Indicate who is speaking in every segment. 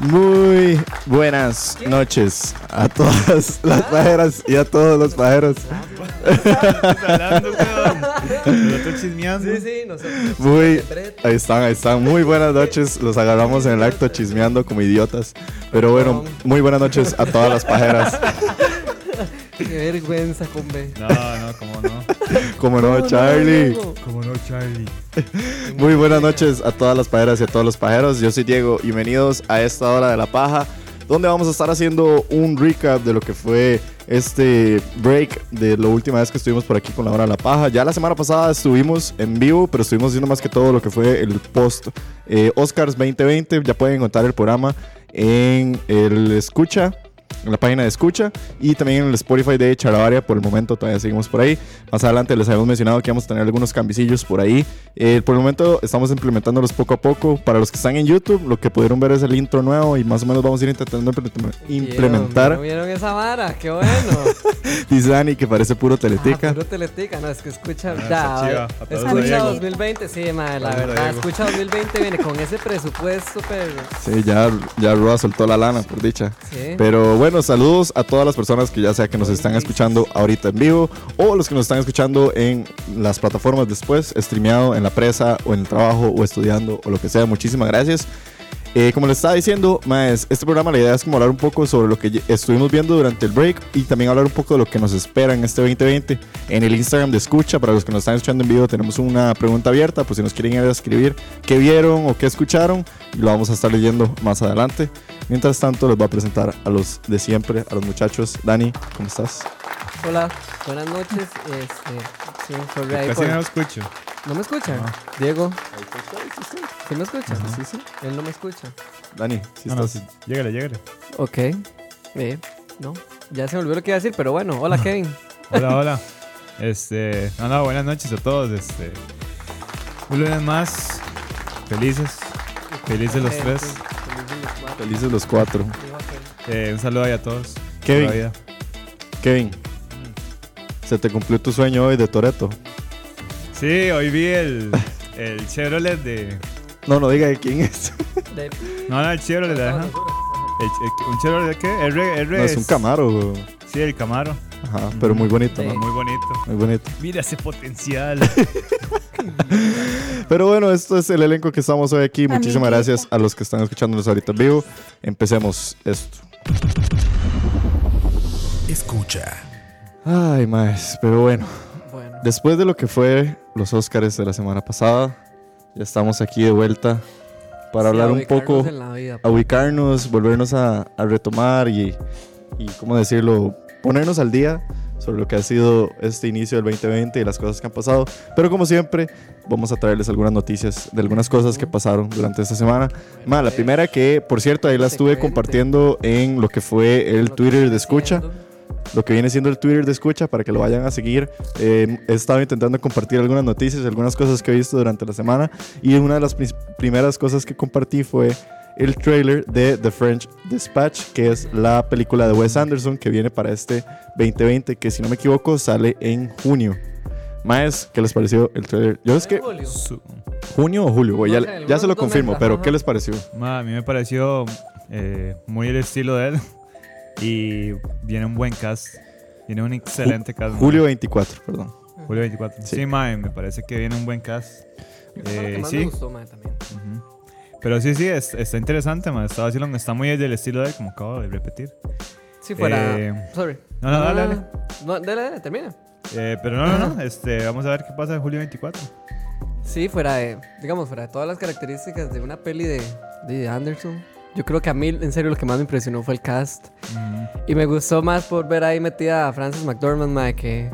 Speaker 1: Muy buenas noches a todas las pajeras y a todos los pajeros.
Speaker 2: hablando, weón. Lo estoy chismeando.
Speaker 3: Sí, sí, nosotros.
Speaker 1: Muy, ahí están, ahí están. Muy buenas noches. Los agarramos en el acto chismeando como idiotas. Pero bueno, muy buenas noches a todas las pajeras.
Speaker 3: Qué vergüenza, combe.
Speaker 2: No, no, cómo no.
Speaker 1: Como no, Charlie.
Speaker 2: Cómo no, Charlie.
Speaker 1: Muy buenas noches a todas las pajeras y a todos los pajeros. Yo soy Diego y bienvenidos a esta hora de la paja, donde vamos a estar haciendo un recap de lo que fue este break de la última vez que estuvimos por aquí con la hora de la paja. Ya la semana pasada estuvimos en vivo, pero estuvimos haciendo más que todo lo que fue el post eh, Oscars 2020. Ya pueden encontrar el programa en el escucha en la página de escucha y también en el Spotify de Charavaria por el momento todavía seguimos por ahí más adelante les habíamos mencionado que vamos a tener algunos cambiecillos por ahí Eh, por el momento estamos implementándolos poco a poco para los que están en YouTube lo que pudieron ver es el intro nuevo y más o menos vamos a ir intentando implementar- implementar
Speaker 3: ¿No vieron esa vara? Qué bueno.
Speaker 1: dice Dani que parece puro teletica
Speaker 3: Ah, puro teletica, no, es que escucha.
Speaker 2: Ah,
Speaker 3: da,
Speaker 2: está chiva.
Speaker 3: eh,
Speaker 2: Aplausos
Speaker 3: Escucha
Speaker 2: a Diego.
Speaker 3: 2020, sí, madre, la
Speaker 2: Aplausos a
Speaker 3: verdad.
Speaker 2: Diego.
Speaker 3: Escucha 2020 viene con ese presupuesto, pero.
Speaker 1: sí ya ya Roa soltó la lana por dicha
Speaker 3: Sí.
Speaker 1: Pero bueno, saludos a todas las personas que ya sea que nos están escuchando ahorita en vivo o los que nos están escuchando en las plataformas después, streameado en la presa o en el trabajo o estudiando o lo que sea. Muchísimas gracias. Eh, como les estaba diciendo, maes, este programa la idea es como hablar un poco sobre lo que ye- estuvimos viendo durante el break y también hablar un poco de lo que nos espera en este 2020. En el Instagram de Escucha, para los que nos están escuchando en vivo, tenemos una pregunta abierta, pues si nos quieren ir a escribir qué vieron o qué escucharon, y lo vamos a estar leyendo más adelante. Mientras tanto, les voy a presentar a los de siempre, a los muchachos. Dani, ¿cómo estás?
Speaker 3: Hola, buenas noches. Este, sí, sorry, ahí
Speaker 2: Casi
Speaker 3: por-
Speaker 2: no lo escucho.
Speaker 3: ¿No me escuchan?
Speaker 2: No.
Speaker 3: Diego. ¿Sí me escucha?
Speaker 1: Sí, sí.
Speaker 3: Él no me escucha.
Speaker 1: Dani, ¿sí
Speaker 2: No, no,
Speaker 1: estás?
Speaker 2: sí. Llégale, llégale.
Speaker 3: Ok. Eh, no. Ya se me olvidó lo que iba a decir, pero bueno. Hola, Kevin.
Speaker 2: Hola, hola. Este, no, no, buenas noches a todos. Este, un lunes más. Felices. Felices
Speaker 3: Eh,
Speaker 2: los tres.
Speaker 1: Felices los cuatro.
Speaker 2: Eh, un saludo ahí a todos.
Speaker 1: Kevin.
Speaker 2: Toda vida.
Speaker 1: Kevin, se te cumplió tu sueño hoy de Toreto.
Speaker 2: Sí, hoy vi el, el Chevrolet de.
Speaker 1: No, no diga de quién es.
Speaker 3: De-
Speaker 2: No, no, el Chevrolet, ajá. El- el- ¿Un Chevrolet qué? R, R
Speaker 1: No, es un Camaro. güey.
Speaker 2: Sí, el Camaro.
Speaker 1: Ajá, pero muy bonito,
Speaker 3: Sí.
Speaker 1: ¿no?
Speaker 2: Muy bonito.
Speaker 1: Muy bonito.
Speaker 2: Mira ese potencial.
Speaker 1: Pero bueno, esto es el elenco que estamos hoy aquí. Muchísimas gracias a los que están escuchándonos ahorita en vivo. Empecemos esto.
Speaker 4: Escucha.
Speaker 1: Ay, más. Pero bueno,
Speaker 3: Bueno.
Speaker 1: después de lo que fue los Óscares de la semana pasada, ya estamos aquí de vuelta para
Speaker 3: Sí,
Speaker 1: hablar un
Speaker 3: ubicarnos
Speaker 1: poco,
Speaker 3: en la vida,
Speaker 1: a ubicarnos, volvernos a, a retomar y, y, ¿cómo decirlo? Ponernos al día sobre lo que ha sido este inicio del 2020 y las cosas que han pasado. Pero como siempre, vamos a traerles algunas noticias de algunas cosas que pasaron durante esta semana. Ma, la primera que, por cierto, ahí la estuve
Speaker 3: Secuente.
Speaker 1: compartiendo en lo que fue
Speaker 3: Lo
Speaker 1: el
Speaker 3: que
Speaker 1: Twitter
Speaker 3: estoy
Speaker 1: de escucha,
Speaker 3: haciendo.
Speaker 1: lo que viene siendo el Twitter de escucha para que lo vayan a seguir. Eh, he estado intentando compartir algunas noticias, algunas cosas que he visto durante la semana y una de las pris- primeras cosas que compartí fue el trailer de The French Dispatch, que es la película de Wes Anderson que viene para este 2020, que si no me equivoco sale en junio. Maes, ¿qué les pareció el trailer? Yo es que eh,
Speaker 3: Julio.
Speaker 2: Su-
Speaker 1: junio o julio, güey,
Speaker 3: No
Speaker 1: ya,
Speaker 3: sé,
Speaker 1: ya se lo
Speaker 3: algunos
Speaker 1: confirmo,
Speaker 3: momentos,
Speaker 1: pero
Speaker 3: ajá.
Speaker 1: ¿qué les pareció?
Speaker 2: Ma, a mí me pareció eh, muy el estilo de él. Y viene un buen cast. Viene un excelente cast.
Speaker 1: Julio 24, perdón.
Speaker 2: mae. Julio 24. Sí,
Speaker 1: Sí.
Speaker 2: mae, me parece que viene un buen cast.
Speaker 3: Fue lo que
Speaker 2: Eh,
Speaker 3: más me
Speaker 2: sí,
Speaker 3: gustó, mae, también.
Speaker 2: Ujú. Pero sí, sí, es- está interesante, mae. Estaba vacilón, está muy del estilo de él, como acabo de repetir.
Speaker 3: Si fuera.
Speaker 2: Eh,
Speaker 3: Sorry.
Speaker 2: no, no, dale, dale.
Speaker 3: No, dale, dale, termina.
Speaker 2: Eh, pero no, no, no. Este, vamos a ver qué pasa en julio 24.
Speaker 3: Sí, fuera de. Digamos, fuera de todas las características de una peli de, de Anderson. Yo creo que a mí, en serio, lo que más me impresionó fue el cast. Y me gustó más por ver ahí metida a Frances McDormand, mae, que.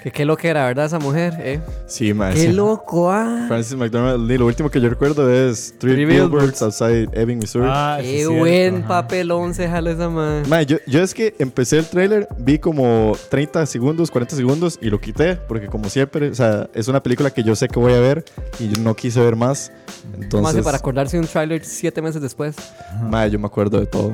Speaker 3: Que qué loca era, ¿verdad? Esa mujer, eh.
Speaker 1: Sí, mae.
Speaker 3: Qué
Speaker 1: sí.
Speaker 3: loco, ah.
Speaker 1: Francis McDormand, lo último que yo recuerdo es Three,
Speaker 3: Three
Speaker 1: Billboards,
Speaker 3: Billboards.
Speaker 1: Outside Ebbing, Missouri.
Speaker 2: Ah, sí,
Speaker 3: Qué
Speaker 2: cierto,
Speaker 3: buen
Speaker 2: ajá.
Speaker 3: papelón se jala esa mae.
Speaker 1: Mae, yo, yo es que empecé el tráiler, vi como 30 segundos, 40 segundos y lo quité, porque como siempre, o sea, es una película que yo sé que voy a ver y yo no quise ver más.
Speaker 3: ¿Cómo hace
Speaker 1: Entonces,
Speaker 3: para acordarse de un tráiler siete meses después?
Speaker 1: mae, yo me acuerdo de todo.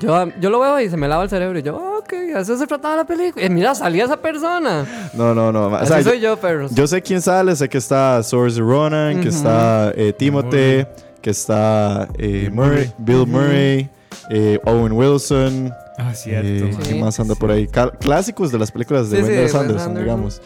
Speaker 3: Yo, yo lo veo y se me lava el cerebro. Y yo, "Ah, ok, eso se trataba la película. Eh, mira, salía esa persona.
Speaker 1: No, no, no. mae, o sea,
Speaker 3: Así
Speaker 1: yo,
Speaker 3: soy yo, perros.
Speaker 1: yo sé quién sale, sé que está Saoirse Ronan, que
Speaker 3: Ujú.
Speaker 1: está eh, Timothée,
Speaker 2: Murray.
Speaker 1: que está eh,
Speaker 2: Bill
Speaker 1: Murray,
Speaker 2: Murray.
Speaker 1: Bill Murray, eh, Owen Wilson.
Speaker 2: Ah, cierto.
Speaker 1: Eh,
Speaker 2: mae.
Speaker 3: sí.
Speaker 1: ¿Qué más anda por ahí? Cal- clásicos de las películas de
Speaker 3: Sí, sí,
Speaker 1: Wendell
Speaker 3: de Wes
Speaker 1: Anderson,
Speaker 3: Anderson.
Speaker 1: digamos.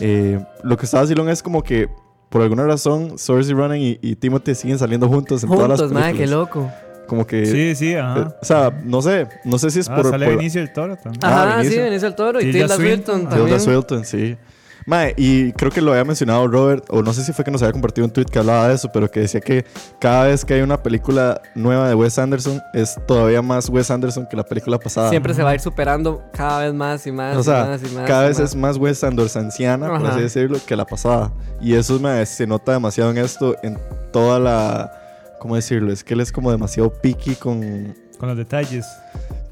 Speaker 1: Eh, lo que estaba Silon es como que por alguna razón Saoirse Ronan y, y Timothy siguen saliendo juntos en todas las
Speaker 3: Juntos, madre, qué
Speaker 1: películas.
Speaker 3: loco.
Speaker 1: Como que
Speaker 2: Sí, sí,
Speaker 1: eh,
Speaker 2: ajá.
Speaker 1: o sea, no sé, no sé si es
Speaker 2: Ah,
Speaker 1: por,
Speaker 2: sale
Speaker 1: por
Speaker 2: Benicio del Toro también.
Speaker 1: Ah,
Speaker 3: Ajá, sí,
Speaker 1: Benicio.
Speaker 3: Benicio del Toro y
Speaker 2: Tilda
Speaker 3: Tilda
Speaker 2: Swinton.
Speaker 3: Swinton
Speaker 1: Tilda
Speaker 3: también.
Speaker 1: Swinton, sí. Mae, y creo que lo había mencionado Robert, o no sé si fue que nos había compartido un tweet que hablaba de eso, pero que decía que cada vez que hay una película nueva de Wes Anderson, es todavía más Wes Anderson que la película pasada.
Speaker 3: Siempre se va a ir superando cada vez más y más
Speaker 1: ah. O
Speaker 3: y
Speaker 1: sea,
Speaker 3: más y más.
Speaker 1: cada
Speaker 3: y
Speaker 1: vez
Speaker 3: más.
Speaker 1: es más Wes Andersonciana, por
Speaker 3: Ajá.
Speaker 1: así decirlo, que la pasada. Y eso mae, se nota demasiado en esto, en toda la... ¿Cómo decirlo? Es que él es como demasiado picky con...
Speaker 2: Con los detalles.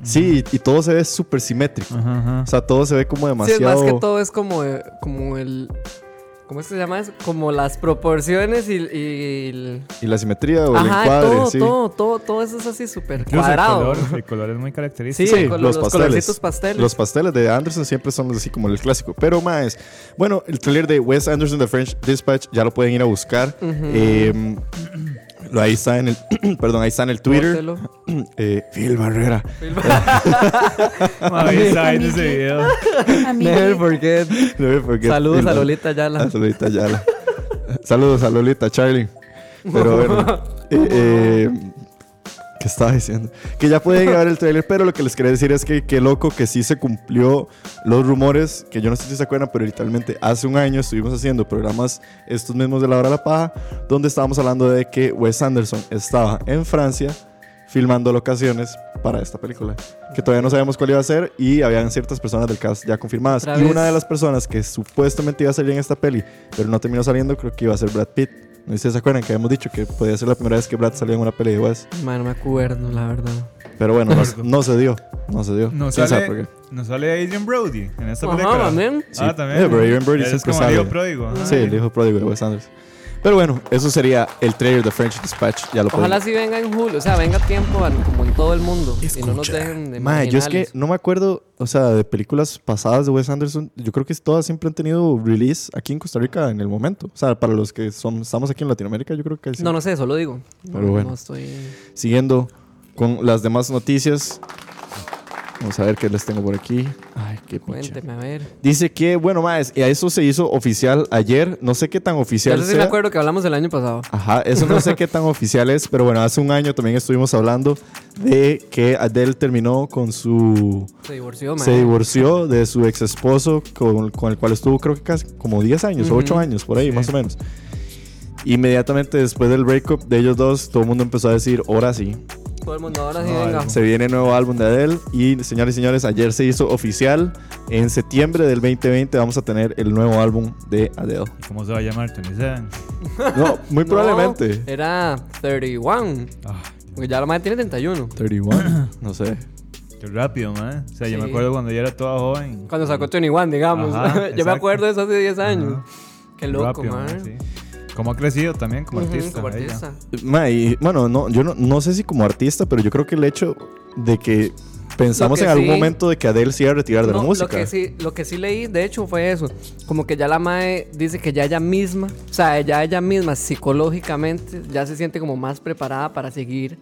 Speaker 1: Sí, y, y todo se ve súper simétrico.
Speaker 2: Ajá, ajá.
Speaker 1: O sea, todo se ve como
Speaker 3: Sí, es más
Speaker 1: demasiado...
Speaker 3: que todo es como, eh, como el... ¿Cómo es que se llama eso? Como las proporciones y, y el...
Speaker 1: y la simetría o el
Speaker 3: Ajá,
Speaker 1: encuadre,
Speaker 3: todo,
Speaker 1: sí.
Speaker 3: todo, todo, todo eso es así súper
Speaker 2: Incluso el
Speaker 3: cuadrado.
Speaker 2: color, el color es muy característico.
Speaker 3: Sí,
Speaker 1: Sí,
Speaker 3: con
Speaker 1: los
Speaker 3: los,
Speaker 1: pasteles.
Speaker 3: colorcitos pasteles.
Speaker 1: Los pasteles de Anderson siempre son así como el clásico. Pero más, bueno, el trailer de Wes Anderson The French Dispatch ya lo pueden ir a buscar. Eh, lo- ahí está en el, perdón, ahí está en el Twitter.
Speaker 3: Póntelo.
Speaker 1: Eh, Phil Barrera.
Speaker 2: Mae, está en ese video.
Speaker 5: A mí
Speaker 3: Never forget.
Speaker 1: No me forget
Speaker 3: Saludos
Speaker 1: Phil
Speaker 3: a
Speaker 1: Barrera.
Speaker 3: Lolita
Speaker 1: A
Speaker 3: Yala.
Speaker 1: Lolita Ayala. Saludos a Lolita Charlie. Pero bueno, eh, eh, ¿qué estaba diciendo? Que ya pueden ir a ver el tráiler, pero lo que les quería decir es que qué loco que sí se cumplió los rumores, que yo no sé si se acuerdan, pero literalmente hace un año estuvimos haciendo programas estos mismos de La Hora de la Paja, donde estábamos hablando de que Wes Anderson estaba en Francia filmando locaciones para esta película, que todavía no sabíamos cuál iba a ser y habían ciertas personas del cast ya confirmadas.
Speaker 3: Otra
Speaker 1: Y
Speaker 3: vez.
Speaker 1: una de las personas que supuestamente iba a salir en esta peli, pero no terminó saliendo, creo que iba a ser Brad Pitt. No sé si se acuerdan que habíamos dicho que podía ser la primera vez que Brad salía en una peli de Wes.
Speaker 3: Man, no me acuerdo, la verdad.
Speaker 1: Pero bueno, no, no se dio. No se dio.
Speaker 2: Nos
Speaker 1: ¿Quién sabe
Speaker 2: sale,
Speaker 1: por qué?
Speaker 2: nos sale Adrian Brody en esta
Speaker 3: Ajá,
Speaker 2: película.
Speaker 3: también. Ah.
Speaker 2: Ah,
Speaker 1: Sí.
Speaker 2: también.
Speaker 1: Eh, pero Adrian Brody
Speaker 2: Él es
Speaker 1: siempre
Speaker 2: como
Speaker 1: sale.
Speaker 2: el hijo pródigo. ajá.
Speaker 1: Sí, el hijo pródigo de Wes Anderson. Pero bueno, eso sería el trailer de French Dispatch. Ya lo
Speaker 3: Ojalá
Speaker 1: podemos.
Speaker 3: sí venga en julio. O sea, venga a tiempo al- como en todo el mundo. Y no nos
Speaker 4: Escucha.
Speaker 3: dejen de
Speaker 1: Mae, yo es que
Speaker 3: marginales.
Speaker 1: no me acuerdo, o sea, de películas pasadas de Wes Anderson. Yo creo que todas siempre han tenido release aquí en Costa Rica en el momento. O sea, para los que son, estamos aquí en Latinoamérica, yo creo que sí.
Speaker 3: No, no sé, eso lo digo.
Speaker 1: Pero
Speaker 3: No,
Speaker 1: bueno.
Speaker 3: No estoy...
Speaker 1: Siguiendo con las demás noticias. Vamos a ver qué les tengo por aquí. Ay, qué pinche.
Speaker 3: Cuénteme, a ver.
Speaker 1: Dice que, bueno, más, y eso se hizo oficial ayer. No sé qué tan
Speaker 3: Yo
Speaker 1: oficial
Speaker 3: no sé si
Speaker 1: sea.
Speaker 3: me acuerdo que hablamos el año pasado.
Speaker 1: Ajá, eso no sé qué tan oficial es, pero bueno, hace un año también estuvimos hablando de que Adele terminó con su...
Speaker 3: Se divorció, man.
Speaker 1: Se divorció de su ex esposo con, con el cual estuvo creo que casi como 10 años o 8
Speaker 3: Ujú.
Speaker 1: años, por ahí
Speaker 2: Sí.
Speaker 1: más o menos. Inmediatamente después del breakup de ellos dos, todo el mundo empezó a decir, ahora sí,
Speaker 3: Todo el mundo ahora sí,
Speaker 2: No,
Speaker 3: venga.
Speaker 2: algo.
Speaker 1: se viene nuevo álbum de Adele y señores y señores, ayer se hizo oficial. En septiembre del 2020 vamos a tener el nuevo álbum de Adele.
Speaker 2: ¿Y cómo se va a llamar? Tony Seven.
Speaker 1: No, muy
Speaker 3: No, Eh.
Speaker 1: probablemente.
Speaker 3: Era 31.
Speaker 2: Ah,
Speaker 3: Porque ya la madre tiene 31.
Speaker 1: 31, no sé.
Speaker 2: qué rápido, man. O sea, yo me
Speaker 3: Sí.
Speaker 2: acuerdo cuando yo era toda joven.
Speaker 3: Cuando sacó 21, digamos.
Speaker 2: Ajá,
Speaker 3: Yo
Speaker 2: exacto.
Speaker 3: me acuerdo de eso hace 10 años. Qué loco,
Speaker 2: Rápido,
Speaker 3: man.
Speaker 2: man, sí. ¿Cómo ha crecido también como
Speaker 3: Ujú,
Speaker 2: artista?
Speaker 3: como
Speaker 2: ella?
Speaker 3: artista.
Speaker 1: Ma, y, bueno, no, yo no, no sé si como artista, pero yo creo que el hecho de que pensamos
Speaker 3: Lo
Speaker 1: en
Speaker 3: que
Speaker 1: algún
Speaker 3: sí-
Speaker 1: momento de que Adele se iba a retirar de
Speaker 3: No,
Speaker 1: la música.
Speaker 3: Lo que, sí, lo que sí leí, de hecho, fue eso. Como que ya la Mae dice que ya ella misma, o sea, ya ella misma psicológicamente ya se siente como más preparada para seguir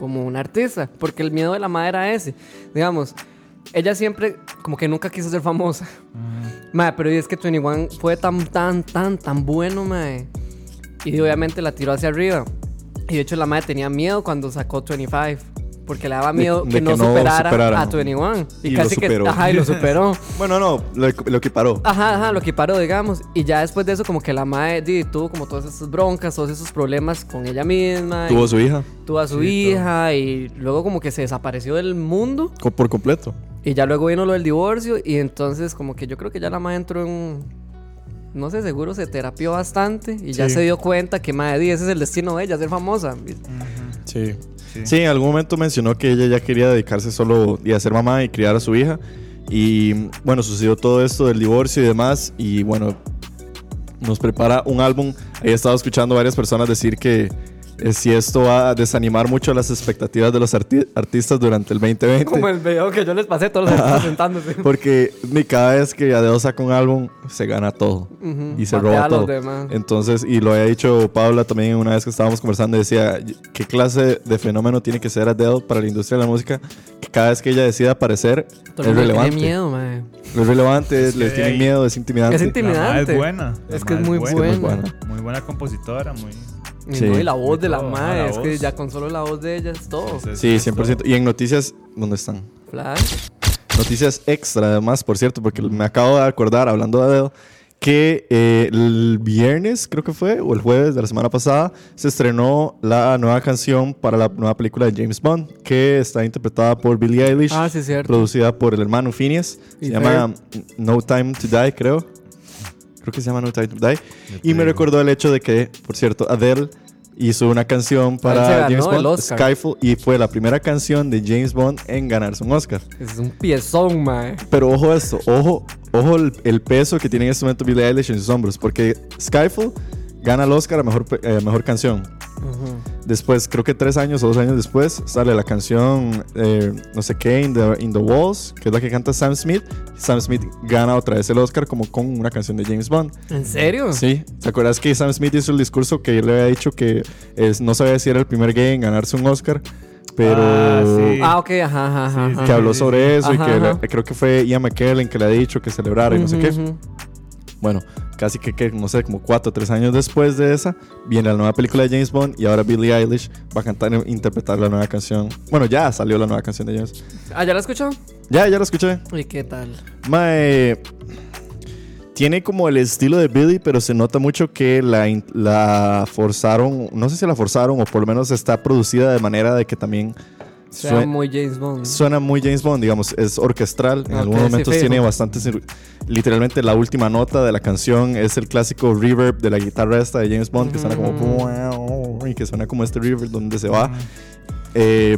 Speaker 3: como una artista, porque el miedo de la madre era ese. Digamos, ella siempre, como que nunca quiso ser famosa. Mae, pero y es que 21 fue tan, tan, tan, tan bueno, mae. Y obviamente la tiró hacia arriba. Y de hecho la madre tenía miedo cuando sacó 25. Porque le daba
Speaker 1: De-
Speaker 3: miedo
Speaker 1: de
Speaker 3: que,
Speaker 1: que
Speaker 3: no,
Speaker 1: no
Speaker 3: superara,
Speaker 1: superara.
Speaker 3: a 21. Y,
Speaker 1: Y lo
Speaker 3: casi que...
Speaker 1: superó.
Speaker 3: Ajá, y lo superó.
Speaker 1: Bueno, no, lo, lo que paró.
Speaker 3: Ajá, ajá, lo que paró, digamos. Y ya después de eso, como que la madre di, tuvo como todas esas broncas, todos esos problemas con ella misma. y
Speaker 1: Tuvo su hija
Speaker 3: tuvo a su hija y luego como que se desapareció del mundo.
Speaker 1: co- por completo.
Speaker 3: Y ya luego vino lo del divorcio y entonces como que yo creo que ya la madre entró en... No sé, seguro se terapió bastante y ya
Speaker 1: Sí.
Speaker 3: se dio cuenta que madre, di, ese es el destino de ella, ser famosa.
Speaker 1: Sí.
Speaker 2: Sí.
Speaker 1: sí. en algún momento mencionó que ella ya quería dedicarse solo y a ser mamá y criar a su hija. Y bueno, sucedió todo esto del divorcio y demás. Y bueno, nos prepara un álbum. Ahí he estado escuchando varias personas decir que eh, si esto va a desanimar mucho las expectativas de los arti- artistas durante el 2020.
Speaker 3: Como el video que yo les pasé todos los días sentándose.
Speaker 1: Porque ni cada vez que Adeo saca un álbum, se gana todo. Y se
Speaker 3: Patea
Speaker 1: roba
Speaker 3: a los
Speaker 1: todo.
Speaker 3: demás.
Speaker 1: Entonces, y lo había dicho Paula también una vez que estábamos conversando, decía, ¿qué clase de fenómeno tiene que ser Adele para la industria de la música? Que cada vez que ella decida aparecer, es
Speaker 3: Todo el mundo le
Speaker 1: relevante.
Speaker 3: tiene miedo, madre.
Speaker 1: Es relevante,
Speaker 2: Es que
Speaker 1: le
Speaker 2: de
Speaker 1: tienen
Speaker 2: ahí-
Speaker 1: miedo, es intimidante.
Speaker 3: Es
Speaker 2: La
Speaker 3: intim-
Speaker 2: madre
Speaker 3: Intimidante.
Speaker 2: es buena. la
Speaker 3: Es que es
Speaker 2: madre
Speaker 3: muy
Speaker 1: buena.
Speaker 3: bueno.
Speaker 1: buena.
Speaker 2: Muy buena compositora, muy.
Speaker 3: Y,
Speaker 1: Sí.
Speaker 3: no, y la voz de la
Speaker 2: Todo, ajá,
Speaker 3: madre,
Speaker 2: la
Speaker 3: es que
Speaker 2: voz.
Speaker 3: ya con solo la voz de ella es todo.
Speaker 2: Entonces,
Speaker 1: Sí,
Speaker 2: es
Speaker 1: 100%. Y en noticias, ¿dónde están?
Speaker 3: Flash.
Speaker 1: Noticias extra, además, por cierto, porque me acabo de acordar, hablando de Adele, que eh, el viernes, creo que fue, o el jueves de la semana pasada, se estrenó la nueva canción para la nueva película de James Bond, que está interpretada por Billie Eilish,
Speaker 3: Ah, sí, es cierto.
Speaker 1: producida por el hermano Phineas.
Speaker 3: Y
Speaker 1: Se llama No Time to Die, creo. Creo que se llama No Time to Die.
Speaker 2: todo.
Speaker 1: Y me recordó el hecho de que, por cierto, Adele hizo una canción
Speaker 3: se
Speaker 1: para
Speaker 3: ganó
Speaker 1: James
Speaker 3: el
Speaker 1: Bond,
Speaker 3: Oscar.
Speaker 1: Skyfall, y fue la primera canción de James Bond en ganarse un Oscar.
Speaker 3: Es un piezón, mae.
Speaker 1: Pero ojo a esto, ojo, ojo el, el peso que tiene en este momento Billie Eilish en sus hombros, porque Skyfall gana el Oscar a mejor, pe- eh, mejor canción. Después, creo que tres años o dos años después, sale la canción eh, no sé qué, in the, In the Walls, que es la que canta Sam Smith. Sam Smith gana otra vez el Oscar como con una canción de James Bond.
Speaker 3: ¿En
Speaker 2: Ah.
Speaker 3: serio?
Speaker 1: Sí, ¿te acuerdas que Sam Smith hizo el discurso que él le había dicho que es- no sabía si era el primer gay en ganarse un Oscar? Pero
Speaker 2: Ah, sí.
Speaker 3: Ah, ok, ajá, ajá, ajá.
Speaker 2: Sí, sí.
Speaker 1: que habló sobre eso
Speaker 3: Ajá,
Speaker 1: y que la-
Speaker 3: ajá.
Speaker 1: creo que fue Ian McKellen que le ha dicho que celebrara y no sé
Speaker 3: Ujú,
Speaker 1: qué.
Speaker 3: ujú.
Speaker 1: Bueno, casi que, que, no sé, como cuatro o tres años después de esa, viene la nueva película de James Bond y ahora Billie Eilish va a cantar e interpretar la nueva canción. Bueno, ya salió la nueva canción de James.
Speaker 3: Ah, ¿ya la escuchó?
Speaker 1: Ya, ya la escuché.
Speaker 3: ¿Y qué tal?
Speaker 1: Mae. Tiene como el estilo de Billie, pero se nota mucho que la, in- la forzaron, no sé si la forzaron o por lo menos está producida de manera de que también
Speaker 3: Sea
Speaker 1: sue-
Speaker 3: muy James Bond.
Speaker 1: Suena muy James Bond, digamos, es orquestral. En
Speaker 3: Ok,
Speaker 1: algunos
Speaker 3: sí,
Speaker 1: momentos
Speaker 3: fijo.
Speaker 1: tiene bastantes. Literalmente la última nota de la canción es el clásico reverb de la guitarra esta de James Bond, que suena
Speaker 3: Mm.
Speaker 1: como. Y que suena como este reverb donde se va. Eh,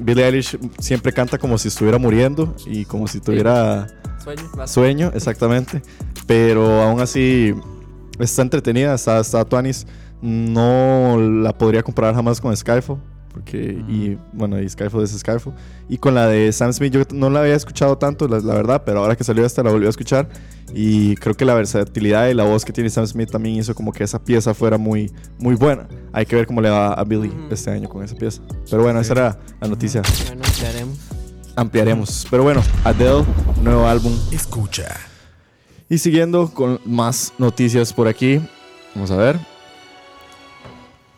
Speaker 1: Billie Eilish siempre canta como si estuviera muriendo y como si tuviera
Speaker 3: Sueño. va.
Speaker 1: sueño, exactamente. Pero aún así está entretenida, está, está Tuanis. No la podría comparar jamás con Skyfall. Porque, y bueno, y Skyfall es Skyfall. Y con la de Sam Smith, yo no la había escuchado tanto, la, la verdad, pero ahora que salió esta la volví a escuchar. Y creo que la versatilidad y la voz que tiene Sam Smith también hizo como que esa pieza fuera muy, muy buena. Hay que ver cómo le va a Billy
Speaker 3: Ujú.
Speaker 1: este año con esa pieza. Pero bueno, esa era la noticia.
Speaker 3: Bueno, ¿qué haremos?
Speaker 1: Ampliaremos. Pero bueno, Adele, nuevo álbum,
Speaker 4: Escucha.
Speaker 1: y siguiendo con más noticias por aquí. Vamos a ver.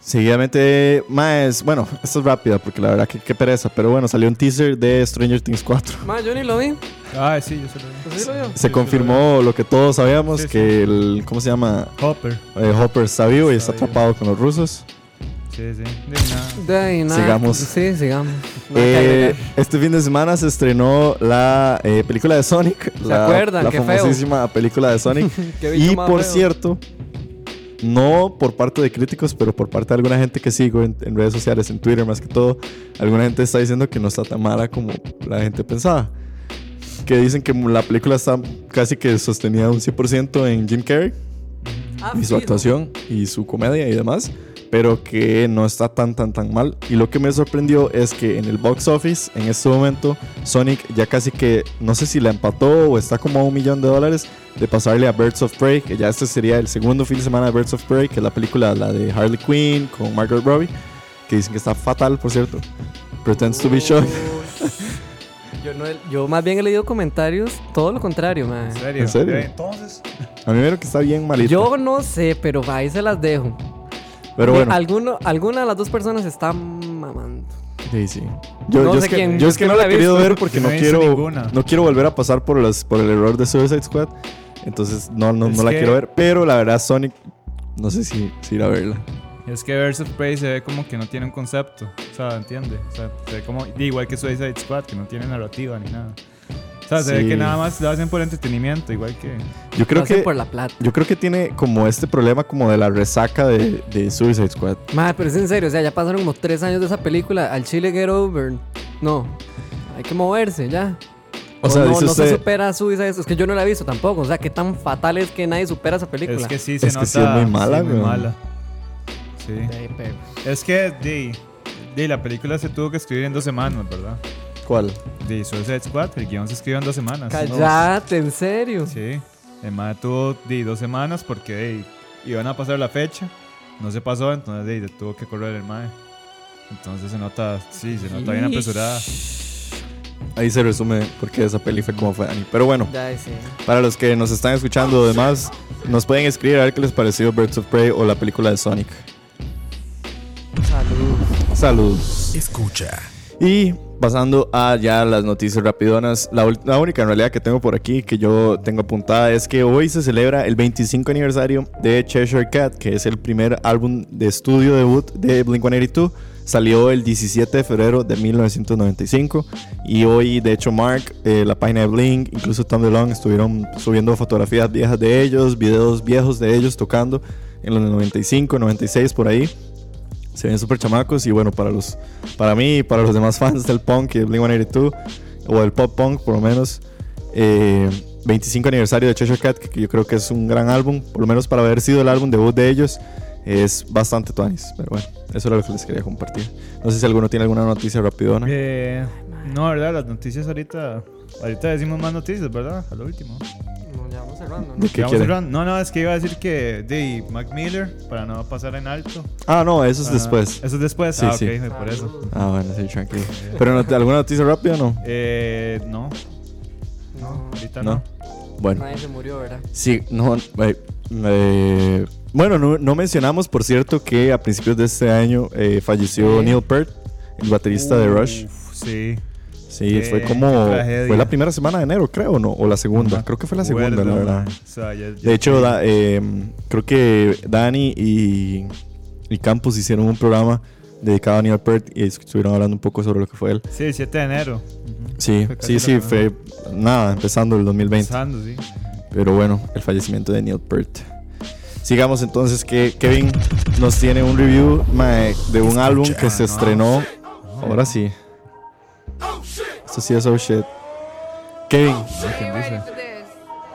Speaker 1: Seguidamente, más. Bueno, esta es rápida porque la verdad que qué pereza. Pero bueno, salió un teaser de Stranger Things 4.
Speaker 3: Ma, yo ni lo vi.
Speaker 2: Ah, sí, yo se lo vi.
Speaker 3: ¿Pues sí lo vio?
Speaker 1: Se
Speaker 2: Sí,
Speaker 1: confirmó lo que todos sabíamos:
Speaker 2: Sí, sí.
Speaker 1: que el. ¿Cómo se llama?
Speaker 2: Hopper.
Speaker 1: Eh, Hopper está vivo y está
Speaker 2: Está vivo.
Speaker 1: atrapado con los rusos.
Speaker 2: Sí, sí. De nada.
Speaker 3: De ahí, nada.
Speaker 1: Sigamos.
Speaker 3: Sí, sigamos. No hay que
Speaker 1: Eh,
Speaker 3: agregar.
Speaker 1: este fin de semana se estrenó la eh, película de Sonic. ¿Se la,
Speaker 3: acuerdan?
Speaker 1: La
Speaker 3: Qué feo.
Speaker 1: famosísima película de Sonic.
Speaker 3: Qué bicho
Speaker 1: Y
Speaker 3: más
Speaker 1: por
Speaker 3: feo.
Speaker 1: cierto, no por parte de críticos, pero por parte de alguna gente que sigo en, en redes sociales, en Twitter más que todo, alguna gente está diciendo que no está tan mala como la gente pensaba. Que dicen que la película está casi que sostenida un 100% en Jim Carrey
Speaker 3: Ah,
Speaker 1: y su
Speaker 3: fijo.
Speaker 1: actuación y su comedia y demás, pero que no está tan tan tan mal. Y lo que me sorprendió es que en el box office, en este momento, Sonic ya casi que, no sé si la empató o está como a un millón de dólares de pasarle a Birds of Prey, que ya este sería el segundo fin de semana de Birds of Prey, que es la película, la de Harley Quinn con Margaret Robbie, que dicen que está fatal, por cierto. pretends to be shocked.
Speaker 3: Yo, no he- yo más bien he leído comentarios, todo lo contrario, man.
Speaker 2: ¿En serio?
Speaker 1: ¿En serio?
Speaker 2: Ok, Entonces,
Speaker 1: A mí me vieron que está bien malito.
Speaker 3: Yo no sé, pero ahí se las dejo.
Speaker 1: pero bueno,
Speaker 3: Alguno, alguna de las dos personas está mamando.
Speaker 1: sí, sí. Yo,
Speaker 3: No
Speaker 1: yo
Speaker 3: sé
Speaker 1: es que,
Speaker 3: quién-
Speaker 1: yo es que
Speaker 3: quién
Speaker 1: no
Speaker 3: la
Speaker 1: la he querido
Speaker 3: visto.
Speaker 1: ver porque
Speaker 2: Yo
Speaker 1: no
Speaker 2: no he visto
Speaker 1: quiero,
Speaker 2: ninguna.
Speaker 1: no quiero volver a pasar por, las, por el error de Suicide Squad. Entonces no, no,
Speaker 2: Es
Speaker 1: no la
Speaker 2: que-
Speaker 1: quiero ver. Pero la verdad, Sonic, no sé si, si ir a verla.
Speaker 2: es que Birds of Prey se ve como que no tiene un concepto. O sea, ¿entiende? O sea, se ve como. Igual que Suicide Squad, que no tiene narrativa ni nada. O sea, se
Speaker 1: Sí.
Speaker 2: ve que nada más lo hacen por entretenimiento, igual que.
Speaker 1: Yo creo
Speaker 3: Lo hacen
Speaker 1: que
Speaker 3: por la plata.
Speaker 1: Yo creo que tiene como este problema como de la resaca de, de Suicide Squad.
Speaker 3: Madre, pero es en serio, o sea, ya pasaron como tres años de esa película. Al Chile Get Over. No. Hay que moverse ya.
Speaker 1: O sea,
Speaker 3: Oh, no,
Speaker 1: dice
Speaker 3: no
Speaker 1: usted,
Speaker 3: se supera Suicide Squad. Es que yo no la he visto tampoco. O sea, qué tan fatal es que nadie supera esa película.
Speaker 2: Es que sí se
Speaker 1: Es
Speaker 2: nota.
Speaker 1: que sí es muy mala,
Speaker 2: muy
Speaker 1: weón.
Speaker 2: mala. Sí.
Speaker 3: Ay, pero-
Speaker 2: Es que, di, di, la película se tuvo que escribir en dos semanas, ¿verdad?
Speaker 1: ¿cuál?
Speaker 2: De Suicide Squad, el guión se escribió en dos semanas.
Speaker 3: Callate, en serio.
Speaker 2: Sí, el mae tuvo di, dos semanas porque di, iban a pasar la fecha, no se pasó, entonces di, tuvo que correr el mae. Entonces se nota, sí, se nota bien apresurada.
Speaker 1: Ahí se resume porque esa peli fue como fue Dani. Pero bueno,
Speaker 3: Ya, sí.
Speaker 1: para los que nos están escuchando además, nos pueden escribir a ver qué les pareció Birds of Prey o la película de Sonic.
Speaker 3: Salud.
Speaker 1: Saludos.
Speaker 4: Escucha.
Speaker 1: Y pasando a ya las noticias rapidonas, la, ul- la única en realidad que tengo por aquí, que yo tengo apuntada, es que hoy se celebra el 25 aniversario de Cheshire Cat, que es el primer álbum de estudio debut de Blink-182. Salió el 17 de febrero de 1995 y hoy de hecho Mark, eh, la página de Blink, incluso Tom DeLonge estuvieron subiendo fotografías viejas de ellos, videos viejos de ellos tocando en los 95, 96 por ahí. Se ven súper chamacos y bueno, para los para mí y para los demás fans del punk y del Blink-182 o del pop punk por lo menos eh, 25 aniversario de Cheshire Cat que yo creo que es un gran álbum por lo menos para haber sido el álbum debut de ellos es bastante tuanis pero bueno eso era lo que les quería compartir no sé si alguno tiene alguna noticia rapidona
Speaker 2: Eh, no, ¿verdad? Las noticias ahorita, ahorita decimos más noticias, ¿verdad? A lo último.
Speaker 3: No, ya vamos cerrando, ¿no?
Speaker 1: ¿De qué
Speaker 2: Vamos
Speaker 1: quieren?
Speaker 2: cerrando. No, no, es que iba a decir que de Mac Miller, para no pasar en alto.
Speaker 1: ah no eso es
Speaker 2: Ah,
Speaker 1: después
Speaker 2: Eso es después,
Speaker 1: Sí,
Speaker 2: ah,
Speaker 1: sí.
Speaker 2: ok, por eso.
Speaker 3: Salud.
Speaker 1: ah bueno sí tranquilo pero no te- alguna noticia rápida o no
Speaker 2: Eh, no,
Speaker 3: No,
Speaker 2: ahorita
Speaker 1: no
Speaker 2: no.
Speaker 1: bueno
Speaker 3: nadie se murió, ¿verdad?
Speaker 1: Sí, no. eh, eh, bueno, no, no mencionamos, por cierto, que a principios de este año eh, falleció
Speaker 3: Sí.
Speaker 1: Neil Peart, el baterista de Rush.
Speaker 2: Uf, Sí.
Speaker 1: Sí,
Speaker 2: qué
Speaker 1: fue como.
Speaker 2: tragedia.
Speaker 1: Fue la primera semana de enero, creo, ¿no? O la segunda. creo que fue la segunda,
Speaker 2: Acuerdo,
Speaker 1: la verdad.
Speaker 2: man. O sea, ya- ya-
Speaker 1: De hecho, da- eh, creo que Dani y, y Campos hicieron un programa dedicado a Neil Peart y estuvieron hablando un poco sobre lo que fue él.
Speaker 2: Sí, el 7 de enero.
Speaker 1: Sí,
Speaker 2: Fue casi
Speaker 1: sí, sí,
Speaker 2: la-
Speaker 1: fue nada, empezando el 2020.
Speaker 2: Pensando, sí.
Speaker 1: Pero bueno, el fallecimiento de Neil Peart. Sigamos entonces que Kevin nos tiene un review mae, de un álbum que se estrenó. Ahora sí. Esto sí es oh shit. Kevin,
Speaker 2: ¿Quién dice?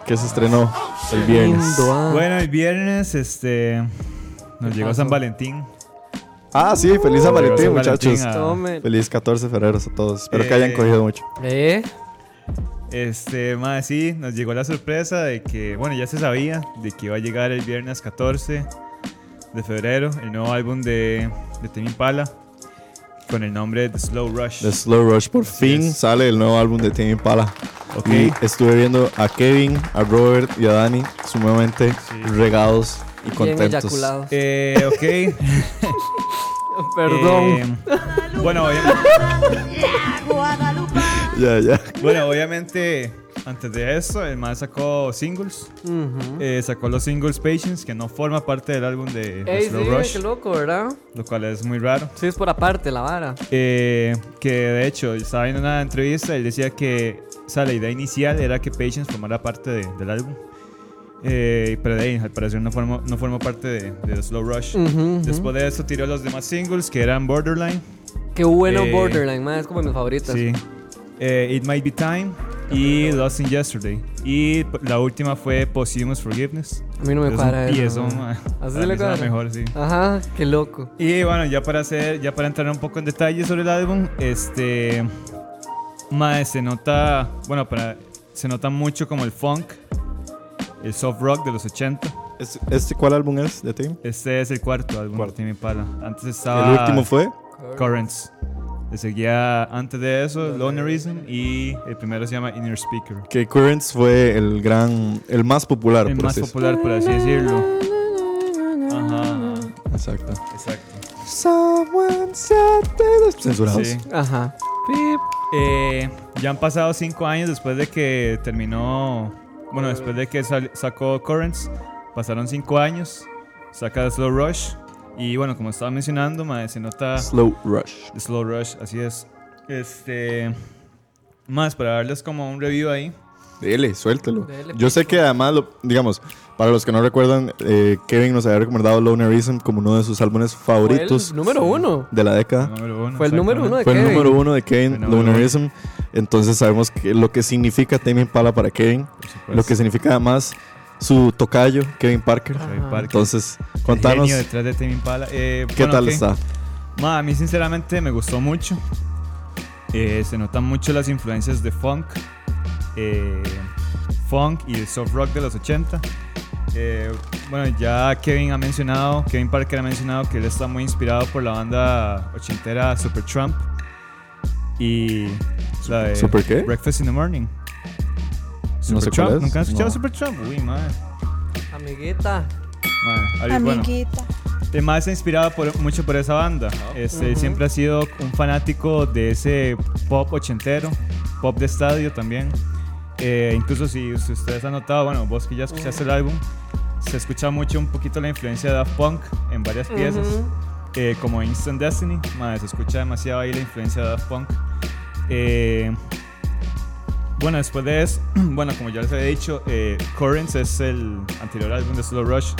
Speaker 1: que se estrenó el viernes.
Speaker 3: Lindo, ah.
Speaker 2: Bueno, el viernes, este. Nos llegó San Valentín.
Speaker 1: Ah, sí, feliz San
Speaker 2: Nos llegó
Speaker 1: Valentín, ah.
Speaker 2: San
Speaker 1: muchachos.
Speaker 2: Valentín a-
Speaker 3: Tomen.
Speaker 1: Feliz 14 de febrero a todos. Espero que
Speaker 2: Eh.
Speaker 1: hayan cogido mucho.
Speaker 3: ¿Eh?
Speaker 2: Este, más sí, nos llegó la sorpresa de que, bueno, ya se sabía de que iba a llegar el viernes 14 de febrero el nuevo álbum de, de Tame Impala con el nombre de Slow Rush.
Speaker 1: The Slow Rush por
Speaker 2: Así
Speaker 1: fin
Speaker 2: es.
Speaker 1: sale el nuevo álbum de Timmy Impala.
Speaker 2: Ok.
Speaker 1: Y estuve viendo a Kevin, a Robert y a Dani sumamente
Speaker 2: Sí.
Speaker 1: regados y
Speaker 3: Bien
Speaker 1: contentos.
Speaker 3: eyaculado.
Speaker 2: Eh, ok.
Speaker 3: Perdón.
Speaker 2: Eh, bueno, obviamente.
Speaker 1: Ya, ya.
Speaker 2: Bueno, obviamente, antes de eso, el más sacó singles.
Speaker 3: Ujú.
Speaker 2: Eh, sacó los singles Patience, que no forma parte del álbum de de
Speaker 3: Ey, sí,
Speaker 2: Slow
Speaker 3: Pues, Rush.
Speaker 2: Rush,
Speaker 3: qué loco, ¿verdad?
Speaker 2: lo cual es muy raro.
Speaker 3: Sí, es por aparte la vara.
Speaker 2: Eh, que de hecho, estaba viendo una entrevista y él decía que o sea, la idea inicial era que Patience formara parte de- del álbum. Eh, pero de ahí, al parecer, no formó, no formó parte de, de Slow Rush.
Speaker 3: Ujú, ujú.
Speaker 2: Después de eso, tiró los demás singles que eran Borderline,
Speaker 3: Qué bueno
Speaker 2: Eh,
Speaker 3: Borderline, man, es como de mis favoritas.
Speaker 2: Sí. Eh, It Might Be Time y Lost in Yesterday. Y p- la última fue Posthumous Forgiveness.
Speaker 3: A mí no me
Speaker 2: Es un
Speaker 3: cuadra eso,
Speaker 2: piezón,
Speaker 3: man.
Speaker 2: man.
Speaker 3: Así
Speaker 2: Para
Speaker 3: le
Speaker 2: mí suena
Speaker 3: cuadra.
Speaker 2: mejor, sí.
Speaker 3: Ajá, qué loco.
Speaker 2: Y bueno, ya para hacer, ya para entrar un poco en detalle sobre el álbum, este mae, se nota, bueno, para se nota mucho como el funk, el soft rock de los 80.
Speaker 1: ¿Este, este cuál álbum es de Tim?
Speaker 2: Este es el cuarto álbum
Speaker 1: Cuarto.
Speaker 2: de Tame Impala. Antes
Speaker 1: El
Speaker 2: estaba
Speaker 1: último fue
Speaker 2: Currents. Le seguía antes de eso Loner Reason y el primero se llama Inner Speaker.
Speaker 1: Que Currents fue el gran, el más popular.
Speaker 2: El
Speaker 1: por
Speaker 2: más
Speaker 1: así decirlo.
Speaker 2: popular, por así decirlo. Ajá,
Speaker 1: Exacto.
Speaker 2: exacto.
Speaker 1: Someone said that- Censurados.
Speaker 2: Sí.
Speaker 3: Ajá.
Speaker 2: Eh, ya han pasado cinco años después de que terminó. Bueno, después de que sal- sacó Currents, pasaron cinco años. Saca Slow Rush. Y bueno, como estaba mencionando, mae, se nota
Speaker 1: Slow Rush.
Speaker 2: The Slow Rush, así es. Este. Más, para darles como un review ahí.
Speaker 1: Dele, suéltelo.
Speaker 3: Dele,
Speaker 2: pues.
Speaker 1: Yo sé que además, lo- digamos, para los que no recuerdan, eh, Kevin nos había recomendado Lonerism como uno de sus álbumes favoritos
Speaker 3: Fue el número uno.
Speaker 1: de la década.
Speaker 2: Número uno,
Speaker 3: Fue el número uno de
Speaker 1: Ah, Fue el
Speaker 3: Kevin.
Speaker 1: número uno de
Speaker 2: El
Speaker 1: Kevin,
Speaker 2: número
Speaker 1: Lonerism. Entonces sabemos que lo que significa Tame Impala para Kevin.
Speaker 2: exactamente, por
Speaker 1: Lo que
Speaker 2: supuesto.
Speaker 1: significa además su tocayo, Kevin Parker.
Speaker 2: Trey Parker,
Speaker 1: Entonces,
Speaker 2: Ah, el
Speaker 1: contanos
Speaker 2: genio detrás de Tame Impala. Eh,
Speaker 1: qué
Speaker 2: bueno,
Speaker 1: tal
Speaker 2: ok.
Speaker 1: está.
Speaker 2: Ma, a mí sinceramente me gustó mucho. Eh, se notan mucho las influencias de funk, eh, funk y el soft rock de los 80. Eh, bueno, ya Kevin ha mencionado, Kevin Parker ha mencionado que él está muy inspirado por la banda ochentera Supertramp y la de
Speaker 1: ¿Super qué?
Speaker 2: Breakfast in the Morning.
Speaker 1: No sé cuál
Speaker 2: Supertramp,
Speaker 1: es.
Speaker 2: ¿nunca han escuchado
Speaker 1: No.
Speaker 2: Supertramp? Uy, madre.
Speaker 3: Amiguita.
Speaker 2: madre. Ari, bueno,
Speaker 5: Amiguita.
Speaker 2: el mae está inspirado por- mucho por esa banda. Este, Siempre ha sido un fanático de ese pop ochentero, pop de estadio también. Eh, incluso si, si ustedes han notado, bueno, vos que ya escuchaste el álbum, se escucha mucho un poquito la influencia de Daft Punk en varias piezas, Eh, como Instant Destiny. mae, se escucha demasiado ahí la influencia de Daft Punk. Eh, bueno, después de eso, bueno, como ya les había dicho, eh, Currents es el anterior álbum de Slow Rush.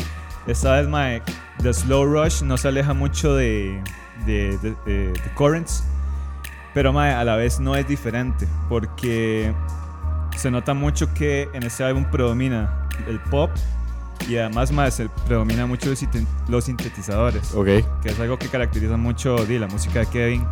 Speaker 2: Esta vez, mae, The Slow Rush no se aleja mucho de, de, de- de- de Currents, pero mae, a la vez no es diferente, porque se nota mucho que en este álbum predomina el pop y además mae, se predomina mucho los sinte- los sintetizadores,
Speaker 1: Ok.
Speaker 2: que es algo que caracteriza mucho di, la música de Kevin.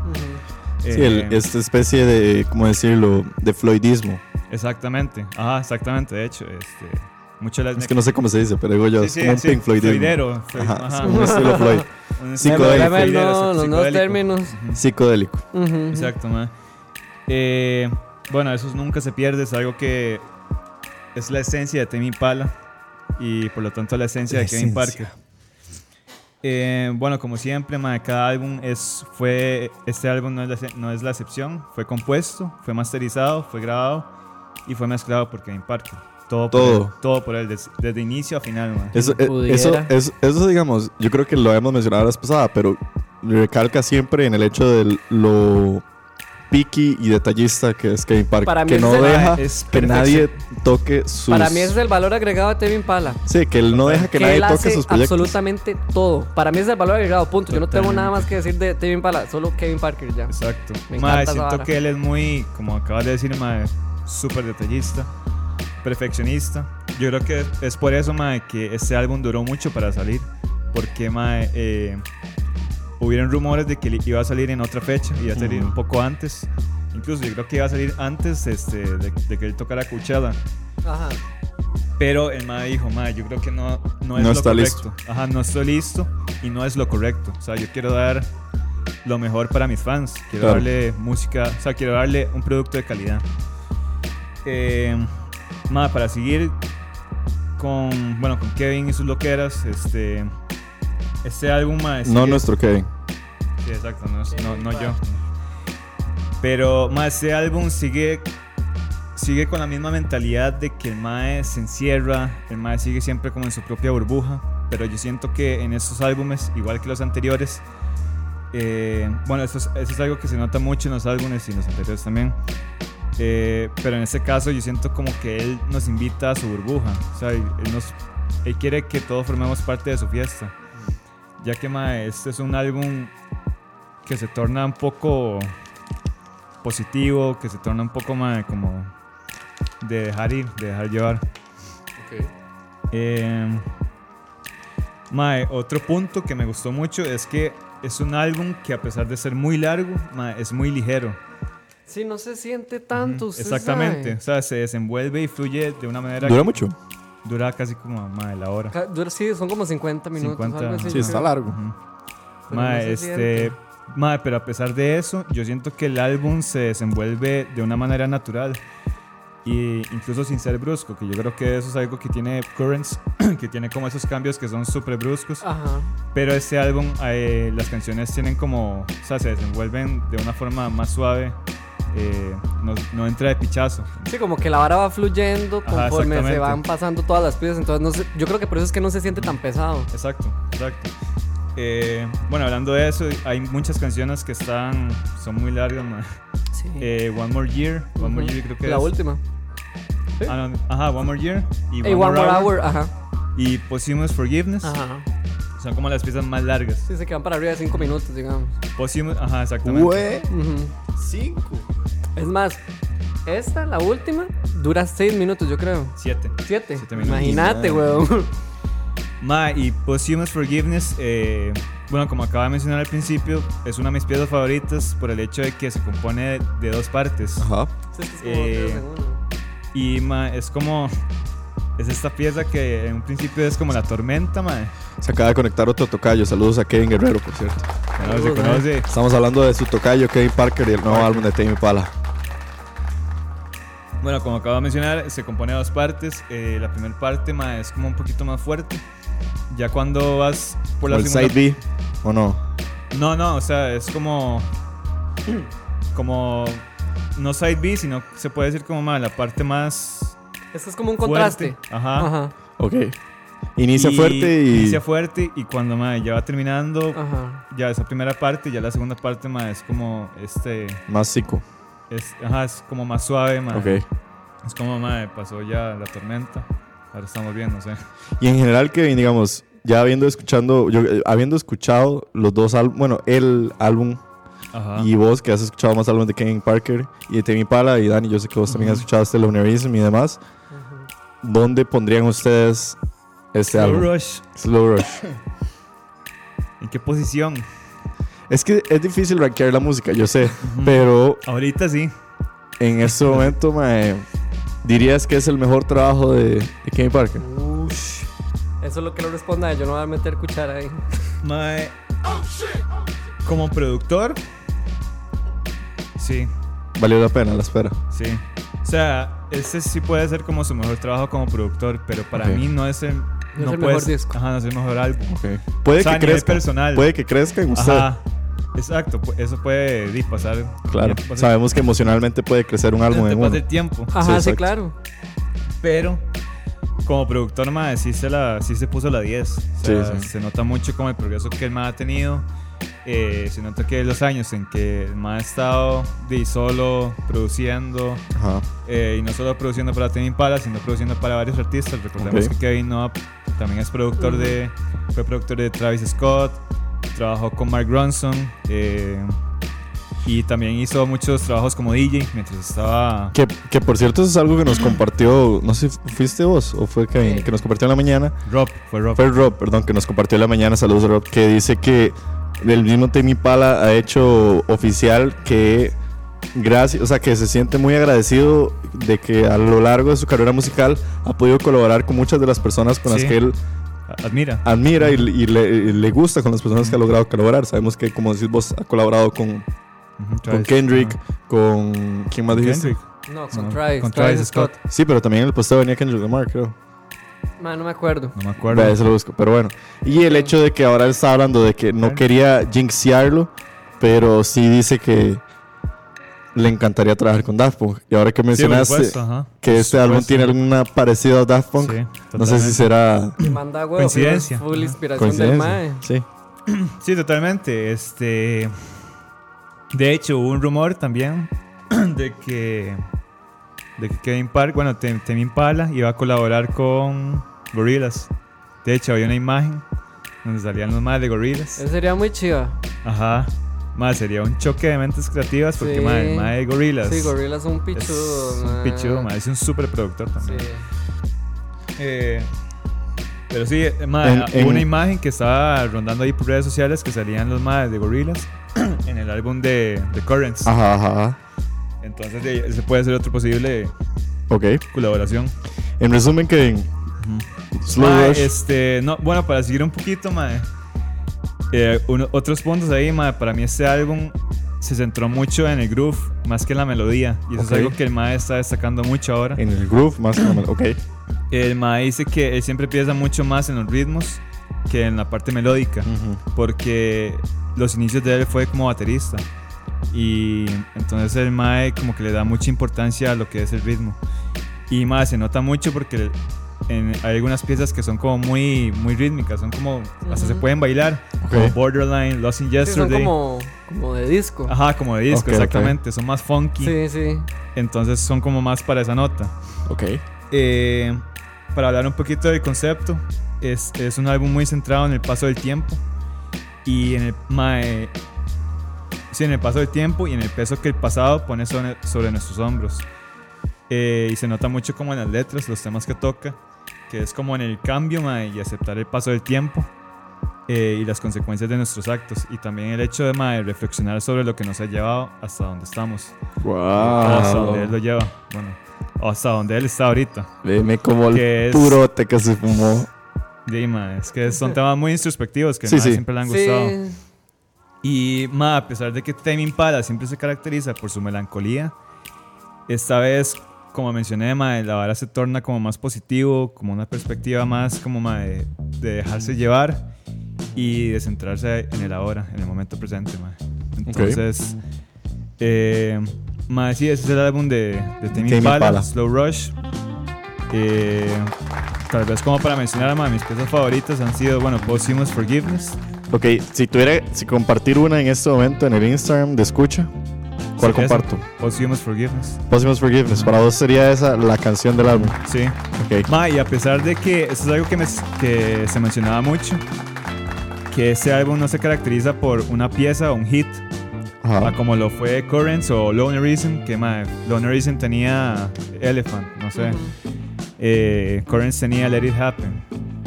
Speaker 1: Sí, el-
Speaker 2: Eh,
Speaker 1: esta especie de, ¿cómo decirlo? De floydismo.
Speaker 2: Exactamente, ajá, exactamente, de hecho, este, muchas de las
Speaker 1: Es que no sé cómo se dice, pero digo yo,
Speaker 2: Sí,
Speaker 1: es
Speaker 2: sí,
Speaker 1: como un
Speaker 2: sí,
Speaker 1: Pink Floydismo.
Speaker 2: Floydero, Floyd,
Speaker 1: Ajá, es
Speaker 2: ajá.
Speaker 1: como un estilo Floyd.
Speaker 2: Un
Speaker 1: Psicodélico.
Speaker 2: estilo
Speaker 3: Dame el
Speaker 2: psicodélico,
Speaker 3: no- los nuevos
Speaker 2: psicodélico.
Speaker 3: términos.
Speaker 1: Psicodélico.
Speaker 3: Ujú.
Speaker 2: Exacto, ma. Eh, bueno, eso nunca se pierde, es algo que es la esencia de Temi Pala y por lo tanto la esencia
Speaker 1: La
Speaker 2: de Kevin
Speaker 1: esencia.
Speaker 2: Parker. Eh, bueno, como siempre, ma, cada álbum es, fue, este álbum no es, la, ex- no es la excepción, fue compuesto, fue masterizado, fue grabado y fue mezclado por Kevin Parker.
Speaker 1: Todo.
Speaker 2: Todo, Por él, todo por él, des- desde, inicio a final. ma.
Speaker 1: Eso, eh,
Speaker 3: Pudiera.
Speaker 1: eso, eso, eso, digamos, yo creo que lo habíamos mencionado la vez pasada, pero recalca siempre en el hecho de lo picky y detallista que es Kevin Park,
Speaker 3: Para mí
Speaker 1: que
Speaker 3: es
Speaker 1: no
Speaker 3: el-
Speaker 1: deja
Speaker 2: es
Speaker 1: que nadie toque sus...
Speaker 3: Para mí ese es el valor agregado de Tevin Pala.
Speaker 1: Sí, que él no deja que,
Speaker 3: que,
Speaker 1: nadie
Speaker 3: él
Speaker 1: toque
Speaker 3: hace
Speaker 1: sus proyectos.
Speaker 3: absolutamente todo. Para mí es el valor agregado, punto. Yo no tengo
Speaker 2: Totalmente.
Speaker 3: nada más que decir de Kevin Pala, solo Kevin Parker ya.
Speaker 2: Exacto.
Speaker 3: Me
Speaker 2: Mae,
Speaker 3: encanta esa
Speaker 2: siento
Speaker 3: vara.
Speaker 2: que él es muy, como acabas de decir, mae, súper detallista, perfeccionista. Yo creo que es por eso, mae, que este álbum duró mucho para salir. Porque, mae, eh, hubieron rumores de que li- iba a salir en otra fecha, iba a salir
Speaker 1: Ujú.
Speaker 2: un poco antes. Incluso yo creo que iba a salir antes este, de, de que él tocara Coachella.
Speaker 3: Ajá.
Speaker 2: Pero el mae dijo, mae, yo creo que no, no es
Speaker 1: No
Speaker 2: lo
Speaker 1: está listo.
Speaker 2: correcto. Ajá, no estoy listo y no es lo correcto. O sea, yo quiero dar lo mejor para mis fans. Quiero
Speaker 1: Claro.
Speaker 2: darle música, o sea, quiero darle un producto de calidad. Eh, mae, para seguir con, bueno, con Kevin y sus loqueras, este, este álbum, mae,
Speaker 1: No
Speaker 2: sigue-
Speaker 1: nuestro Kevin.
Speaker 2: Sí, exacto, no, es- no, no yo. Pero más este álbum sigue sigue con la misma mentalidad de que el mae se encierra, el mae sigue siempre como en su propia burbuja, pero yo siento que en estos álbumes, igual que los anteriores, eh, bueno, eso es, eso es algo que se nota mucho en los álbumes y en los anteriores también, eh, pero en este caso yo siento como que él nos invita a su burbuja, o sea, él, él nos- él quiere que todos formemos parte de su fiesta, ya que mae, este es un álbum que se torna un poco positivo, que se torna un poco más como de dejar ir, de dejar llevar. Eh, mae, otro punto que me gustó mucho es que es un álbum que a pesar de ser muy largo, mae, es muy ligero.
Speaker 3: Sí, no se siente tanto. usted
Speaker 2: Exactamente,
Speaker 3: sabe.
Speaker 2: o sea, se desenvuelve y fluye de una manera
Speaker 1: ¿Dura mucho?
Speaker 2: que dura casi como mae, la hora.
Speaker 3: Ca- dura- Sí, Ah, son como 50 minutos.
Speaker 2: 50,
Speaker 3: algo así,
Speaker 2: Sí,
Speaker 1: Sí,
Speaker 3: yo
Speaker 1: está
Speaker 3: creo.
Speaker 1: largo.
Speaker 2: Ujú.
Speaker 3: Pero
Speaker 2: Mae,
Speaker 3: no se
Speaker 2: este,
Speaker 3: siente.
Speaker 2: Mae, pero a pesar de eso, yo siento que el álbum se desenvuelve de una manera natural. Y incluso sin ser brusco, que yo creo que eso es algo que tiene Currents, que tiene como esos cambios que son súper bruscos.
Speaker 3: Ajá.
Speaker 2: Pero este álbum, eh, las canciones tienen como, o sea, se desenvuelven de una forma más suave, eh, no, no entra de pichazo.
Speaker 3: Sí, como que la vara va fluyendo
Speaker 2: Ajá,
Speaker 3: conforme se
Speaker 2: exactamente.
Speaker 3: van pasando todas las piezas. Entonces, no sé- yo creo que por eso es que no se siente tan pesado.
Speaker 2: Exacto, exacto. Eh, bueno, hablando de eso, hay muchas canciones que están, son muy largas, man.
Speaker 3: Sí.
Speaker 2: Eh, One More Year, One More Year creo que
Speaker 3: La
Speaker 2: es.
Speaker 3: última.
Speaker 2: Ah, no, ajá, One More Year y
Speaker 3: Ey, One More Hour, ajá.
Speaker 2: y Posthumous Forgiveness.
Speaker 3: Ajá.
Speaker 2: Son como las piezas más largas.
Speaker 3: Sí, se quedan para arriba de 5 minutos, digamos.
Speaker 2: Posthumous, ajá, exactamente.
Speaker 1: Güey,
Speaker 3: Ujú.
Speaker 1: cinco.
Speaker 3: Es más, esta, la última, dura 6 minutos, yo creo.
Speaker 2: Siete.
Speaker 3: 7.
Speaker 2: Siete minutos.
Speaker 3: Imagínate, weón.
Speaker 2: Ma, y Posthumous Forgiveness, eh, bueno, como acaba de mencionar al principio, es una de mis piezas favoritas por el hecho de que se compone de, de dos partes.
Speaker 1: Ajá.
Speaker 3: Sí, es que es como
Speaker 2: Eh,
Speaker 3: tres en uno.
Speaker 2: Y ma, es como. Es esta pieza que en un principio es como la tormenta, ma.
Speaker 1: Se acaba de conectar otro tocayo. Saludos a Kevin Guerrero, por cierto.
Speaker 2: Conoce, conoce.
Speaker 1: Estamos hablando de su tocayo, Kevin Parker, y el nuevo álbum de Tame Impala.
Speaker 2: Bueno, como acabo de mencionar, se compone de dos partes. Eh, la primera parte ma, es como un poquito más fuerte. Ya cuando vas por
Speaker 1: Por
Speaker 2: la
Speaker 1: el
Speaker 2: segunda
Speaker 1: Side B, ¿o no?
Speaker 2: No, no, o sea, es como. Como. No side B, sino se puede decir como más la parte más.
Speaker 3: Esto es como un
Speaker 2: fuerte. Ah.
Speaker 3: contraste.
Speaker 2: Ajá.
Speaker 3: Ajá.
Speaker 1: Ok. Inicia fuerte y.
Speaker 2: Inicia fuerte y cuando madre, ya va terminando,
Speaker 3: Ajá.
Speaker 2: ya esa primera parte, ya la segunda parte madre, es como. Este.
Speaker 1: Más cinco.
Speaker 2: Es, ajá, es como más suave, madre.
Speaker 1: Ok.
Speaker 2: Es como, madre, pasó ya la tormenta. Ahora estamos bien, no sé.
Speaker 1: Y en general, Kevin, digamos, ya habiendo escuchando, yo, eh, habiendo escuchado los dos álbumes, bueno, el álbum
Speaker 2: Ajá.
Speaker 1: y vos que has escuchado más álbumes de Kevin Parker y de Tame Impala y Dani, yo sé que vos también has escuchado este Lunarism y demás. ¿Dónde pondrían ustedes este
Speaker 2: Slow
Speaker 1: álbum?
Speaker 2: Rush.
Speaker 1: Slow Rush.
Speaker 2: ¿En qué posición?
Speaker 1: Es que es difícil rankear la música, yo sé, pero
Speaker 2: Ahorita sí.
Speaker 1: en este momento, mae, dirías que es el mejor trabajo de, de Kevin Parker.
Speaker 3: Ush. Eso es lo que lo responda. Yo no voy a meter cuchara ahí.
Speaker 2: Mae. Como productor. Sí,
Speaker 1: Valió la pena la espera.
Speaker 2: sí. O sea, ese sí puede ser como su mejor trabajo como productor, pero para
Speaker 1: Ok.
Speaker 2: mí no es el,
Speaker 3: es el
Speaker 2: puede
Speaker 3: mejor
Speaker 2: ser-
Speaker 3: disco.
Speaker 2: Ajá, no es el mejor álbum.
Speaker 1: Puede
Speaker 2: O sea, a
Speaker 1: que
Speaker 2: nivel
Speaker 1: crezca.
Speaker 2: personal.
Speaker 1: Puede que crezca en usted.
Speaker 2: Ajá. Exacto, pu- eso puede di, pasar.
Speaker 1: Claro,
Speaker 2: puede pasar-
Speaker 1: sabemos que emocionalmente puede crecer un álbum
Speaker 2: puede
Speaker 1: en uno.
Speaker 2: pasar tiempo.
Speaker 3: Ajá, sí,
Speaker 1: exacto.
Speaker 3: claro.
Speaker 2: Pero como productor, mae, sí se, la, sí se puso la 10. O sea,
Speaker 1: Sí, sí.
Speaker 2: Se nota mucho como el progreso que el mae ha tenido. Eh, se nota que los años en que el mae ha estado de solo produciendo,
Speaker 1: Ajá.
Speaker 2: eh, y no solo produciendo para Tame Impala, sino produciendo para varios artistas. Recordemos
Speaker 1: Ok.
Speaker 2: que Kevin Noah también es productor de, fue productor de Travis Scott, trabajó con Mark Ronson. eh, y también hizo muchos trabajos como DJ mientras estaba
Speaker 1: Que, que por cierto, eso es algo que nos compartió, no sé si fuiste vos o fue Kevin,
Speaker 3: Sí.
Speaker 1: que nos compartió en la mañana.
Speaker 2: Rob, fue Rob.
Speaker 1: Fue Rob, perdón, que nos compartió en la mañana, saludos Rob, que dice que el mismo Temi Pala ha hecho oficial que gracias, o sea, que se siente muy agradecido de que a lo largo de su carrera musical ha podido colaborar con muchas de las personas con las
Speaker 2: Sí.
Speaker 1: que él
Speaker 2: Admira.
Speaker 1: admira y, y le, y le gusta con las personas que ha logrado colaborar. Sabemos que, como decís vos, ha colaborado con
Speaker 2: Ujú,
Speaker 1: con
Speaker 2: Travis,
Speaker 1: Kendrick,
Speaker 2: ajá.
Speaker 1: con. ¿Quién más dijiste?
Speaker 2: Kendrick.
Speaker 3: No, con
Speaker 2: No,
Speaker 3: Travis.
Speaker 2: con
Speaker 3: Travis
Speaker 2: Travis
Speaker 3: Scott.
Speaker 1: Sí, pero también en el posteo venía Kendrick Lamar, creo.
Speaker 3: Man, no me acuerdo.
Speaker 2: No me acuerdo.
Speaker 1: Vea, se lo busco, pero bueno. Y el hecho de que ahora él está hablando de que no
Speaker 2: Bueno.
Speaker 1: quería jinxearlo, pero sí dice que le encantaría trabajar con Daft Punk. Y ahora que
Speaker 2: Sí, por
Speaker 1: mencionaste
Speaker 2: supuesto, ajá.
Speaker 1: que
Speaker 2: Por
Speaker 1: este álbum
Speaker 2: supuesto.
Speaker 1: tiene alguna parecida a Daft Punk,
Speaker 2: Sí,
Speaker 1: no sé si
Speaker 2: totalmente.
Speaker 1: será
Speaker 3: Que manda huevo.
Speaker 2: Mm. Coincidencia.
Speaker 3: Full
Speaker 2: Ajá.
Speaker 3: inspiración del mae.
Speaker 1: coincidencia. Sí.
Speaker 2: Sí, totalmente. Este. De hecho, hubo un rumor también de que. De que Kevin Park, bueno, Tem- Tame Impala iba a colaborar con Gorillaz. De hecho, había una imagen donde salían los más de Gorillaz.
Speaker 3: Eso sería muy chiva.
Speaker 2: Ajá. Más sería un choque de mentes creativas porque
Speaker 3: Sí.
Speaker 2: mae, mae de Gorillaz.
Speaker 3: Sí, Gorillaz es un pichudo,
Speaker 2: es
Speaker 3: mae.
Speaker 2: un pichudo, mae, es un super productor
Speaker 3: Sí.
Speaker 2: también. Eh, pero sí, eh, ma,
Speaker 1: En-
Speaker 2: hubo
Speaker 1: en-
Speaker 2: una imagen que estaba rondando ahí por redes sociales que salían los madres de gorilas en el álbum de, de Currents.
Speaker 1: Ajá, ajá, ajá.
Speaker 2: Entonces de- ese puede ser otro posible
Speaker 1: Ok.
Speaker 2: colaboración.
Speaker 1: En resumen, Kevin. Slow
Speaker 2: Ma,
Speaker 1: Rush.
Speaker 2: este, no, bueno, para seguir un poquito, ma, Eh, uno- otros puntos ahí, mae, para mí este álbum se centró mucho en el groove, más que en la melodía. Y eso
Speaker 1: Ok.
Speaker 2: es algo que el mae está destacando mucho ahora.
Speaker 1: En el groove, más o menos. Ok.
Speaker 2: El mae dice que él siempre piensa mucho más en los ritmos que en la parte melódica, porque los inicios de él fue como baterista. Y entonces el mae como que le da mucha importancia a lo que es el ritmo. Y más se nota mucho porque en- hay algunas piezas que son como muy, muy rítmicas, son como hasta se
Speaker 3: Ujú.
Speaker 2: pueden bailar,
Speaker 1: Ok.
Speaker 2: como Borderline, Lost in
Speaker 3: Sí, son
Speaker 2: Yesterday.
Speaker 3: como, como de disco.
Speaker 2: Ajá, como de disco,
Speaker 1: Ok, ok.
Speaker 2: exactamente, son más funky,
Speaker 3: Sí, sí.
Speaker 2: entonces son como más para esa nota.
Speaker 1: Ok.
Speaker 2: Eh, para hablar un poquito del concepto, es, es un álbum muy centrado en el paso del tiempo y en el, mae- sí, en el paso del tiempo y en el peso que el pasado pone sobre, sobre nuestros hombros. Eh, y se nota mucho como en las letras, los temas que toca, que es como en el cambio mae, y aceptar el paso del tiempo eh, y las consecuencias de nuestros actos. Y también el hecho de mae, reflexionar sobre lo que nos ha llevado hasta donde estamos.
Speaker 1: Ah.
Speaker 2: Hasta donde él
Speaker 1: Wow.
Speaker 2: lo lleva. Bueno, hasta donde él está ahorita.
Speaker 1: Veme como
Speaker 2: Que
Speaker 1: el
Speaker 2: es-
Speaker 1: purote que se fumó.
Speaker 2: Sí, ma, es que son temas muy introspectivos que
Speaker 1: Sí,
Speaker 2: ma,
Speaker 1: sí.
Speaker 2: siempre le han gustado.
Speaker 3: Sí.
Speaker 2: Y ma, a pesar de que Tame Impala siempre se caracteriza por su melancolía, esta vez, como mencioné, ma, la vara se torna como más positivo, como una perspectiva más como ma, de, de dejarse llevar y de centrarse en el ahora, en el momento presente. ma. Entonces, eh, ma, sí, ese es el álbum de, de Tame,
Speaker 1: Tame
Speaker 2: Impala,
Speaker 1: Impala.
Speaker 2: Slow Rush. Eh, tal vez como para mencionar, ma, mis piezas favoritas han sido, bueno, Posthumous Forgiveness.
Speaker 1: Ok, si tuviera, si compartir una en este momento en el Instagram de escucha, ¿cuál
Speaker 2: Sí, esa,
Speaker 1: comparto?
Speaker 2: Posthumous Forgiveness.
Speaker 1: Posthumous Forgiveness. Para vos sería esa la canción del álbum.
Speaker 2: Sí.
Speaker 1: Ok.
Speaker 2: Ma, y a pesar de que eso es algo que, me- que se mencionaba mucho, que este álbum no se caracteriza por una pieza o un hit, ma,
Speaker 3: Ah.
Speaker 1: Ajá.
Speaker 2: Ah, como lo fue Currents o Loner Reason, que ma, Loner Reason tenía Elephant, no sé. Eh, Currents tenía Let It Happen.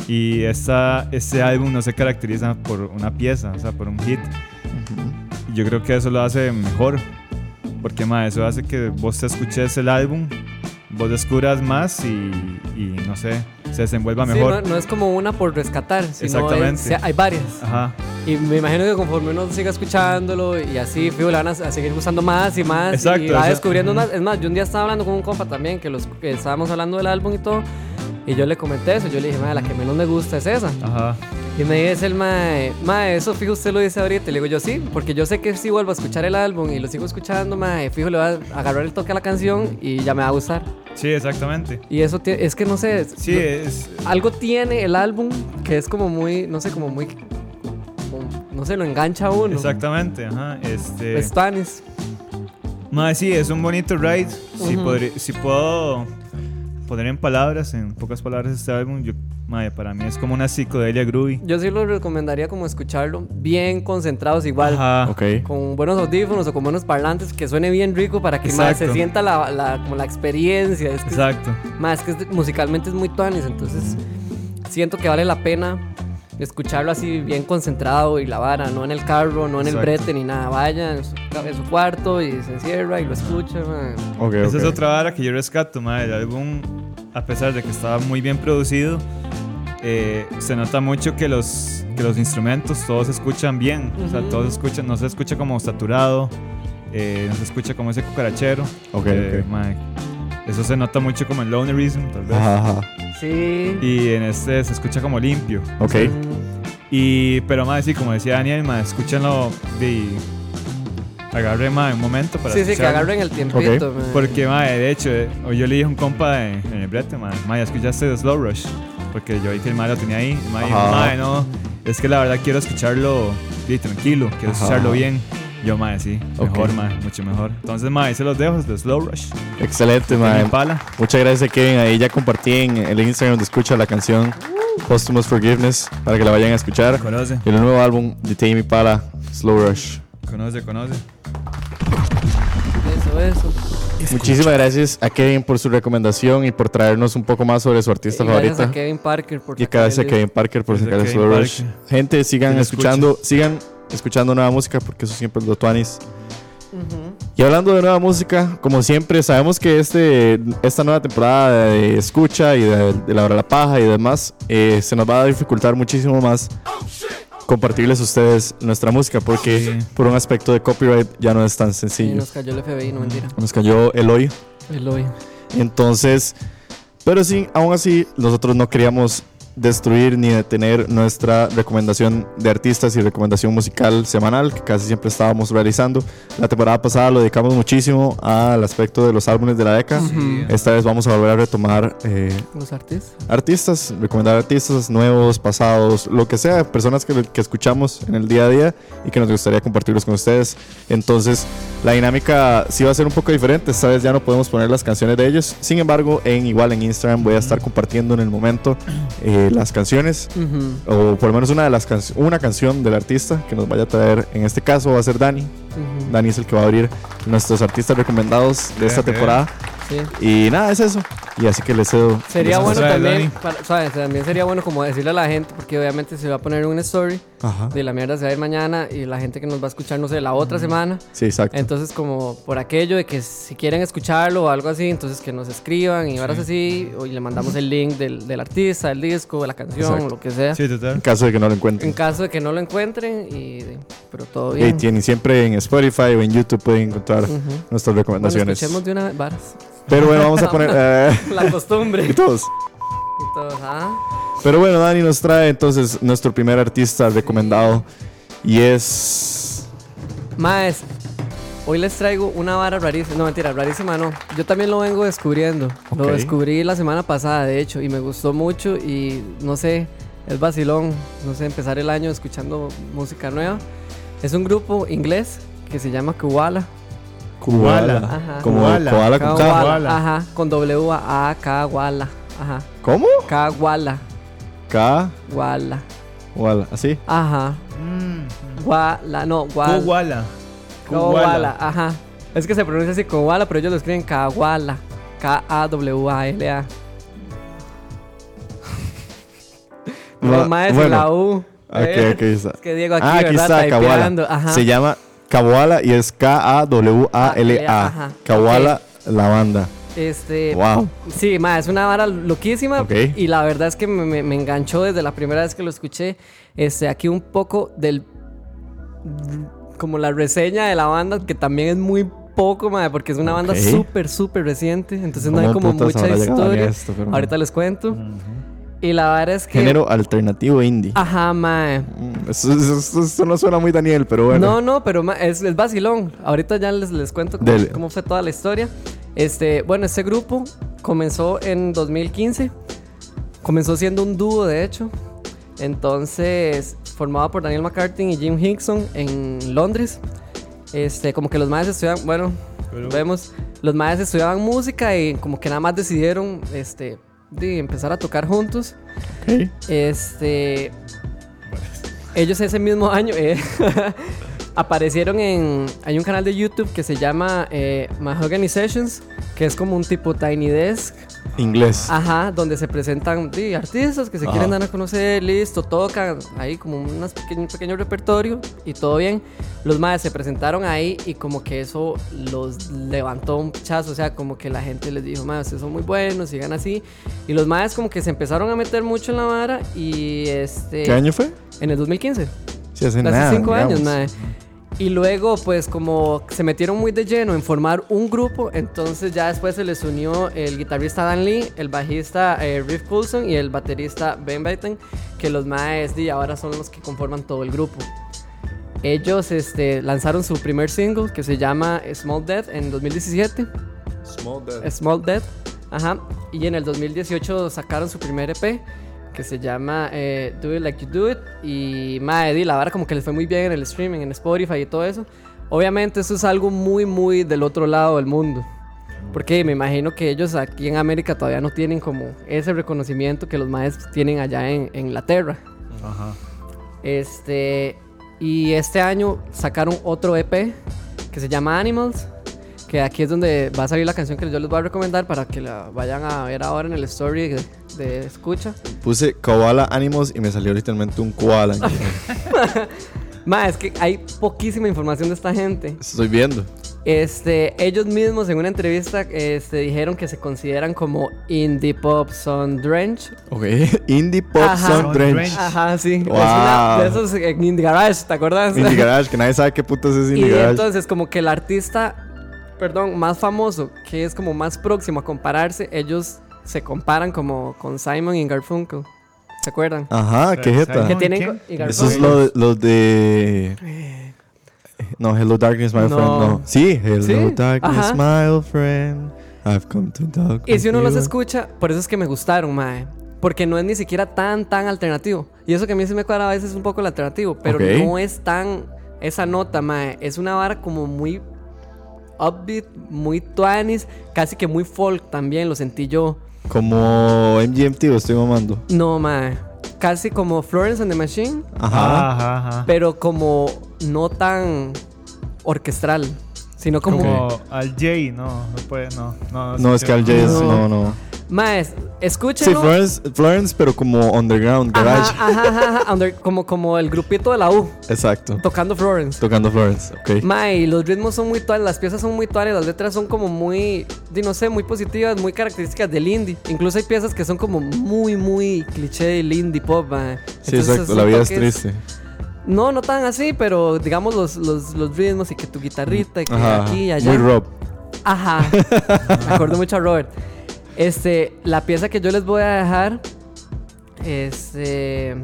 Speaker 2: Y esta, este álbum no se caracteriza por una pieza, o sea, por un hit. Y yo creo que eso lo hace mejor. Porque ma, eso hace que vos te escuches el álbum, vos descubras más y, y, no sé, se desenvuelva
Speaker 3: Sí,
Speaker 2: mejor.
Speaker 3: no, no es como una por rescatar, sino
Speaker 2: Exactamente.
Speaker 3: es- hay varias.
Speaker 2: Ajá.
Speaker 3: Y me imagino que conforme uno siga escuchándolo y así, fijo, le van a, a seguir gustando más y más.
Speaker 2: Exacto,
Speaker 3: y va
Speaker 2: o sea,
Speaker 3: descubriendo
Speaker 2: ujú.
Speaker 3: más. Es más, yo un día estaba hablando con un compa también, que, los, que estábamos hablando del álbum y todo. Y yo le comenté eso. Yo le dije, "Mae, la que menos me gusta es esa.
Speaker 2: Ajá.
Speaker 3: Y me dice el mae, mae, eso fijo usted lo dice ahorita. Y le digo yo sí, porque yo sé que si vuelvo a escuchar el álbum y lo sigo escuchando, mae, fijo le va a agarrar el toque a la canción y ya me va a gustar.
Speaker 2: Sí, exactamente.
Speaker 3: Y eso tie- es que no sé, es-
Speaker 2: Sí, eh.
Speaker 3: lo-
Speaker 2: es.
Speaker 3: algo tiene el álbum que es como muy, no sé, como muy, como- no Pues sé, lo engancha a uno.
Speaker 2: Exactamente, ajá. Este.
Speaker 3: Los tanis.
Speaker 2: Mae, sí, es un bonito ride. si,
Speaker 3: Ujú.
Speaker 2: podré- si puedo poner en palabras, en pocas palabras, este álbum, yo, mae, para mí es como una psicodelia groovy.
Speaker 3: Yo sí lo recomendaría como escucharlo bien concentrados igual.
Speaker 2: Ajá.
Speaker 1: Ok.
Speaker 3: Con buenos audífonos o con buenos parlantes que suene bien rico para que mae, se
Speaker 2: Exacto.
Speaker 3: sienta la, la- como la experiencia. Es que
Speaker 2: Exacto.
Speaker 3: Más que es de- musicalmente es muy tuanis, entonces siento que vale la pena escucharlo así bien concentrado y la vara, no en el carro, no en el
Speaker 2: Exacto.
Speaker 3: brete ni nada. Vaya en su, en su cuarto y se encierra y lo escucha. man.
Speaker 1: Ok,
Speaker 2: Esa es
Speaker 1: ok.
Speaker 2: otra vara que yo rescato, mae. El álbum, a pesar de que estaba muy bien producido, eh, se nota mucho que los, que los instrumentos todos se escuchan bien. O sea,
Speaker 3: Ujú.
Speaker 2: todos se escuchan, no se escucha como saturado, eh, no se escucha como ese cucarachero.
Speaker 1: Ok,
Speaker 2: que,
Speaker 1: ok.
Speaker 2: mae, eso se nota mucho como en Lonerism, tal vez.
Speaker 1: Ajá, ajá.
Speaker 3: Sí.
Speaker 2: Y en este se escucha como limpio.
Speaker 1: Ok.
Speaker 3: Mm,
Speaker 2: Y, pero más, sí, como decía Daniel, más, escúchenlo de. Agarre más un momento para
Speaker 3: sí, sí, que
Speaker 2: escucharlo.
Speaker 3: agarren el tiempito. man.
Speaker 2: Porque, mae, de hecho, eh, hoy yo le dije a un compa de- en el brete, mae, mae, escuchaste de Slow Rush. Porque yo vi que el mae lo tenía ahí. Y mae dijo,
Speaker 1: Ajá.
Speaker 2: mae, no, es que la verdad quiero escucharlo sí, tranquilo, quiero
Speaker 1: Ajá.
Speaker 2: escucharlo bien. Yo, mae, sí,
Speaker 1: Ok.
Speaker 2: mejor, mae, mucho mejor. Entonces, mae, ahí se los dejo, de Slow Rush.
Speaker 1: Excelente,
Speaker 2: Mae.
Speaker 1: mae.
Speaker 2: Impala.
Speaker 1: Muchas gracias, Kevin. Ahí ya compartí en el Instagram de escucha la canción Posthumous Forgiveness para que la vayan a escuchar.
Speaker 2: Conoce,
Speaker 1: Y el nuevo álbum de Tame Impala, Slow Rush.
Speaker 2: conoce, conoce.
Speaker 3: Eso, eso.
Speaker 1: Muchísimas gracias a Kevin por su recomendación y por traernos un poco más sobre su artista
Speaker 3: Y
Speaker 1: favorita.
Speaker 3: gracias a Kevin Parker por
Speaker 1: Y
Speaker 3: sacar
Speaker 1: gracias a
Speaker 3: el
Speaker 1: Kevin Parker por
Speaker 2: Gracias
Speaker 1: sacar
Speaker 2: a
Speaker 1: el
Speaker 2: Kevin
Speaker 1: Slow Rush.
Speaker 2: Parker.
Speaker 1: Gente, sigan
Speaker 2: Que lo
Speaker 1: escuchando, sigan escuchando nueva música porque eso siempre es lo tuanis.
Speaker 3: libro.
Speaker 1: Y hablando de nueva música, como siempre, sabemos que este, esta nueva temporada de escucha y de, de la hora de la paja y demás eh, se nos va a dificultar muchísimo más compartirles a ustedes nuestra música porque
Speaker 2: Sí.
Speaker 1: por un aspecto de copyright ya no es tan
Speaker 3: Y
Speaker 1: sencillo.
Speaker 3: nos cayó el FBI, no mentira.
Speaker 1: Nos cayó el hoyo.
Speaker 3: El hoy.
Speaker 1: Entonces, pero sí, aún así, nosotros no queríamos destruir ni detener nuestra recomendación de artistas y recomendación musical semanal que casi siempre estábamos realizando. La temporada pasada lo dedicamos muchísimo al aspecto de los álbumes de la década.
Speaker 3: Ujú.
Speaker 1: Esta vez vamos a volver a retomar eh,
Speaker 3: Los artistas.
Speaker 1: artistas, recomendar artistas nuevos, pasados, lo que sea, personas que, que escuchamos en el día a día y que nos gustaría compartirlos con ustedes. Entonces, la dinámica sí va a ser un poco diferente. Esta vez ya no podemos poner las canciones de ellos. Sin embargo, en igual en Instagram voy a estar compartiendo en el momento eh, las canciones
Speaker 3: Ujú,
Speaker 1: o por lo menos una de las canc- una canción del artista que nos vaya a traer. En este caso va a ser Dani.
Speaker 3: ujú.
Speaker 1: Dani es el que va a abrir nuestros artistas recomendados de esta
Speaker 2: Bien, bien.
Speaker 1: temporada.
Speaker 3: Sí.
Speaker 1: Y nada, es eso. Y así que les cedo. les
Speaker 3: Sería
Speaker 1: cedo.
Speaker 3: bueno
Speaker 2: sabe,
Speaker 3: también,
Speaker 2: Dani.
Speaker 3: para- ¿sabes? También sería bueno como decirle a la gente, porque obviamente se va a poner un story
Speaker 1: Ajá.
Speaker 3: de la mierda se va a ir mañana y la gente que nos va a escuchar, no sé, la otra semana.
Speaker 1: Sí, exacto.
Speaker 3: Entonces, como por aquello de que si quieren escucharlo o algo así, entonces que nos escriban y varas así, o y le mandamos el link del, del artista, del disco, de la canción,
Speaker 1: Exacto.
Speaker 3: o lo que sea.
Speaker 2: Sí,
Speaker 1: En
Speaker 2: total.
Speaker 1: caso de que no lo
Speaker 3: En
Speaker 1: encuentren.
Speaker 3: caso de que no lo encuentren, y, pero todo
Speaker 1: Y
Speaker 3: bien.
Speaker 1: tienen siempre en Spotify o en YouTube pueden encontrar
Speaker 3: Ujú.
Speaker 1: nuestras
Speaker 3: Bueno,
Speaker 1: recomendaciones.
Speaker 3: escuchemos de una vez, varas.
Speaker 1: Pero bueno, vamos a poner. eh,
Speaker 3: La costumbre.
Speaker 1: y todos.
Speaker 3: Y todo, ajá.
Speaker 1: Pero bueno, Dani nos trae entonces nuestro primer artista recomendado. Y es.
Speaker 3: Más, hoy les traigo una vara rarísima. No, mentira, rarísima no. Yo también lo vengo descubriendo. Lo
Speaker 1: Ok.
Speaker 3: descubrí la semana pasada, de hecho, y me gustó mucho. Y no sé, es vacilón. No sé, empezar el año escuchando música nueva. Es un grupo inglés que se llama Kubala.
Speaker 2: Koala.
Speaker 3: Ajá.
Speaker 1: Como
Speaker 2: Koala.
Speaker 1: koala con K.
Speaker 3: Kawala,
Speaker 2: Kawala.
Speaker 3: Ajá, con W A K Wala. Ajá.
Speaker 1: ¿Cómo?
Speaker 3: Kawala.
Speaker 1: K.
Speaker 3: Wala.
Speaker 1: Koala. Así.
Speaker 3: Ajá.
Speaker 2: Mm.
Speaker 3: Wala, no, Wala.
Speaker 2: Koala.
Speaker 3: Kawala, ajá. Es que se pronuncia así Kowala, pero ellos lo escriben Kawala. K-A-W-A-L-A.
Speaker 1: Ah, Va-
Speaker 3: No más
Speaker 1: Ah, bueno. Ah,
Speaker 3: la U. ¿eh?
Speaker 1: Ok, ok, está.
Speaker 3: Es que Diego aquí,
Speaker 1: Ah, aquí
Speaker 3: ¿verdad?
Speaker 1: está,
Speaker 3: Typeando,
Speaker 1: Kawala.
Speaker 3: Ajá.
Speaker 1: Se llama Kawala y es K-A-W-A-L-A.
Speaker 3: Ah, Ajá.
Speaker 1: Kawala, la banda.
Speaker 3: Este,
Speaker 1: Wow.
Speaker 3: Sí, ma, es una vara loquísima.
Speaker 1: Ok.
Speaker 3: Y la verdad es que me, me- me enganchó desde la primera vez que lo escuché. Este, aquí un poco del. Como la reseña de la banda, que también es muy poco, ma, porque es una banda
Speaker 1: Ok.
Speaker 3: súper, súper reciente. Entonces no hay
Speaker 1: ¿Cómo
Speaker 3: como
Speaker 1: putas
Speaker 3: mucha
Speaker 1: habrá llegado
Speaker 3: historia.
Speaker 1: a esto, pero-
Speaker 3: Ahorita les cuento. Y la vara es que. Ah.
Speaker 1: Género alternativo indie.
Speaker 3: Ajá, mae.
Speaker 1: Mm, Eso, eso- eso- eso no suena muy Daniel, pero bueno.
Speaker 3: No, no, pero ma- es, es vacilón. Ahorita ya les, les cuento cómo,
Speaker 1: Dele.
Speaker 3: cómo fue toda la historia. Este, bueno, este grupo comenzó en 2015. Comenzó siendo un dúo, de hecho. Entonces, formado por Daniel McCartin y Jim Hickson en Londres. Este, como que los maestros estudiaban, bueno,
Speaker 2: Pero-
Speaker 3: vemos, los maestros estudiaban música y como que nada más decidieron este, de empezar a tocar juntos.
Speaker 1: Ok.
Speaker 3: Este. Ellos ese mismo año eh, aparecieron en. Hay un canal de YouTube que se llama eh, Mahogany Sessions, que es como un tipo Tiny Desk.
Speaker 1: Inglés.
Speaker 3: Ajá, donde se presentan sí, artistas que se
Speaker 1: Ajá.
Speaker 3: quieren dar a conocer, listo, tocan ahí como unas peque- un pequeño repertorio y todo bien. Los madres se presentaron ahí y como que eso los levantó un chazo, o sea, como que la gente les dijo, madres, ustedes son muy buenos, sigan así. Y los madres como que se empezaron a meter mucho en la vara y este...
Speaker 1: ¿Qué año fue?
Speaker 3: En el 2015.
Speaker 1: Sí, hace
Speaker 3: Hace
Speaker 1: nada.
Speaker 3: cinco años,
Speaker 1: digamos.
Speaker 3: mae. Y luego, pues, como se metieron muy de lleno en formar un grupo, entonces ya después se les unió el guitarrista Dan Lee, el bajista eh, Riff Coulson y el baterista Ben Batten, que los maes y ahora son los que conforman todo el grupo. Ellos este, lanzaron su primer single que se llama Small Death en 2017. Small Death. Ajá. Y en el 2018 sacaron su primer EP que se llama eh, Do It Like You Do It. Y madre, di, la vara como que les fue muy bien en el streaming, en Spotify y todo eso. Obviamente eso es algo muy, muy del otro lado del mundo. Porque me imagino que ellos aquí en América todavía no tienen como ese reconocimiento que los maestros tienen allá en, en Inglaterra.
Speaker 2: Ajá.
Speaker 3: Este. Y este año sacaron otro EP que se llama Animals. Que aquí es donde va a salir la canción que yo les voy a recomendar para que la vayan a ver ahora en el story de, de escucha.
Speaker 1: Puse Koala Animals y me salió literalmente un koala.
Speaker 3: Ma, es que hay poquísima información de esta gente.
Speaker 1: Estoy viendo.
Speaker 3: Este, ellos mismos en una entrevista este, dijeron que se consideran como indie pop son drench.
Speaker 1: Ok. Indie Pop
Speaker 3: Ajá.
Speaker 1: Sound
Speaker 2: Sound
Speaker 1: Drench.
Speaker 2: Drench.
Speaker 3: Ajá, sí.
Speaker 1: Wow.
Speaker 3: Es una de esos en indie garage, ¿te acuerdas?
Speaker 1: Indie Garage, que nadie sabe qué putas es Indie
Speaker 3: y
Speaker 1: Garage.
Speaker 3: entonces como que el artista, perdón, más famoso, que es como más próximo a compararse, ellos se comparan como con Simon y Garfunkel. ¿Se acuerdan?
Speaker 1: Ajá, qué jeta.
Speaker 3: Que
Speaker 2: ¿y
Speaker 3: tienen
Speaker 2: quién?
Speaker 3: co- y
Speaker 1: Ah. Eso
Speaker 3: Garfunkel.
Speaker 1: es lo, lo de. No, Hello Darkness, my
Speaker 3: No.
Speaker 1: friend. No. Sí, Hello
Speaker 3: Sí,
Speaker 1: Darkness,
Speaker 3: ajá.
Speaker 1: my old friend. I've come to talk.
Speaker 3: Y si
Speaker 1: with
Speaker 3: uno los
Speaker 1: you.
Speaker 3: escucha, por eso es que me gustaron, mae. Porque no es ni siquiera tan, tan alternativo. Y eso que a mí sí me cuadra a veces un poco el alternativo, pero
Speaker 1: Ok.
Speaker 3: no es tan esa nota, mae. Es una vara como muy upbeat, muy twanis, casi que muy folk también, lo sentí yo.
Speaker 1: Como MGMT, lo estoy mamando.
Speaker 3: No, mae. Casi como Florence and the Machine,
Speaker 1: Ajá.
Speaker 2: Ajá, ajá, ajá.
Speaker 3: pero como no tan orquestral, sino como...
Speaker 2: Como al Jay, no, no puede, no. No,
Speaker 1: No, es que al Jazz, no,
Speaker 3: No.
Speaker 1: no.
Speaker 3: Mae,
Speaker 1: Sí,
Speaker 3: escúchenlo.
Speaker 1: Florence, Florence, pero como underground, garage.
Speaker 3: Ajá, ah. ajá, ajá, ajá, under- como, como el grupito de la U,
Speaker 1: Exacto.
Speaker 3: tocando Florence.
Speaker 1: Tocando Florence, ok.
Speaker 3: Mae, y los ritmos son muy tuanes, las piezas son muy tuanes, las letras son como muy, di, no sé, muy positivas, muy características del indie. Incluso hay piezas que son como muy, muy cliché del indie pop, mae.
Speaker 1: sí,
Speaker 3: Entonces,
Speaker 1: exacto.
Speaker 3: son
Speaker 1: La vida es
Speaker 3: toques-
Speaker 1: triste.
Speaker 3: No, no tan así, pero digamos los, los, los ritmos y que tu guitarrita y que
Speaker 1: Ajá.
Speaker 3: aquí y allá.
Speaker 1: Muy rob.
Speaker 3: Ajá. Me acuerdo mucho a Robert. Este, la pieza que yo les voy a dejar, este...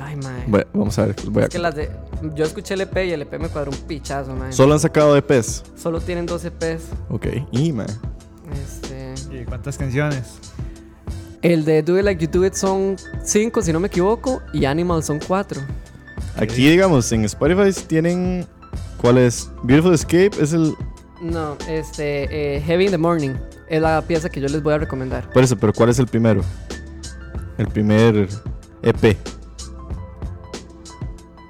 Speaker 3: Ay, mae.
Speaker 1: Bueno, vamos a ver. Voy a...
Speaker 3: Es que las de- Yo escuché el EP y el EP me cuadró un pichazo, mae.
Speaker 1: Solo han sacado EPs.
Speaker 3: Solo tienen 12 EPs.
Speaker 1: Ok. Y, man.
Speaker 3: Este,
Speaker 2: ¿Y cuántas canciones?
Speaker 3: el de Do It Like You Do It son 5, si no me equivoco, y Animal son 4.
Speaker 1: Aquí, digamos, en Spotify tienen. ¿Cuál es? Beautiful Escape es el.
Speaker 3: No, este, eh, Heavy in the Morning es la pieza que yo les voy a recomendar.
Speaker 1: Por eso, pero ¿cuál es el primero? El primer E EP.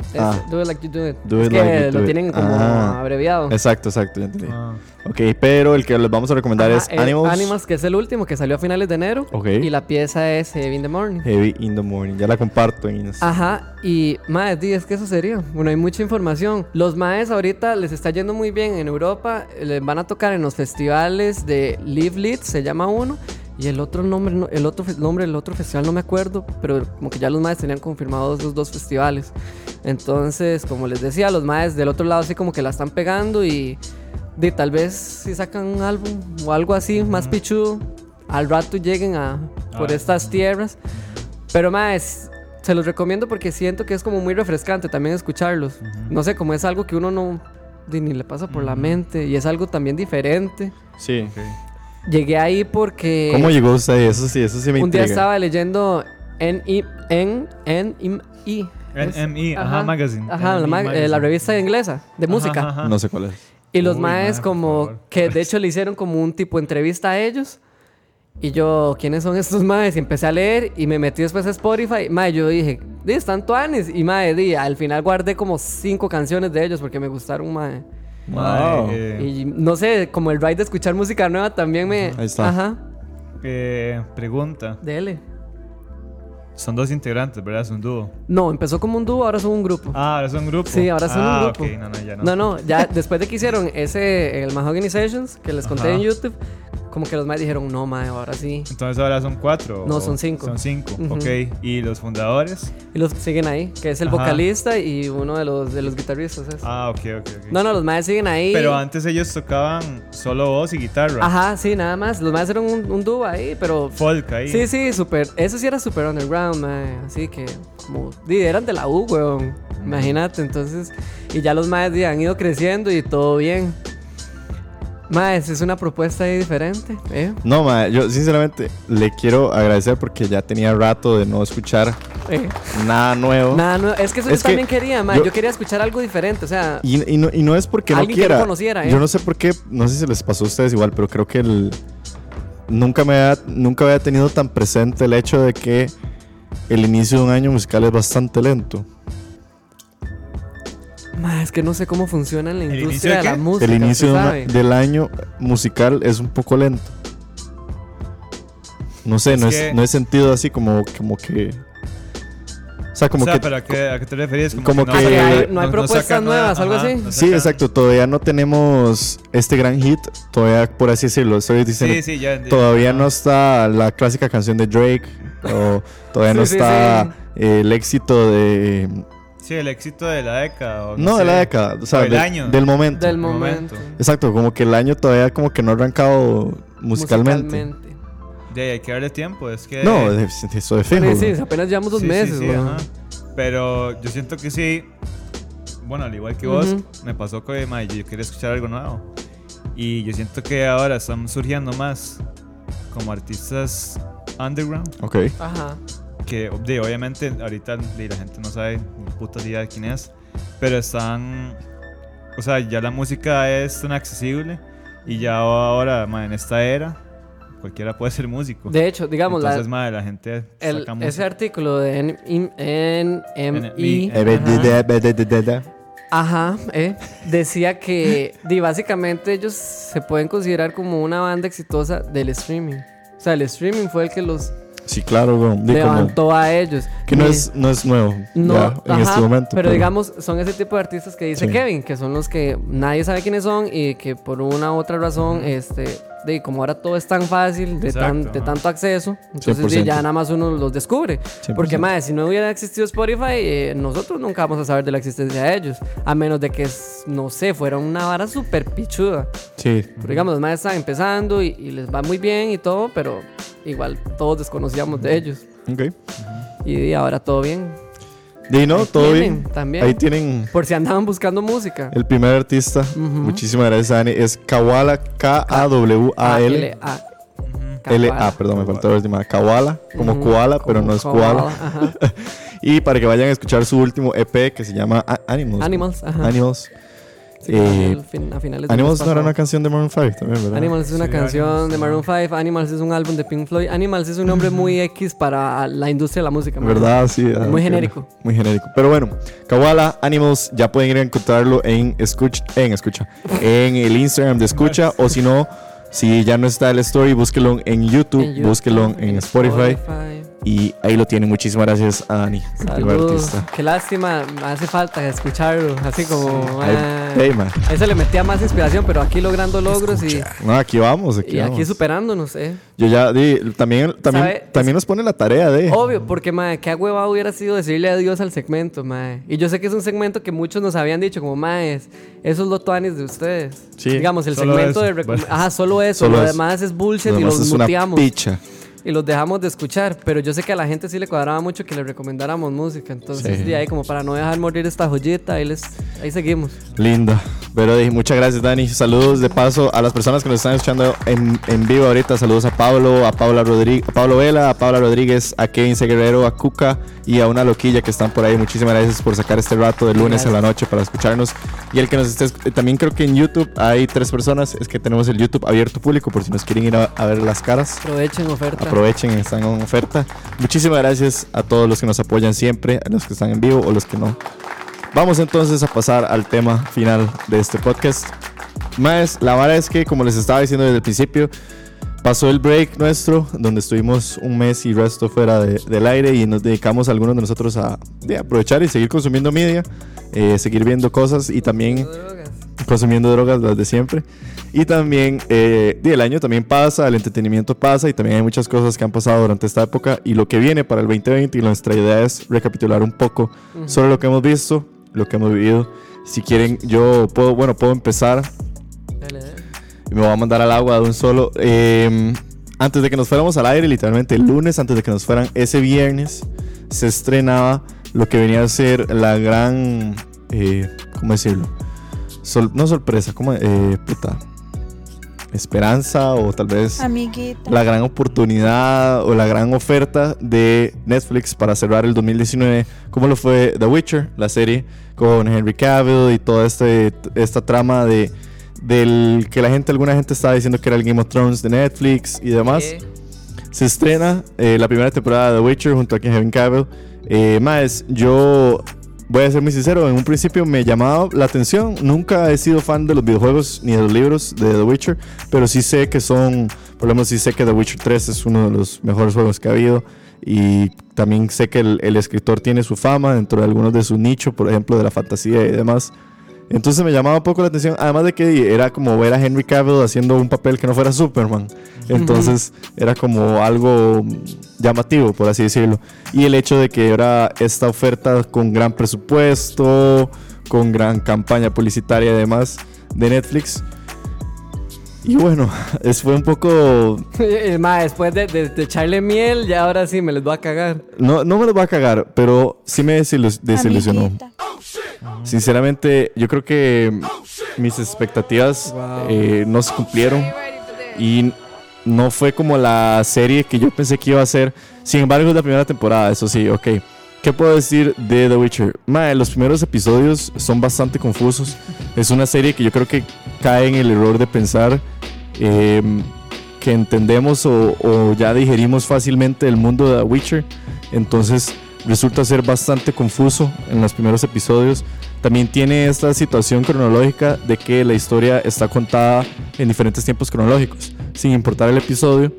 Speaker 3: Este,
Speaker 1: Ah.
Speaker 3: Do It Like You Do It.
Speaker 1: Do
Speaker 3: es
Speaker 1: It
Speaker 3: que
Speaker 1: Like You
Speaker 3: lo
Speaker 1: Do It.
Speaker 3: tienen como
Speaker 1: Ah.
Speaker 3: abreviado.
Speaker 1: Exacto, exacto, ya entendí.
Speaker 2: Ah,
Speaker 1: Ok, pero el que les vamos a recomendar
Speaker 3: Ajá,
Speaker 1: es
Speaker 3: el
Speaker 1: Animals.
Speaker 3: Animals, que es el último que salió a finales de enero.
Speaker 1: Ok.
Speaker 3: Y la pieza es Heavy in the Morning.
Speaker 1: Heavy in the Morning. Ya la comparto en Insta.
Speaker 3: Ajá, y mae, di, es que eso sería. Bueno, hay mucha información. Los maes ahorita les está yendo muy bien en Europa. Les van a tocar en los festivales de Live Leeds, se llama uno. Y el otro nombre, no- el otro fe- nombre, el otro festival no me acuerdo, pero como que ya los maes tenían confirmados los dos festivales. Entonces, como les decía, los maes del otro lado así como que la están pegando y de tal vez si sacan un álbum o algo así más pichudo, al rato lleguen a por
Speaker 2: Ah,
Speaker 3: estas tierras. Pero más, se los recomiendo porque siento que es como muy refrescante también escucharlos. No sé, como es algo que uno no di- ni le pasa por la mente y es algo también diferente.
Speaker 1: Sí.
Speaker 2: ok.
Speaker 3: Llegué ahí porque
Speaker 1: ¿Cómo llegó usted ahí? Eso sí, eso sí me
Speaker 3: Eh, un día
Speaker 1: intriga.
Speaker 3: estaba leyendo en en en I
Speaker 2: NME, ajá, magazine.
Speaker 3: Ajá, la,
Speaker 2: NME
Speaker 3: ma- eh, la
Speaker 2: magazine.
Speaker 3: revista inglesa de
Speaker 2: Ajá,
Speaker 3: música.
Speaker 2: ajá.
Speaker 1: No sé cuál es.
Speaker 3: Y los
Speaker 2: Uy,
Speaker 3: maes
Speaker 2: mae, por
Speaker 3: como
Speaker 2: favor.
Speaker 3: que de hecho le hicieron como un tipo entrevista a ellos. Y yo, ¿quiénes son estos maes? Y empecé a leer y me metí después a Spotify. Mae, yo dije, "Di, están tuanes. Y mae, di, al final guardé como cinco canciones de ellos porque me gustaron, mae.
Speaker 2: Mae,
Speaker 1: Wow.
Speaker 2: eh,
Speaker 3: Y no sé, como el ride de escuchar música nueva también me...
Speaker 1: Ahí está.
Speaker 3: Ajá,
Speaker 2: eh, pregunta.
Speaker 3: dele.
Speaker 2: Son dos integrantes, ¿verdad? Es un dúo.
Speaker 3: No, empezó como un dúo, ahora son un grupo.
Speaker 2: Ah, ahora son un grupo.
Speaker 3: Sí, ahora son
Speaker 2: Ah,
Speaker 3: un grupo.
Speaker 2: ok, no, no, ya no.
Speaker 3: No, no, ya después de que hicieron ese, el Mahogany Sessions, que les conté
Speaker 2: Ajá.
Speaker 3: en YouTube, como que los maes dijeron, no, mae, ahora sí.
Speaker 2: Entonces ahora son cuatro.
Speaker 3: No,
Speaker 2: o-
Speaker 3: son cinco.
Speaker 2: Son cinco,
Speaker 3: Ujú.
Speaker 2: ok. ¿Y los fundadores?
Speaker 3: Y los siguen ahí, que es el
Speaker 2: Ajá.
Speaker 3: vocalista y uno de los, de los guitarristas. es.
Speaker 2: Ah, ok, ok, ok.
Speaker 3: No, no, los maes siguen ahí.
Speaker 2: Pero antes ellos tocaban solo voz y guitarra.
Speaker 3: Ajá, sí, nada más. Los maes eran un, un dúo ahí, pero.
Speaker 2: Folk ahí.
Speaker 3: Sí, sí, súper. Eso sí era súper underground, mae. Así que, como. di, eran de la U, weón. Imagínate, entonces. Y ya los maes di, han ido creciendo y todo bien. Maes, es una propuesta ahí diferente, ¿eh?
Speaker 1: No, ma, yo sinceramente le quiero agradecer porque ya tenía rato de no escuchar
Speaker 3: Eh,
Speaker 1: nada nuevo.
Speaker 3: Nada, no, es que eso
Speaker 1: Es
Speaker 3: yo
Speaker 1: que
Speaker 3: también quería, mae.
Speaker 1: yo-
Speaker 3: Yo... quería escuchar algo diferente, o sea.
Speaker 1: Y, y no, y no es porque no
Speaker 3: Alguien que no
Speaker 1: quiera.
Speaker 3: conociera, ¿eh?
Speaker 1: Yo no sé por qué, no sé si les pasó a ustedes igual, pero creo que el, nunca, me había, nunca había tenido tan presente el hecho de que el inicio de un año musical es bastante lento.
Speaker 3: mae, es que no sé cómo funciona en la
Speaker 2: ¿El
Speaker 3: industria de
Speaker 2: inicio de
Speaker 3: la
Speaker 2: qué?
Speaker 3: música.
Speaker 1: el inicio de
Speaker 3: usted
Speaker 1: una-
Speaker 3: sabe.
Speaker 1: del año musical es un poco lento. No sé,
Speaker 2: Es
Speaker 1: no,
Speaker 2: que-
Speaker 1: es, no he sentido así como, como que... O sea, como
Speaker 2: o sea,
Speaker 1: que.
Speaker 2: ¿pero a qué, a qué te refieres?
Speaker 1: como
Speaker 2: no
Speaker 1: que-
Speaker 2: saca-
Speaker 1: No hay-
Speaker 3: no hay propuestas
Speaker 2: saca
Speaker 3: nuevas, algo así.
Speaker 2: no
Speaker 1: Sí,
Speaker 2: saca-
Speaker 1: exacto. Todavía no tenemos este gran hit. Todavía, por así decirlo, estoy diciendo.
Speaker 2: Sí, sí, ya. entendí.
Speaker 1: Todavía no está la clásica canción de Drake. O todavía no
Speaker 3: Sí, sí,
Speaker 1: está eh, el éxito de.
Speaker 2: Sí, el éxito de la década. o
Speaker 1: No, de
Speaker 2: sé.
Speaker 1: la década. O sea,
Speaker 2: O el
Speaker 1: de-
Speaker 2: año.
Speaker 1: del momento.
Speaker 3: Del
Speaker 2: momento.
Speaker 3: momento.
Speaker 1: Exacto, como que el año todavía como que no ha arrancado musicalmente.
Speaker 3: Musicalmente.
Speaker 2: De ahí hay que darle tiempo, es que...
Speaker 3: Eh,
Speaker 1: No, de- de- eso es fijo.
Speaker 3: Bueno, y sí,
Speaker 1: güey.
Speaker 3: apenas llevamos dos
Speaker 2: Sí, sí,
Speaker 3: meses,
Speaker 2: sí,
Speaker 3: weón.
Speaker 2: ajá. Pero yo siento que sí. Bueno, al igual que vos,
Speaker 3: Ujú.
Speaker 2: me pasó que mae, yo quería escuchar algo nuevo. Y yo siento que ahora están surgiendo más como artistas underground.
Speaker 1: Ok.
Speaker 3: Ajá.
Speaker 2: Que de, obviamente ahorita de, la gente no sabe ni puta idea de quién es. Pero están. O sea, ya la música es tan accesible. Y ya ahora, mae, en esta era, cualquiera puede ser músico.
Speaker 3: De hecho, digamos, la-
Speaker 2: Entonces, mae, la gente
Speaker 3: el-
Speaker 2: saca
Speaker 3: ese
Speaker 2: música.
Speaker 3: artículo de NMI.
Speaker 1: Eh, E
Speaker 2: Ajá.
Speaker 3: Ajá, eh, decía que di, básicamente ellos se pueden considerar como una banda exitosa del streaming. O sea, el streaming fue el que los
Speaker 1: Sí, claro, güey. Di como
Speaker 3: levantó a ellos.
Speaker 1: que no
Speaker 3: Y-
Speaker 1: es, no es nuevo
Speaker 3: no,
Speaker 1: ya, en
Speaker 3: ajá,
Speaker 1: este momento.
Speaker 3: Pero, digamos, son ese tipo de artistas que dice
Speaker 1: Sí.
Speaker 3: Kevin, que son los que nadie sabe quiénes son y que por una u otra razón, este, de como ahora todo es tan fácil, de, tan-
Speaker 2: Exacto,
Speaker 3: de
Speaker 2: ajá.
Speaker 3: tanto acceso, entonces di,
Speaker 1: 100%.
Speaker 3: ya nada más uno los descubre.
Speaker 1: 100%.
Speaker 3: Porque, madre, si no hubiera existido Spotify, eh, nosotros nunca vamos a saber de la existencia de ellos, a menos de que, es- no sé, fuera una vara súper pichuda.
Speaker 1: Sí.
Speaker 3: Pero digamos, los madres están empezando y, y les va muy bien y todo, pero igual todos desconocíamos de ellos.
Speaker 1: Ok.
Speaker 3: Y, di, ahora todo bien.
Speaker 1: Di, no,
Speaker 3: Ahí
Speaker 1: todo
Speaker 3: tienen,
Speaker 1: bien.
Speaker 3: también.
Speaker 1: Ahí tienen
Speaker 3: Por si andaban buscando música.
Speaker 1: el primer artista. Muchísimas gracias, Dani. Es Kawala,
Speaker 3: Ah,
Speaker 1: K-A-W-A-L. L-A, perdón, me faltó la última. Kawala, como koala, pero no es koala. Y para que vayan a escuchar su último EP que se llama A- Animals.
Speaker 3: Animals, ajá.
Speaker 1: Animals.
Speaker 3: Sí,
Speaker 1: Eh,
Speaker 3: al fin- a finales del
Speaker 1: Animals
Speaker 3: mes
Speaker 1: no era
Speaker 3: pasado.
Speaker 1: una canción de Maroon 5 también, ¿verdad?
Speaker 3: Animals es una
Speaker 2: Sí,
Speaker 3: canción
Speaker 2: Animals,
Speaker 3: de Maroon 5. Animals es un álbum de Pink Floyd. Animals es un nombre muy X para la industria de la música. man.
Speaker 1: ¿Verdad? Sí. ah,
Speaker 3: Muy
Speaker 1: ok.
Speaker 3: genérico.
Speaker 1: Muy genérico. Pero bueno, Kawala Animals ya pueden ir a encontrarlo en escucha, en escucha, en el Instagram de escucha o si no, si ya no está el story, búsquelo en YouTube,
Speaker 3: En YouTube,
Speaker 1: búsquelo en, Spotify, y ahí lo tienen. Muchísimas gracias a Dani, el primer
Speaker 3: Saludos.
Speaker 1: artista.
Speaker 3: Qué lástima, me hace falta escucharlo. Así como.
Speaker 1: Ahí-
Speaker 3: ah,
Speaker 1: hey, man.
Speaker 3: Ese le metía más inspiración, pero aquí logrando logros y,
Speaker 1: No, aquí vamos, aquí
Speaker 3: y aquí
Speaker 1: vamos.
Speaker 3: superándonos, eh.
Speaker 1: Yo ya di, también también
Speaker 3: ¿Sabe?
Speaker 1: también nos pone la tarea de
Speaker 3: Obvio, porque, madre, qué hueva hubiera sido decirle adiós al segmento, madre. Y yo sé que es un segmento que muchos nos habían dicho, como, madre, es- esos lotuanes de ustedes.
Speaker 1: Sí.
Speaker 3: Digamos, el
Speaker 2: Solo
Speaker 3: segmento
Speaker 2: eso.
Speaker 3: de. recom-
Speaker 2: Bueno.
Speaker 3: Ajá, solo eso.
Speaker 1: Solo
Speaker 3: lo
Speaker 1: eso.
Speaker 3: demás es bullshit
Speaker 1: Lo
Speaker 3: y
Speaker 1: demás
Speaker 3: los
Speaker 1: es una
Speaker 3: muteamos.
Speaker 1: picha.
Speaker 3: Y los dejamos de escuchar. Pero yo sé que a la gente sí le cuadraba mucho que le recomendáramos música. Entonces,
Speaker 1: Sí.
Speaker 3: de ahí, como para no dejar morir esta joyita, ahí, les, ahí seguimos.
Speaker 1: Linda. Pero eh, muchas gracias, Dani. Saludos de paso a las personas que nos están escuchando en, en vivo ahorita. Saludos a Pablo, a Paula Rodríguez, a Pablo Vela, a Paula Rodríguez, a Kevin C. Guerrero, a Cuca y a una loquilla que están por ahí. Muchísimas gracias por sacar este rato de lunes en la noche para escucharnos. Y el que nos esté, esc- también creo que en YouTube hay tres personas. Es que tenemos el YouTube abierto público por si nos quieren ir a, a ver las caras.
Speaker 3: Aprovechen oferta.
Speaker 1: Aprovechen, están en oferta. Muchísimas gracias a todos los que nos apoyan siempre, a los que están en vivo o los que no. Vamos entonces a pasar al tema final de este podcast. Más, la verdad es que, como les estaba diciendo desde el principio, pasó el break nuestro, donde estuvimos un mes y resto fuera de- del aire y nos dedicamos algunos de nosotros a de aprovechar y seguir consumiendo media, eh, seguir viendo cosas y también
Speaker 3: Drogas.
Speaker 1: consumiendo drogas las de siempre. Y también, eh, y el año también pasa, el entretenimiento pasa y también hay muchas cosas que han pasado durante esta época y lo que viene para el 2020 y nuestra idea es recapitular un poco sobre lo que hemos visto, lo que hemos vivido. Si quieren, yo puedo, bueno, puedo empezar
Speaker 3: Dale, dale.
Speaker 1: y me voy a mandar al agua de un solo. Eh, antes de que nos fuéramos al aire, literalmente el lunes, antes de que nos fueran ese viernes, se estrenaba lo que venía a ser la gran. eh, ¿Cómo decirlo? Sol- no sorpresa, como. Eh, puta. Esperanza o tal vez
Speaker 5: Amiguita.
Speaker 1: la gran oportunidad o la gran oferta de Netflix para cerrar el 2019, como lo fue The Witcher, la serie con Henry Cavill y toda este, esta trama de del que la gente, alguna gente estaba diciendo que era el Game of Thrones de Netflix y demás.
Speaker 3: Eh,
Speaker 1: Se estrena eh, la primera temporada de The Witcher junto a Henry Cavill. más, yo voy a ser muy sincero, en un principio me llamaba la atención. Nunca he sido fan de los videojuegos ni de los libros de The Witcher, pero sí sé que son, por lo menos sí sé que The Witcher 3 es uno de los mejores juegos que ha habido. Y también sé que el, el escritor tiene su fama dentro de algunos de su nicho, por ejemplo, de la fantasía y demás. Entonces me llamaba un poco la atención, además de que era como ver a Henry Cavill haciendo un papel que no fuera Superman. Entonces era como algo llamativo, por así decirlo. Y el hecho de que era esta oferta con gran presupuesto, con gran campaña publicitaria y demás de Netflix. Y bueno, es, fue un poco...
Speaker 3: Eh, ma, después de, de- de echarle miel, ya ahora sí me les voy a cagar.
Speaker 1: No, no me lo va a cagar, pero sí me desilus- desilusionó.
Speaker 5: Amiguita.
Speaker 1: Sinceramente, yo creo que mis expectativas
Speaker 3: Wow.
Speaker 1: eh, no se cumplieron y no fue como la serie que yo pensé que iba a ser. Sin embargo, es la primera temporada, eso sí, ok. ¿Qué puedo decir de The Witcher? Mae, los primeros episodios son bastante confusos. Es una serie que yo creo que cae en el error de pensar eh, que entendemos o, o ya digerimos fácilmente el mundo de The Witcher. Entonces resulta ser bastante confuso en los primeros episodios. También tiene esta situación cronológica de que la historia está contada en diferentes tiempos cronológicos, sin importar el episodio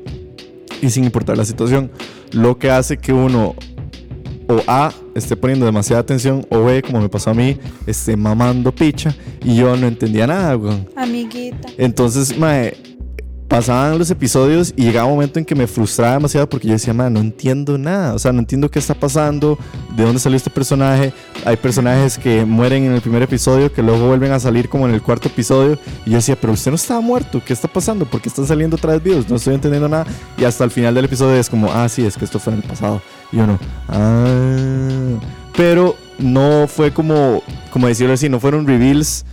Speaker 1: y sin importar la situación. Lo que hace que uno o A esté poniendo demasiada atención o B, como me pasó a mí, esté mamando picha y yo no entendía nada, weón.
Speaker 5: Amiguita.
Speaker 1: Entonces, mae, pasaban los episodios y llegaba un momento en que me frustraba demasiado porque yo decía, mae, no entiendo nada. O sea, no entiendo qué está pasando, de dónde salió este personaje. Hay personajes que mueren en el primer episodio que luego vuelven a salir como en el cuarto episodio. Y yo decía, pero usted no estaba muerto, ¿qué está pasando? ¿Por qué están saliendo otra vez vivos? No estoy entendiendo nada. Y hasta el final del episodio es como, ah, sí, es que esto fue en el pasado. Y uno, ah. Pero no fue como, como decirlo así, no fueron reveals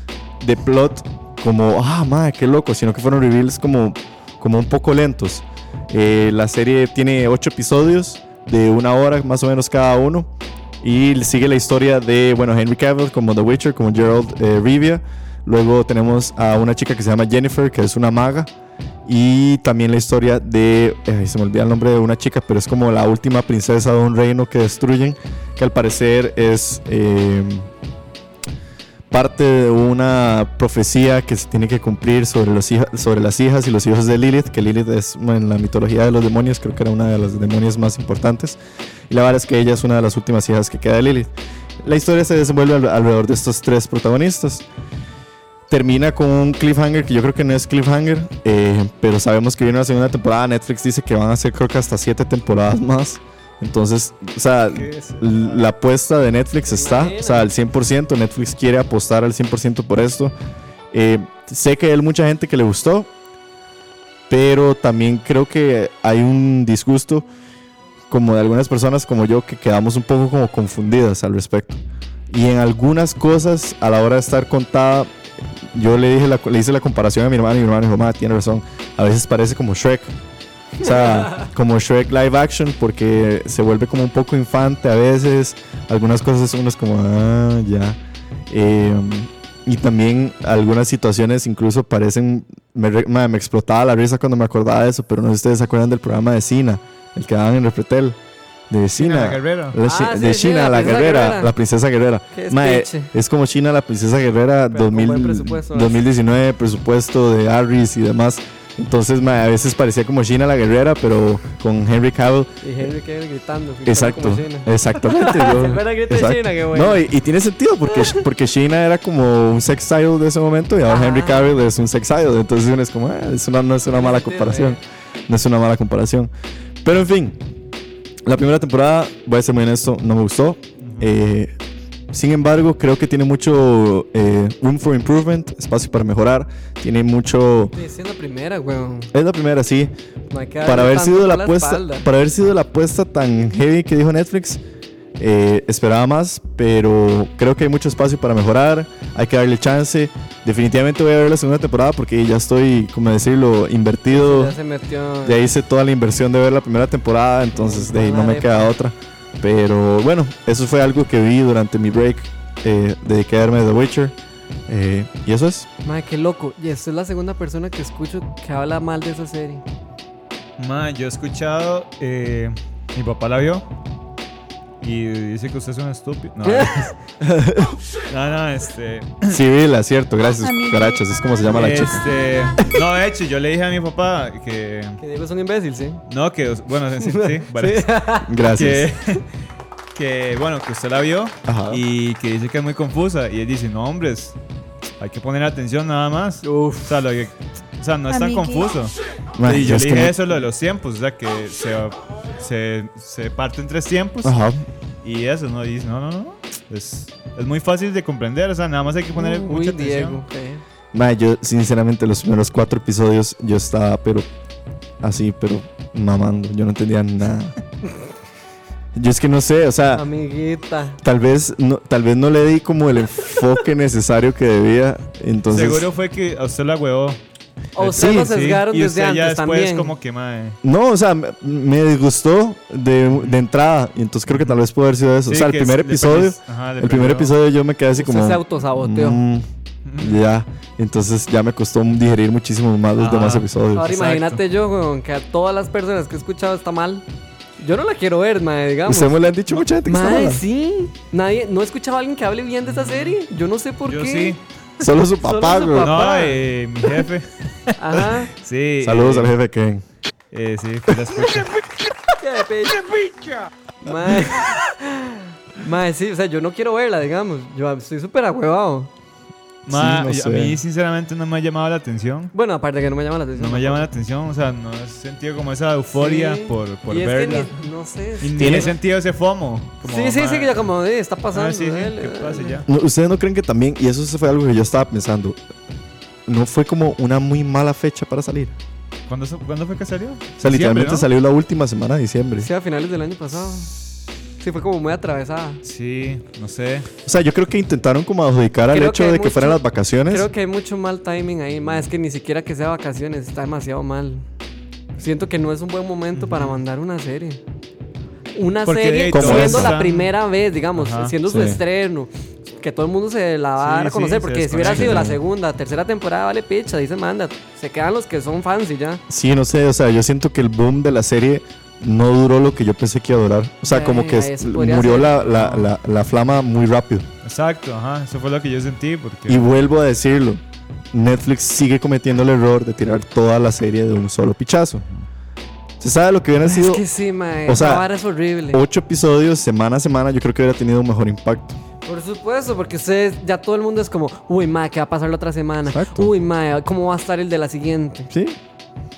Speaker 1: de plot como, ah, madre, qué loco, sino que fueron reveals como, como un poco lentos. Eh, la serie tiene ocho episodios de una hora más o menos cada uno y sigue la historia de, bueno, Henry Cavill como The Witcher, como Gerald eh, Rivia. Luego tenemos a una chica que se llama Jennifer, que es una maga. Y también la historia de, ay, se me olvida el nombre de una chica, pero es como la última princesa de un reino que destruyen, que al parecer es... em, parte de una profecía que se tiene que cumplir sobre, los hija- sobre las hijas y los hijos de Lilith, que Lilith es bueno, en la mitología de los demonios, creo que era una de las demonios más importantes. Y la verdad es que ella es una de las últimas hijas que queda de Lilith. La historia se desenvuelve al- alrededor de estos tres protagonistas. Termina con un cliffhanger que yo creo que no es cliffhanger, eh, pero sabemos que viene una segunda temporada. Netflix dice que van a ser creo que hasta siete temporadas más. Entonces, o sea,
Speaker 2: ¿Qué es?
Speaker 1: la apuesta de Netflix está, o sea, al 100%. Netflix quiere apostar al 100% por esto. Eh, sé que hay mucha gente que le gustó, pero también creo que hay un disgusto como de algunas personas como yo que quedamos un poco como confundidas al respecto. Y en algunas cosas a la hora de estar contada, yo le, dije la- le hice la comparación a mi hermano y mi hermano dijo, "Ma, tiene razón, a veces parece como Shrek. O sea, como Shrek live action, porque se vuelve como un poco infante a veces. Algunas cosas uno es como, ah, ya. Eh, y también algunas situaciones incluso parecen. Me, re- ma, me explotaba la risa cuando me acordaba de eso, pero no sé si ustedes se acuerdan del programa de Sina, el que daban en Repretel. De
Speaker 2: Tina
Speaker 1: Sina.
Speaker 2: la Guerrera.
Speaker 1: La chi-
Speaker 3: Ah, sí,
Speaker 1: de
Speaker 3: sí,
Speaker 1: China,
Speaker 3: la
Speaker 1: la,
Speaker 3: princesa
Speaker 1: guerrera,
Speaker 3: guerrera.
Speaker 1: la princesa guerrera.
Speaker 3: Qué
Speaker 1: Mae,
Speaker 3: espiche.
Speaker 1: es como China, la princesa guerrera
Speaker 3: Pero con
Speaker 1: 2000
Speaker 3: buen presupuesto, ¿verdad?
Speaker 1: 2019, presupuesto de Harris y demás. Entonces, mae, a veces parecía como China la guerrera, pero con Henry Cavill.
Speaker 3: Y Henry Cavill gritando. gritando
Speaker 1: Exacto, Eh.
Speaker 3: como China.
Speaker 1: exactamente. yo-
Speaker 3: El mero grito de
Speaker 1: exacto.
Speaker 3: China, qué bueno.
Speaker 1: No, y, y tiene sentido porque, porque China era como un sextile de ese momento y ahora
Speaker 3: Ah.
Speaker 1: Henry Cavill es un sextile. Entonces uno es como, ah, es una, no es una mala
Speaker 3: sentido,
Speaker 1: comparación. No es una mala comparación. Pero en fin, la primera temporada, voy a ser muy honesto, no me gustó. Eh, sin embargo, creo que tiene mucho eh, room for improvement, espacio para mejorar. Tiene mucho.
Speaker 3: Sí, sí, es la primera, weón.
Speaker 1: Es la primera, sí.
Speaker 3: No hay que darle
Speaker 1: Para haber
Speaker 3: tanto
Speaker 1: sido la
Speaker 3: por
Speaker 1: apuesta,
Speaker 3: espalda.
Speaker 1: para haber sido la apuesta tan heavy que dijo Netflix, eh, esperaba más, pero creo que hay mucho espacio para mejorar. Hay que darle chance. Definitivamente voy a ver la segunda temporada porque ya estoy, como decirlo, invertido.
Speaker 3: Ya se metió.
Speaker 1: Ya hice toda la inversión de ver la primera temporada, entonces de ahí no me queda otra. Pero bueno, eso fue algo que vi durante mi break eh, de quedarme de The Witcher. Eh, y eso es.
Speaker 3: Madre, qué loco. Y esta es la segunda persona que escucho que habla mal de esa serie.
Speaker 2: Ma, yo he escuchado, eh, mi papá la vio Y dice que usted es un estúpido. No, no, no, este.
Speaker 1: Civila, cierto, gracias,
Speaker 5: Amigo.
Speaker 1: cucarachas, es como se llama la chica.
Speaker 2: este no, de hecho, yo le dije a mi papá que.
Speaker 3: Que Diego es un imbécil, sí.
Speaker 2: No, que. Bueno, sí, sí, vale.
Speaker 1: Gracias.
Speaker 2: que, que, bueno, que usted la vio
Speaker 1: Ajá.
Speaker 2: y que dice que es muy confusa. Y él dice, no, hombres, hay que poner atención nada más. O sea, lo que- o sea, no es tan
Speaker 5: Amigui.
Speaker 2: confuso.
Speaker 1: Ma,
Speaker 2: y yo
Speaker 1: es
Speaker 2: le
Speaker 1: que
Speaker 2: dije
Speaker 1: no-
Speaker 2: eso, lo de los tiempos, o sea, que se, se, se parte en tres tiempos
Speaker 1: Ajá.
Speaker 2: y eso, ¿no? Y dice, no, no, no, es, es muy fácil de comprender, o sea, nada más hay que poner
Speaker 3: Uy,
Speaker 2: mucha atención.
Speaker 3: Diego. ok.
Speaker 1: Ma, yo sinceramente los primeros cuatro episodios yo estaba pero así, pero mamando, yo no entendía nada. Yo es que no sé, o sea,
Speaker 3: Amiguita.
Speaker 1: tal vez no, tal vez no le di como el enfoque necesario que debía, entonces
Speaker 2: Seguro fue que a usted la huevó. Eh,
Speaker 3: O usted lo sesgaron
Speaker 2: y
Speaker 3: desde
Speaker 2: usted ya
Speaker 3: antes
Speaker 2: después
Speaker 3: también.
Speaker 2: como que, mae,
Speaker 1: No, o sea, me- me disgustó de, de entrada. Y entonces creo que tal vez puede haber sido eso. o
Speaker 2: sí,
Speaker 1: sea, el
Speaker 2: que
Speaker 1: primer
Speaker 2: le perdí-
Speaker 1: episodio.
Speaker 2: ajá, le
Speaker 1: El primer
Speaker 2: perdió.
Speaker 1: episodio yo me quedé así
Speaker 3: Usted
Speaker 1: como.
Speaker 3: se autosaboteó.
Speaker 1: "Mm, ya. Entonces ya me costó digerir muchísimo más los
Speaker 2: Ajá.
Speaker 1: demás episodios.
Speaker 3: Ahora
Speaker 2: Exacto.
Speaker 3: imagínate yo, weón, que a todas las personas que he escuchado está mal. Yo no la quiero ver, madre, digamos.
Speaker 1: Usted me le han dicho mucha gente que está
Speaker 3: Madre,
Speaker 1: mala.
Speaker 3: sí. Nadie, no he escuchado a alguien que hable bien de esa serie. Yo no sé por
Speaker 2: Yo
Speaker 3: qué.
Speaker 2: sí.
Speaker 1: Solo su
Speaker 3: Solo
Speaker 1: papá,
Speaker 3: su
Speaker 1: güey.
Speaker 3: papá.
Speaker 2: No, eh, mi jefe.
Speaker 3: Ajá.
Speaker 2: Sí.
Speaker 1: Saludos
Speaker 2: eh,
Speaker 1: al jefe Ken.
Speaker 2: Eh, sí, fue la escucha.
Speaker 3: ¡Qué picha! Madre. Madre, sí, o sea, yo no quiero verla, digamos. Yo estoy súper agüevado.
Speaker 2: Ma,
Speaker 1: Sí, no
Speaker 2: A
Speaker 1: sé.
Speaker 2: mí, sinceramente, no me ha llamado la atención.
Speaker 3: Bueno, aparte que no me llama la atención.
Speaker 2: No me llama la atención, o sea, no he sentido como esa euforia
Speaker 3: Sí.
Speaker 2: por, por
Speaker 3: Y es que
Speaker 2: verla.
Speaker 3: ni- no sé.
Speaker 2: Y ni
Speaker 1: Tiene-
Speaker 2: he sentido ese FOMO. como,
Speaker 3: sí, sí,
Speaker 2: ma,
Speaker 3: sí, que ya como, eh, está pasando.
Speaker 2: ah, sí, sí,
Speaker 3: dale,
Speaker 2: que
Speaker 3: dale.
Speaker 2: pase ya.
Speaker 1: No, Ustedes no creen que también, y eso fue algo que yo estaba pensando. No fue como una muy mala fecha para salir.
Speaker 2: ¿Cuándo, se- cuándo fue que salió?
Speaker 1: O sea, literalmente
Speaker 2: ¿no?
Speaker 1: salió la última semana de diciembre.
Speaker 3: Sí, a finales del año pasado. Sí, fue como muy atravesada.
Speaker 2: Sí, no sé.
Speaker 1: O sea, yo creo que intentaron como adjudicar al
Speaker 3: Creo
Speaker 1: hecho
Speaker 3: que
Speaker 1: de que
Speaker 3: mucho-
Speaker 1: fueran las vacaciones.
Speaker 3: Creo que hay mucho mal timing ahí, más es que ni siquiera que sea vacaciones, está demasiado mal. Siento que no es un buen momento para mandar una serie. Una
Speaker 2: Porque de
Speaker 3: serie
Speaker 1: Como
Speaker 3: siendo
Speaker 1: esa.
Speaker 3: la primera vez, digamos,
Speaker 2: Ajá,
Speaker 3: siendo su
Speaker 1: sí.
Speaker 3: estreno, que todo el mundo se la va a dar
Speaker 2: Sí,
Speaker 3: a conocer,
Speaker 2: sí, se
Speaker 3: porque si hubiera
Speaker 2: desconecta.
Speaker 3: sido la segunda, tercera temporada, vale picha, dice manda, se quedan los que son fans y ya.
Speaker 1: Sí, no sé, o sea, yo siento que el boom de la serie no duró lo que yo pensé que iba a durar. O sea,
Speaker 3: Eh,
Speaker 1: como que
Speaker 3: eso
Speaker 1: es-
Speaker 3: podría
Speaker 1: murió
Speaker 3: ser.
Speaker 1: la, la- la- la flama muy rápido.
Speaker 2: Exacto, ajá. Eso fue lo que yo sentí. Porque,
Speaker 1: Y vuelvo a decirlo, Netflix sigue cometiendo el error de tirar toda la serie de un solo pichazo. Se sabe lo que hubiera
Speaker 3: Es
Speaker 1: sido
Speaker 3: que sí, mae,
Speaker 1: o sea,
Speaker 3: la vara es horrible.
Speaker 1: ocho episodios semana a semana, yo creo que hubiera tenido un mejor impacto.
Speaker 3: Por supuesto, porque ustedes, ya todo el mundo es como, uy, mae, ¿qué va a pasar la otra semana?
Speaker 1: Exacto.
Speaker 3: Uy, mae, ¿cómo va a estar el de la siguiente?
Speaker 1: ¿Sí?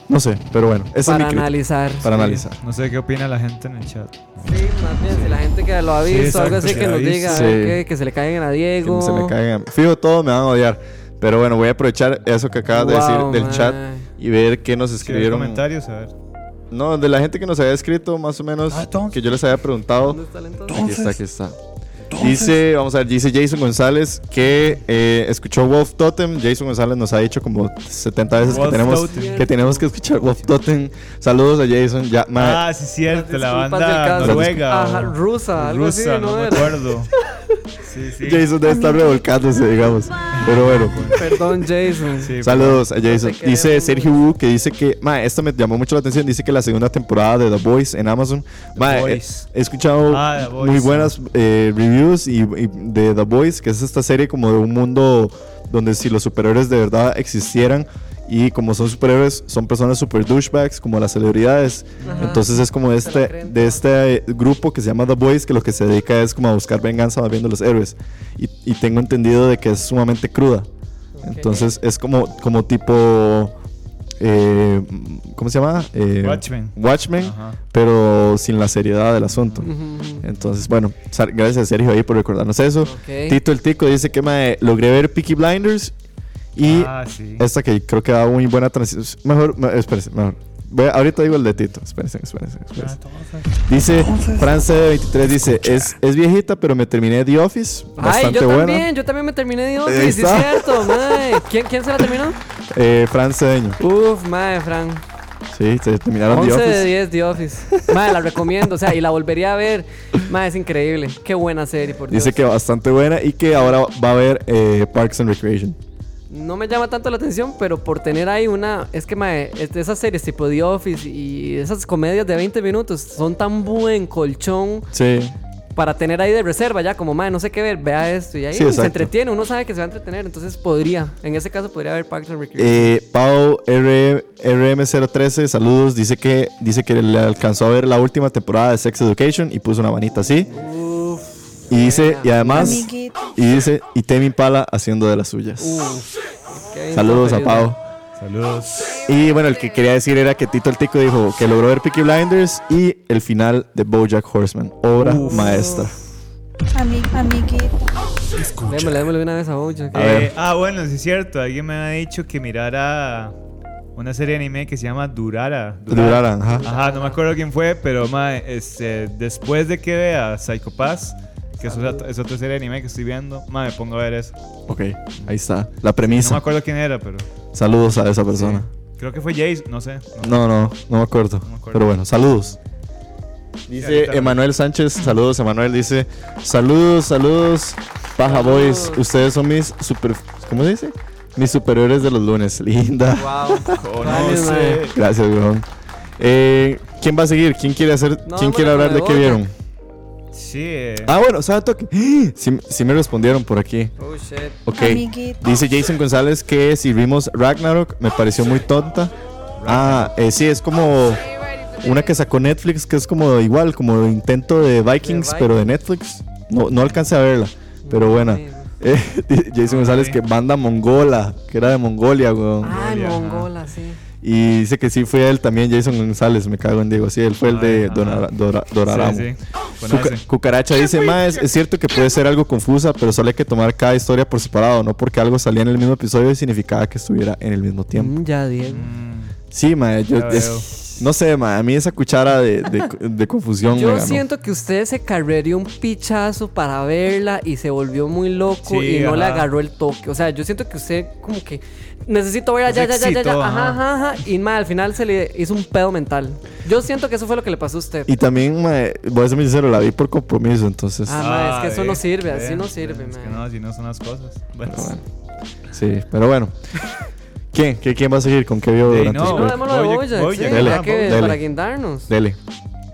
Speaker 1: No sé, pero bueno, esa
Speaker 3: para
Speaker 1: es mi crítica,
Speaker 3: analizar.
Speaker 1: para
Speaker 2: Sí,
Speaker 1: analizar.
Speaker 2: No sé qué opina la gente en el chat.
Speaker 3: Sí, más bien, si la gente que lo ha
Speaker 2: Sí,
Speaker 3: visto, algo
Speaker 2: exacto,
Speaker 3: así,
Speaker 2: que
Speaker 3: que
Speaker 2: la
Speaker 3: nos
Speaker 2: ha visto.
Speaker 3: diga,
Speaker 1: Sí.
Speaker 3: eh, que, que se le caigan a
Speaker 1: Que
Speaker 3: Diego.
Speaker 1: no se me caigan. Fijo, todos me van a odiar. Pero bueno, voy a aprovechar eso que acabas de decir
Speaker 3: Wow,
Speaker 1: del
Speaker 3: mae.
Speaker 1: chat y ver qué nos
Speaker 2: Si hay
Speaker 1: escribieron.
Speaker 2: comentarios, a ver.
Speaker 1: No, de la gente que nos había escrito, más o menos,
Speaker 2: Ah, entonces.
Speaker 1: que yo les había preguntado.
Speaker 3: ¿Dónde está el entonces?
Speaker 1: Aquí está, aquí está. Dice, vamos a ver, dice Jason González que eh, escuchó Wolf Totem. Jason González nos ha dicho como 70 veces que
Speaker 2: Wolf
Speaker 1: tenemos,
Speaker 2: Totem.
Speaker 1: que tenemos que escuchar Wolf Totem. Saludos a Jason. Ya, ma-
Speaker 2: Ah, sí, cierto, la
Speaker 3: Disculpas del
Speaker 2: banda
Speaker 3: caso.
Speaker 2: noruega.
Speaker 3: Ajá,
Speaker 2: o
Speaker 3: rusa, algo
Speaker 2: rusa,
Speaker 3: así, ¿no?
Speaker 2: no me
Speaker 3: Era.
Speaker 2: acuerdo. Sí, sí.
Speaker 1: Jason debe estar revolcándose, digamos. Pero bueno.
Speaker 3: Perdón, Jason.
Speaker 2: Sí, pues.
Speaker 1: Saludos a Jason.
Speaker 3: Te queremos.
Speaker 1: Dice Sergio Wu que dice que, ma, esto me llamó mucho la atención. Dice que la segunda temporada de The Voice en Amazon, ma, eh,
Speaker 2: Boys.
Speaker 1: he escuchado
Speaker 2: Ah, The Boys,
Speaker 1: muy
Speaker 2: sí.
Speaker 1: buenas eh, reviews y, y de The Voice, que es esta serie como de un mundo donde si los superhéroes de verdad existieran y como son superhéroes, son personas super douchebags, como las celebridades.
Speaker 3: Ajá.
Speaker 1: Entonces es como de
Speaker 3: Se la
Speaker 1: este,
Speaker 3: creen
Speaker 1: de este eh, grupo que se llama The Boys, que lo que se dedica es como a buscar venganza más bien de los héroes. Y, y tengo entendido de que es sumamente cruda. Entonces es como, como tipo... eh, ¿Cómo se llama? Eh,
Speaker 2: Watchmen.
Speaker 1: Watchmen,
Speaker 2: Ajá.
Speaker 1: pero sin la seriedad del asunto.
Speaker 3: Ujú.
Speaker 1: Entonces, bueno, sa- gracias a Sergio ahí por recordarnos eso.
Speaker 3: Ok.
Speaker 1: Tito el Tico dice que mae, logré ver Peaky Blinders y
Speaker 2: Ah, sí.
Speaker 1: esta que creo que da muy buena transición. Mejor, me- espérense, mejor. Voy a- ahorita digo el de Tito. Espérense, espérense,
Speaker 2: Ah,
Speaker 1: espérense. Dice France 23 dice, es, es viejita, pero me terminé The Office.
Speaker 3: Ay,
Speaker 1: Bastante
Speaker 3: yo
Speaker 1: buena.
Speaker 3: también, yo también me terminé de
Speaker 1: Ahí
Speaker 3: Office, sí es
Speaker 1: está.
Speaker 3: cierto, mae. ¿Quién, ¿Quién se la terminó?
Speaker 1: Eh, France Deño.
Speaker 3: Uf, mae, Fran.
Speaker 1: Sí, se terminaron The
Speaker 3: 11 de
Speaker 1: Office.
Speaker 3: 10 The Office. Mae, la recomiendo, o sea, y la volvería a ver. Mae, es increíble. Qué buena serie, por Dios.
Speaker 1: Dice que bastante buena y que ahora va a ver eh, Parks and Recreation.
Speaker 3: No me llama tanto la atención, pero por tener ahí una. Es que, mae, es- esas series tipo The Office y esas comedias de 20 minutos son tan buen colchón
Speaker 1: Sí.
Speaker 3: para tener ahí de reserva, ya como, madre, no sé qué ver, vea esto y ahí
Speaker 1: Sí, exacto.
Speaker 3: se entretiene, uno sabe que se va a entretener, entonces podría, en ese caso podría haber Parks and Recreation.
Speaker 1: Eh, Pau RM, RM013, saludos. Dice que, dice que le alcanzó a ver la última temporada de Sex Education y puso una manita así.
Speaker 3: Uf,
Speaker 1: Y dice, y
Speaker 3: buena.
Speaker 1: además,
Speaker 5: Amiguito.
Speaker 1: y dice, y Temi Impala haciendo de las suyas.
Speaker 3: Uf, qué bien
Speaker 1: Saludos a
Speaker 3: feliz,
Speaker 1: Pau.
Speaker 3: ¿no?
Speaker 2: Saludos.
Speaker 1: Y bueno, el que quería decir era que Tito el Tico dijo que logró ver Peaky Blinders y el final de Bojack Horseman, obra
Speaker 2: Uf.
Speaker 1: maestra.
Speaker 5: Ami- amiguito.
Speaker 3: Démosle, démosle de una vez a Bojack.
Speaker 1: A ver.
Speaker 2: ah, bueno, sí es cierto. Alguien me ha dicho que mirara una serie de anime que se llama Durara.
Speaker 1: Durara, ajá.
Speaker 2: Ajá, no me acuerdo quién fue, pero mae, este, después de que vea Psycho Pass, que es otra, es otra serie de anime que estoy viendo, mae, me pongo a ver eso.
Speaker 1: Ok, ahí está. La
Speaker 2: No me
Speaker 1: premisa.
Speaker 2: acuerdo quién era, pero
Speaker 1: Saludos a esa persona.
Speaker 2: creo que fue Jace, no sé.
Speaker 1: No,
Speaker 2: no.
Speaker 1: no, no me acuerdo.
Speaker 2: me acuerdo.
Speaker 1: Pero bueno, saludos.
Speaker 2: Sí,
Speaker 1: Dice
Speaker 2: ahorita-
Speaker 1: Emanuel Sánchez, saludos Emanuel, dice saludos, saludos, paja boys, ustedes son mis super, ¿cómo se dice? Mis superiores de los lunes, linda.
Speaker 3: Wow. Vale,
Speaker 2: sé.
Speaker 3: mae.
Speaker 1: Gracias, weón. Eh, ¿Quién va a seguir? ¿Quién quiere hacer?
Speaker 3: No,
Speaker 1: ¿Quién
Speaker 3: bueno,
Speaker 1: quiere hablar
Speaker 3: me
Speaker 1: de qué
Speaker 3: voy.
Speaker 1: vieron?
Speaker 2: Sí, eh,
Speaker 1: Ah, bueno, ¿sabe toque? Sí, sí me respondieron por aquí.
Speaker 3: Oh, shit.
Speaker 1: Ok.
Speaker 5: Amiguito.
Speaker 1: Dice Jason González que si vimos Ragnarok me pareció muy tonta. Ah, eh, sí, es como una que sacó Netflix que es como igual, como intento de Vikings,
Speaker 3: De
Speaker 1: pero de Netflix. No, no alcancé a verla, pero buena.
Speaker 3: Sí.
Speaker 1: Eh, di- Jason González
Speaker 2: Ok.
Speaker 1: que banda mongola, que era de Mongolia, weón.
Speaker 3: Ay,
Speaker 2: Mongolia, ajá.
Speaker 3: Mongola, sí.
Speaker 1: Y dice que sí fue él también, Jason González, me cago en Diego. Sí, él fue el de
Speaker 2: Ay,
Speaker 1: Donara-
Speaker 2: ajá.
Speaker 1: Dora- Doraramo.
Speaker 2: sí, sí. con
Speaker 1: Cuca-
Speaker 2: ese.
Speaker 1: cucaracha dice, más es cierto que puede ser algo confusa, pero solo hay que tomar cada historia por separado, no porque algo salía en el mismo episodio y significaba que estuviera en el mismo tiempo.
Speaker 3: Mm, ya, Diego.
Speaker 2: Mm,
Speaker 1: Sí, mae, yo
Speaker 2: Ya
Speaker 1: es- no sé, mae, a mí esa cuchara de, de- de confusión me
Speaker 3: Yo
Speaker 1: ganó.
Speaker 3: siento que usted se carrería un pichazo para verla y se volvió muy loco
Speaker 2: Sí,
Speaker 3: y no le
Speaker 2: ajá.
Speaker 3: agarró el toque. O sea, yo siento que usted como que necesito verla
Speaker 2: No
Speaker 3: ya,
Speaker 2: se
Speaker 3: ya, ya, ya, ya.
Speaker 2: excitó,
Speaker 3: Ajá,
Speaker 2: ajá.
Speaker 3: ajá, ajá. Y mal, al final se le hizo un pedo mental. Yo siento que eso fue lo que le pasó a usted.
Speaker 1: Y también, mae, voy a ser muy sincero, la vi por compromiso, entonces
Speaker 3: Ah, mae, es que eso no
Speaker 2: ve,
Speaker 3: sirve, así
Speaker 2: ve,
Speaker 3: no sirve,
Speaker 2: Es que
Speaker 3: mae.
Speaker 2: no, así no son las cosas. Bueno,
Speaker 1: pero bueno. Sí, pero bueno. ¿Quién? ¿Qué- ¿Quién va a seguir? ¿Con qué vio
Speaker 2: Ey,
Speaker 1: durante
Speaker 2: no.
Speaker 1: su
Speaker 3: no,
Speaker 1: break?
Speaker 3: démoslo de
Speaker 2: Bojack,
Speaker 3: Bojack, sí,
Speaker 2: Bojack,
Speaker 1: dele,
Speaker 3: ya que-
Speaker 1: dele.
Speaker 3: para guindarnos.
Speaker 1: Dele.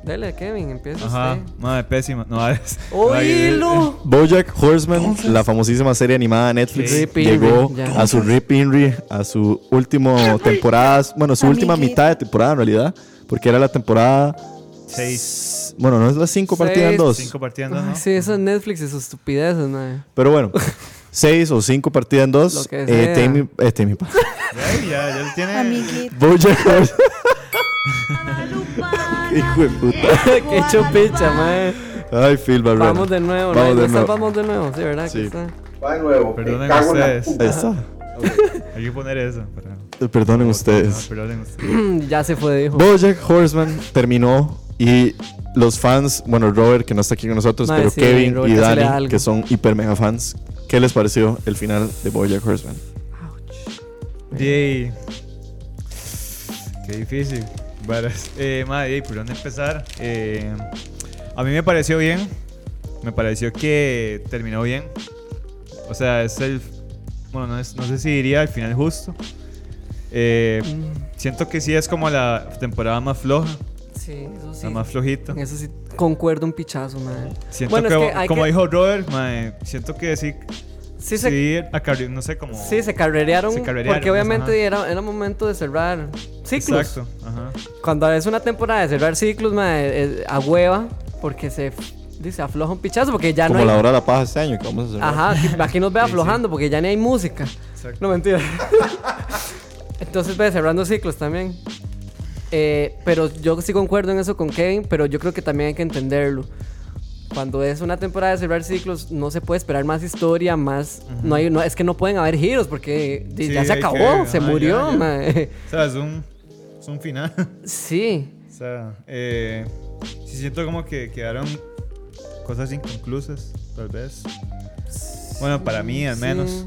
Speaker 3: Dele, Kevin, empieza
Speaker 2: ajá, eh,
Speaker 3: usted.
Speaker 2: mae, pésima. No, es.
Speaker 3: ¡Oílo!
Speaker 1: Bojack Horseman, la famosísima serie animada de Netflix,
Speaker 2: Sí.
Speaker 3: Rip Inri,
Speaker 1: llegó
Speaker 3: ya.
Speaker 1: a su Rip Inri, a su último temporada, bueno, su última
Speaker 5: Amiguito.
Speaker 1: mitad de temporada en realidad, porque era la temporada,
Speaker 2: 6.
Speaker 1: bueno, no es las 5
Speaker 3: Seis.
Speaker 1: partidas en 2,
Speaker 2: 5 partidas,
Speaker 3: Ay,
Speaker 2: ¿no?
Speaker 3: sí, eso es Netflix y sus estupideces, mae.
Speaker 1: pero bueno, 6 o 5 partidas en 2,
Speaker 3: Lo que
Speaker 1: eh,
Speaker 3: sea.
Speaker 1: Tame- eh, Tame Impala.
Speaker 2: Ya, ya, ya tiene.
Speaker 5: Amiguito.
Speaker 1: Bojack Horseman. Qué hijo de puta.
Speaker 3: Qué chupicha, mae.
Speaker 1: Ay, Phil Barrera.
Speaker 3: Vamos de nuevo,
Speaker 1: Vamos
Speaker 3: ¿no?
Speaker 1: de
Speaker 3: Está-
Speaker 1: nuevo.
Speaker 3: Vamos de nuevo, sí, ¿verdad?
Speaker 1: Sí.
Speaker 3: Que está.
Speaker 6: Va de nuevo. me
Speaker 2: Perdonen
Speaker 6: cago en la
Speaker 2: ustedes.
Speaker 6: puta.
Speaker 1: Ahí está.
Speaker 2: Hay que poner eso. Pero...
Speaker 1: Eh, Perdonen ustedes.
Speaker 2: No, perdonen ustedes.
Speaker 3: ya se fue, dijo.
Speaker 1: Bojack Horseman terminó y los fans, bueno, Robert que no está aquí con nosotros,
Speaker 3: Mae,
Speaker 1: pero
Speaker 3: sí,
Speaker 1: Kevin
Speaker 3: Robert
Speaker 1: y
Speaker 3: casi le da
Speaker 1: Dani
Speaker 3: algo.
Speaker 1: que son hiper mega fans, ¿qué les pareció el final de Bojack Horseman?
Speaker 2: Yay. Qué difícil. Varas. Eh, madre, yay, ¿por dónde empezar? Eh, a mí me pareció bien. Me pareció que terminó bien. O sea, es el. Bueno, no, es- no sé si diría el final justo. Eh,
Speaker 3: Mm.
Speaker 2: siento que sí es como la temporada más floja,
Speaker 3: Sí, eso sí.
Speaker 2: la más flojita.
Speaker 3: Eso sí, concuerdo un pichazo, madre.
Speaker 2: Siento
Speaker 3: Bueno,
Speaker 2: que,
Speaker 3: es que hay
Speaker 2: como
Speaker 3: que-
Speaker 2: dijo Robert, mae, siento que sí, sí,
Speaker 3: Sí, se, sí.
Speaker 2: acarri- no sé cómo.
Speaker 3: se carrerearon,
Speaker 2: Se carrerearon,
Speaker 3: porque obviamente
Speaker 2: ajá.
Speaker 3: era, era momento de cerrar ciclos.
Speaker 2: Exacto. Ajá.
Speaker 3: Cuando es una temporada de cerrar ciclos, madre, es- a hueva, porque se dice afloja un pichazo, porque ya
Speaker 1: Como
Speaker 3: Ah, no hay.
Speaker 1: la hora de la paja este año que vamos a hacer.
Speaker 3: Ajá, aquí, aquí nos ve aflojando, porque ya ni hay música.
Speaker 2: Exacto.
Speaker 3: No, mentira. Entonces, ve cerrando ciclos también. Eh, pero yo sí concuerdo en eso con Kevin, pero yo creo que también hay que entenderlo. Cuando es una temporada de cerrar ciclos, no se puede esperar más historia, más... no hay, no, es que no pueden haber giros porque di,
Speaker 2: Sí,
Speaker 3: ya se
Speaker 2: hay que-
Speaker 3: acabó, se
Speaker 2: ajá,
Speaker 3: murió.
Speaker 2: ya, ya.
Speaker 3: mae.
Speaker 2: O sea, es un, es un final.
Speaker 3: Sí,
Speaker 2: O sea, eh, sí siento como que quedaron cosas inconclusas, tal vez. Bueno, para mí al
Speaker 3: sí.
Speaker 2: menos.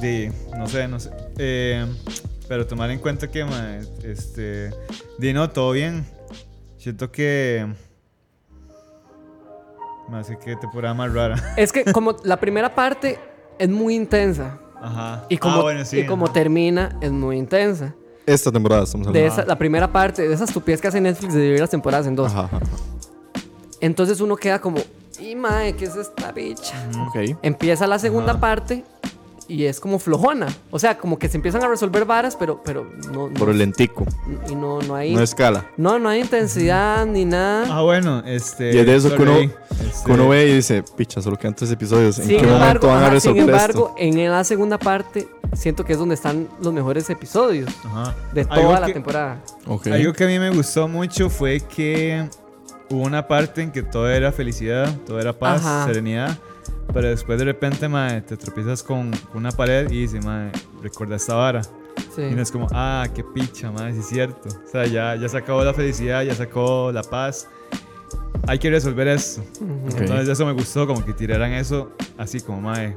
Speaker 2: De, no sé, no sé. Eh, pero tomar en cuenta que, mae, este, di no, todo bien. Siento que... Más que temporada más rara.
Speaker 3: Es que como la primera parte es muy intensa.
Speaker 2: Ajá.
Speaker 3: Y como,
Speaker 2: Ah, bueno, sí.
Speaker 3: y como termina, es muy intensa.
Speaker 1: Esta temporada estamos
Speaker 3: De
Speaker 1: hablando.
Speaker 3: esa, la primera parte, de esas estupidez que hace Netflix de dividir las temporadas en dos.
Speaker 1: Ajá, ajá.
Speaker 3: Entonces uno queda como, y mae, ¿qué es esta bicha?
Speaker 1: Ok.
Speaker 3: Empieza la segunda parte y es como flojona. O sea, como que se empiezan a resolver varas, pero, pero no, no-
Speaker 1: Por el lentico.
Speaker 3: y no, no hay.
Speaker 1: No escala.
Speaker 3: No, no hay intensidad ni nada.
Speaker 2: Ah, bueno, este.
Speaker 1: Y es de eso que uno,
Speaker 2: sorry, este,
Speaker 1: que uno ve y dice, picha, solo quedan tres episodios. ¿En
Speaker 3: Sin
Speaker 1: qué momento
Speaker 3: embargo,
Speaker 1: van a
Speaker 3: ajá, sin
Speaker 1: resolver esto?
Speaker 3: embargo, en la segunda parte siento que es donde están los mejores episodios
Speaker 2: Este, ajá.
Speaker 3: de
Speaker 2: Algo
Speaker 3: toda la
Speaker 2: que-
Speaker 3: temporada.
Speaker 1: Ok.
Speaker 2: Algo que a mí me gustó mucho fue que hubo una parte en que todo era felicidad, todo era paz,
Speaker 3: Ajá.
Speaker 2: serenidad. Pero después de repente, mae, te tropiezas con con una pared y dices, mae, recuerda esta vara.
Speaker 3: Sí.
Speaker 2: Y no es como, ah, qué picha, mae, sí es cierto. O sea, ya, ya se acabó la felicidad, ya sacó la paz. Hay que resolver eso.
Speaker 3: Ujú.
Speaker 1: Ok.
Speaker 2: Entonces eso me gustó, como que tiraran eso así como, mae.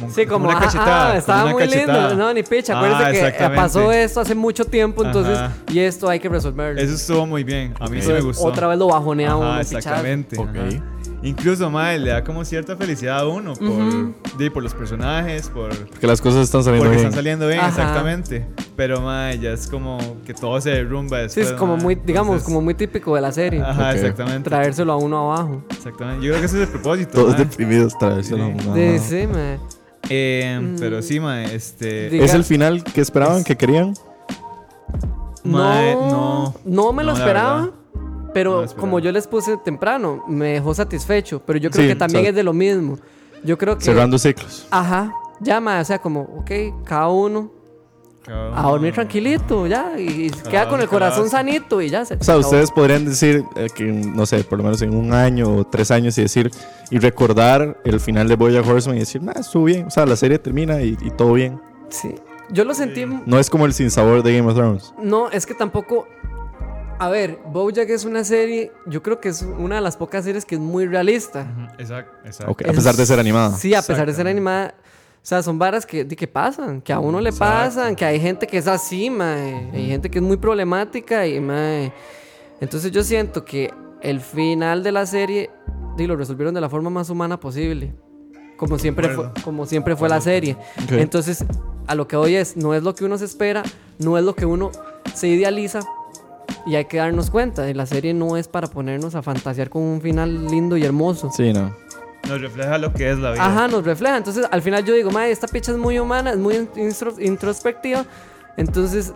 Speaker 2: Como,
Speaker 3: Sí, como,
Speaker 2: una
Speaker 3: ah,
Speaker 2: cachetada.
Speaker 3: ah,
Speaker 2: como
Speaker 3: estaba
Speaker 2: una
Speaker 3: muy
Speaker 2: cachetada.
Speaker 3: lindo. No, ni picha.
Speaker 2: Ah,
Speaker 3: Acuérdense que eh,
Speaker 2: exactamente.
Speaker 3: pasó esto hace mucho tiempo, entonces,
Speaker 2: Ajá.
Speaker 3: y esto hay que resolverlo.
Speaker 2: Eso estuvo muy bien. A mí sí me
Speaker 3: Entonces,
Speaker 2: gustó.
Speaker 3: Otra vez lo bajonea
Speaker 2: Ajá,
Speaker 3: uno. pichazo.
Speaker 2: exactamente.
Speaker 1: Ok.
Speaker 2: ajá. Incluso, madre, le da como cierta felicidad a uno por,
Speaker 3: Ujú.
Speaker 2: de- por los personajes, por
Speaker 1: Porque las cosas están saliendo
Speaker 2: porque
Speaker 1: bien.
Speaker 2: están saliendo bien,
Speaker 3: Ajá.
Speaker 2: exactamente. Pero, madre, ya es como que todo se derrumba
Speaker 3: Sí,
Speaker 2: después.
Speaker 3: es como
Speaker 2: mae.
Speaker 3: muy, digamos,
Speaker 2: Entonces-
Speaker 3: como muy típico de la serie.
Speaker 2: Ajá,
Speaker 1: Ok.
Speaker 2: exactamente,
Speaker 3: Traérselo a uno abajo.
Speaker 2: exactamente. Yo creo que ese es el propósito.
Speaker 1: Todos
Speaker 2: mae.
Speaker 1: deprimidos,
Speaker 2: Sí.
Speaker 1: travesando.
Speaker 3: Sí, sí, mae.
Speaker 2: Eh,
Speaker 3: Mm.
Speaker 2: Pero sí, madre, este.
Speaker 3: Diga-
Speaker 1: ¿Es el final que esperaban, que querían?
Speaker 2: mae,
Speaker 3: no,
Speaker 2: no.
Speaker 3: no me lo
Speaker 2: no, la
Speaker 3: esperaba.
Speaker 2: verdad.
Speaker 3: Pero
Speaker 2: No lo esperaba.
Speaker 3: como yo les puse temprano, me dejó satisfecho. Pero yo creo
Speaker 1: Sí,
Speaker 3: que también
Speaker 1: exacto.
Speaker 3: es de lo mismo. Yo creo que.
Speaker 1: Cerrando ciclos.
Speaker 3: Ajá. Ya, mae, o sea, como, ok, cada uno
Speaker 2: Cabrón.
Speaker 3: a dormir tranquilito, ya. Y, y queda
Speaker 2: Calabaza,
Speaker 3: con el corazón
Speaker 2: calabaza.
Speaker 3: sanito y ya se.
Speaker 1: O sea,
Speaker 3: se acabó.
Speaker 1: ustedes podrían decir eh, que, no sé, por lo menos en un año o tres años y decir, y recordar el final de Boya Horseman y decir, nah, estuvo bien. O sea, la serie termina y, y todo bien.
Speaker 3: Sí. Yo lo sentí.
Speaker 1: No es como el sinsabor de Game of Thrones.
Speaker 3: No, es que tampoco. A ver, Bojack es una serie. Yo creo que es una de las pocas series que es muy realista.
Speaker 2: Ujú, Exacto, exacto.
Speaker 1: Ok, A pesar de ser animada.
Speaker 3: Sí, a pesar de ser animada. O sea, son varas que, de que pasan, que a uno le pasan, que hay gente que es así, mae. Hay gente que es muy problemática y, mae. Entonces yo siento que el final de la serie di, lo resolvieron de la forma más humana posible. Como siempre, fue,
Speaker 2: Concuerdo.
Speaker 3: como siempre fue la serie.
Speaker 1: Ok.
Speaker 3: Entonces, a lo que hoy es, no es lo que uno se espera, no es lo que uno se idealiza. Y hay que darnos cuenta, y la serie no es para ponernos a fantasear con un final lindo y hermoso.
Speaker 1: Sí, no.
Speaker 2: Nos refleja lo que es la vida.
Speaker 3: Ajá, nos refleja. Entonces, al final yo digo, madre, esta picha es muy humana, es muy instro- introspectiva. Entonces,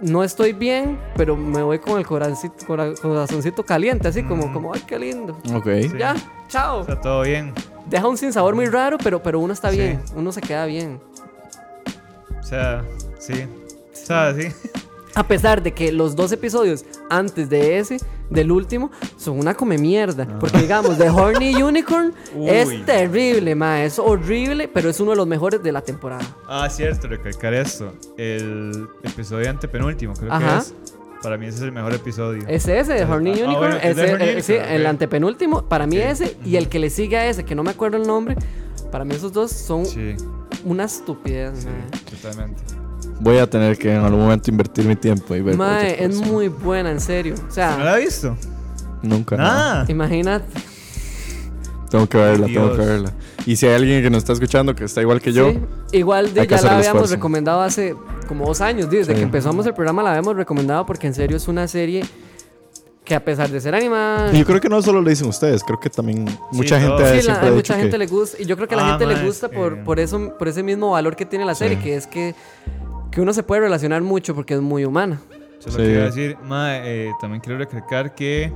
Speaker 3: no estoy bien, pero me voy con el corazoncito, cora- corazoncito caliente, así
Speaker 2: Mm.
Speaker 3: como, como, ay, qué lindo.
Speaker 1: Ok.
Speaker 3: Ya, chao.
Speaker 2: Está todo bien.
Speaker 3: Deja un sinsabor muy raro, pero, pero uno está
Speaker 2: Sí.
Speaker 3: bien, uno se queda bien.
Speaker 2: O sea, sí. O sea, sí.
Speaker 3: A pesar de que los dos episodios antes de ese, del último, son una come mierda. Porque digamos, The Horny Unicorn es
Speaker 2: Ah. Uy.
Speaker 3: terrible, ma. Es horrible, pero es uno de los mejores de la temporada.
Speaker 2: Ah, cierto, recalcar esto. El episodio antepenúltimo, creo
Speaker 3: Ajá.
Speaker 2: que es. Para mí ese es el mejor episodio.
Speaker 3: Es ese, de
Speaker 2: Ah,
Speaker 3: Horny
Speaker 2: ah,
Speaker 3: Unicorn.
Speaker 2: bueno, es de
Speaker 3: ese,
Speaker 2: Horny
Speaker 3: eh, sí,
Speaker 2: Unicorn,
Speaker 3: el
Speaker 2: ok.
Speaker 3: antepenúltimo, para mí
Speaker 2: Ok,
Speaker 3: ese. Y el que le sigue a ese, que no me acuerdo el nombre. Para mí esos dos son
Speaker 2: Sí,
Speaker 3: una estupidez,
Speaker 2: sí,
Speaker 3: mae.
Speaker 2: totalmente.
Speaker 1: Voy a tener que en algún momento invertir mi tiempo y ver.
Speaker 3: Mae,
Speaker 1: Bojack
Speaker 3: es
Speaker 1: Horseman.
Speaker 3: muy buena, en serio. O sea,
Speaker 2: ¿No la ha visto?
Speaker 1: Nunca.
Speaker 2: Nada.
Speaker 3: imagínate.
Speaker 1: no. Tengo que verla, tengo que
Speaker 2: Dios.
Speaker 1: verla. Y si hay alguien que nos está escuchando que está igual que yo,
Speaker 3: sí. Igual de-
Speaker 1: Hay que
Speaker 3: ya
Speaker 1: hacer
Speaker 3: la
Speaker 1: el
Speaker 3: habíamos
Speaker 1: esfuerzo.
Speaker 3: recomendado hace como dos años, di, desde
Speaker 1: Sí.
Speaker 3: que empezamos el programa la habíamos recomendado porque en serio es una serie que a pesar de ser animada,
Speaker 1: y yo creo que no solo lo dicen ustedes, creo que también mucha
Speaker 2: todos.
Speaker 1: gente
Speaker 3: Sí,
Speaker 1: siempre
Speaker 3: la- a
Speaker 1: ha
Speaker 3: mucha
Speaker 1: dicho
Speaker 3: gente
Speaker 1: que
Speaker 3: le gusta. Y yo creo que a la
Speaker 2: Ah,
Speaker 3: gente le
Speaker 2: mae,
Speaker 3: gusta por,
Speaker 2: sí.
Speaker 3: por, eso, por ese mismo valor que tiene la serie, que es que, que uno se puede relacionar mucho porque es muy humana.
Speaker 2: Solo
Speaker 1: Sí.
Speaker 2: quiero decir, ma, eh, también quiero recalcar que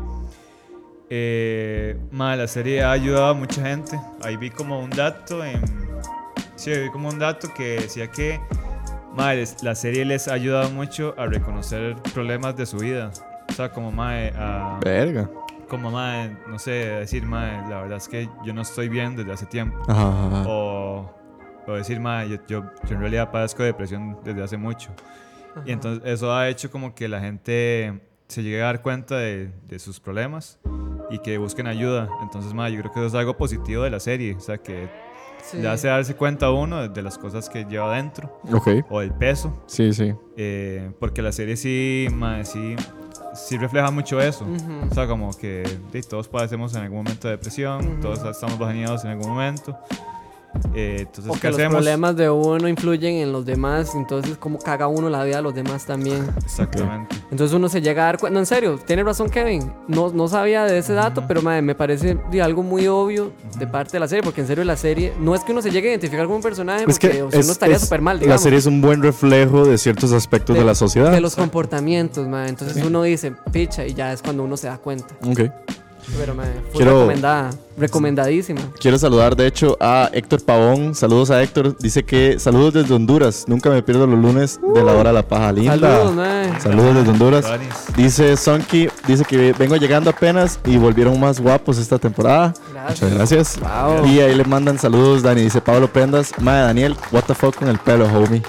Speaker 2: eh, ma, la serie ha ayudado a mucha gente. Ahí vi como un dato en... Sí, vi como un dato que decía que ma, les- la serie les ha ayudado mucho a reconocer problemas de su vida. O sea, como ma, eh, a,
Speaker 1: verga.
Speaker 2: como ma, eh, no sé, a decir ma, la verdad es que yo no estoy bien desde hace tiempo.
Speaker 1: Ajá, ajá, ajá.
Speaker 2: O, o decir ma, yo, yo, yo en realidad padezco de depresión desde hace mucho. Y entonces eso ha hecho como que la gente se llegue a dar cuenta de, de sus problemas y que busquen ayuda. Entonces, ma, yo creo que eso es algo positivo de la serie. O sea, que
Speaker 3: Sí.
Speaker 2: le hace darse cuenta uno de, de las cosas que lleva adentro
Speaker 1: Ok.
Speaker 2: o del peso.
Speaker 1: Sí, sí.
Speaker 2: eh, porque la serie sí, ma, sí, sí refleja mucho eso.
Speaker 3: Ujú.
Speaker 2: O sea, como que de, todos padecemos en algún momento de depresión, todos estamos bajoneados en algún momento. Eh, entonces,
Speaker 3: Porque
Speaker 2: ¿qué
Speaker 3: los
Speaker 2: hacemos?
Speaker 3: problemas de uno influyen en los demás, entonces como caga uno la vida de los demás también.
Speaker 2: Exactamente.
Speaker 3: Entonces uno se llega a dar cuenta, no en serio, tiene razón Kevin, no, no sabía de ese dato, pero madre, me parece di, algo muy obvio de parte de la serie, porque en serio la serie, no es que uno se llegue a identificar con un personaje,
Speaker 1: Es
Speaker 3: porque
Speaker 1: que
Speaker 3: o sea,
Speaker 1: es-
Speaker 3: uno estaría
Speaker 1: es-
Speaker 3: súper mal,
Speaker 1: la
Speaker 3: digamos.
Speaker 1: serie es un buen reflejo de ciertos aspectos de, la sociedad.
Speaker 3: De los comportamientos, madre. entonces uno dice, picha, y ya es cuando uno se da cuenta.
Speaker 1: Ok.
Speaker 3: Pero madre, fue
Speaker 1: Quiero-
Speaker 3: recomendada, recomendadísima.
Speaker 1: Quiero saludar, de hecho, a Héctor Pavón. Saludos a Héctor. Dice que saludos desde Honduras. Nunca me pierdo los lunes de la hora de la paja linda.
Speaker 3: Saludos, madre.
Speaker 1: Saludos desde Honduras.
Speaker 2: Tuanis.
Speaker 1: Dice Sonky, dice que vengo llegando apenas y volvieron más guapos esta temporada.
Speaker 3: Gracias.
Speaker 1: Muchas gracias.
Speaker 3: Wow.
Speaker 1: Y ahí le mandan saludos, Dani. Dice Pablo Prendas, Mae Daniel, what the fuck con el pelo, homie.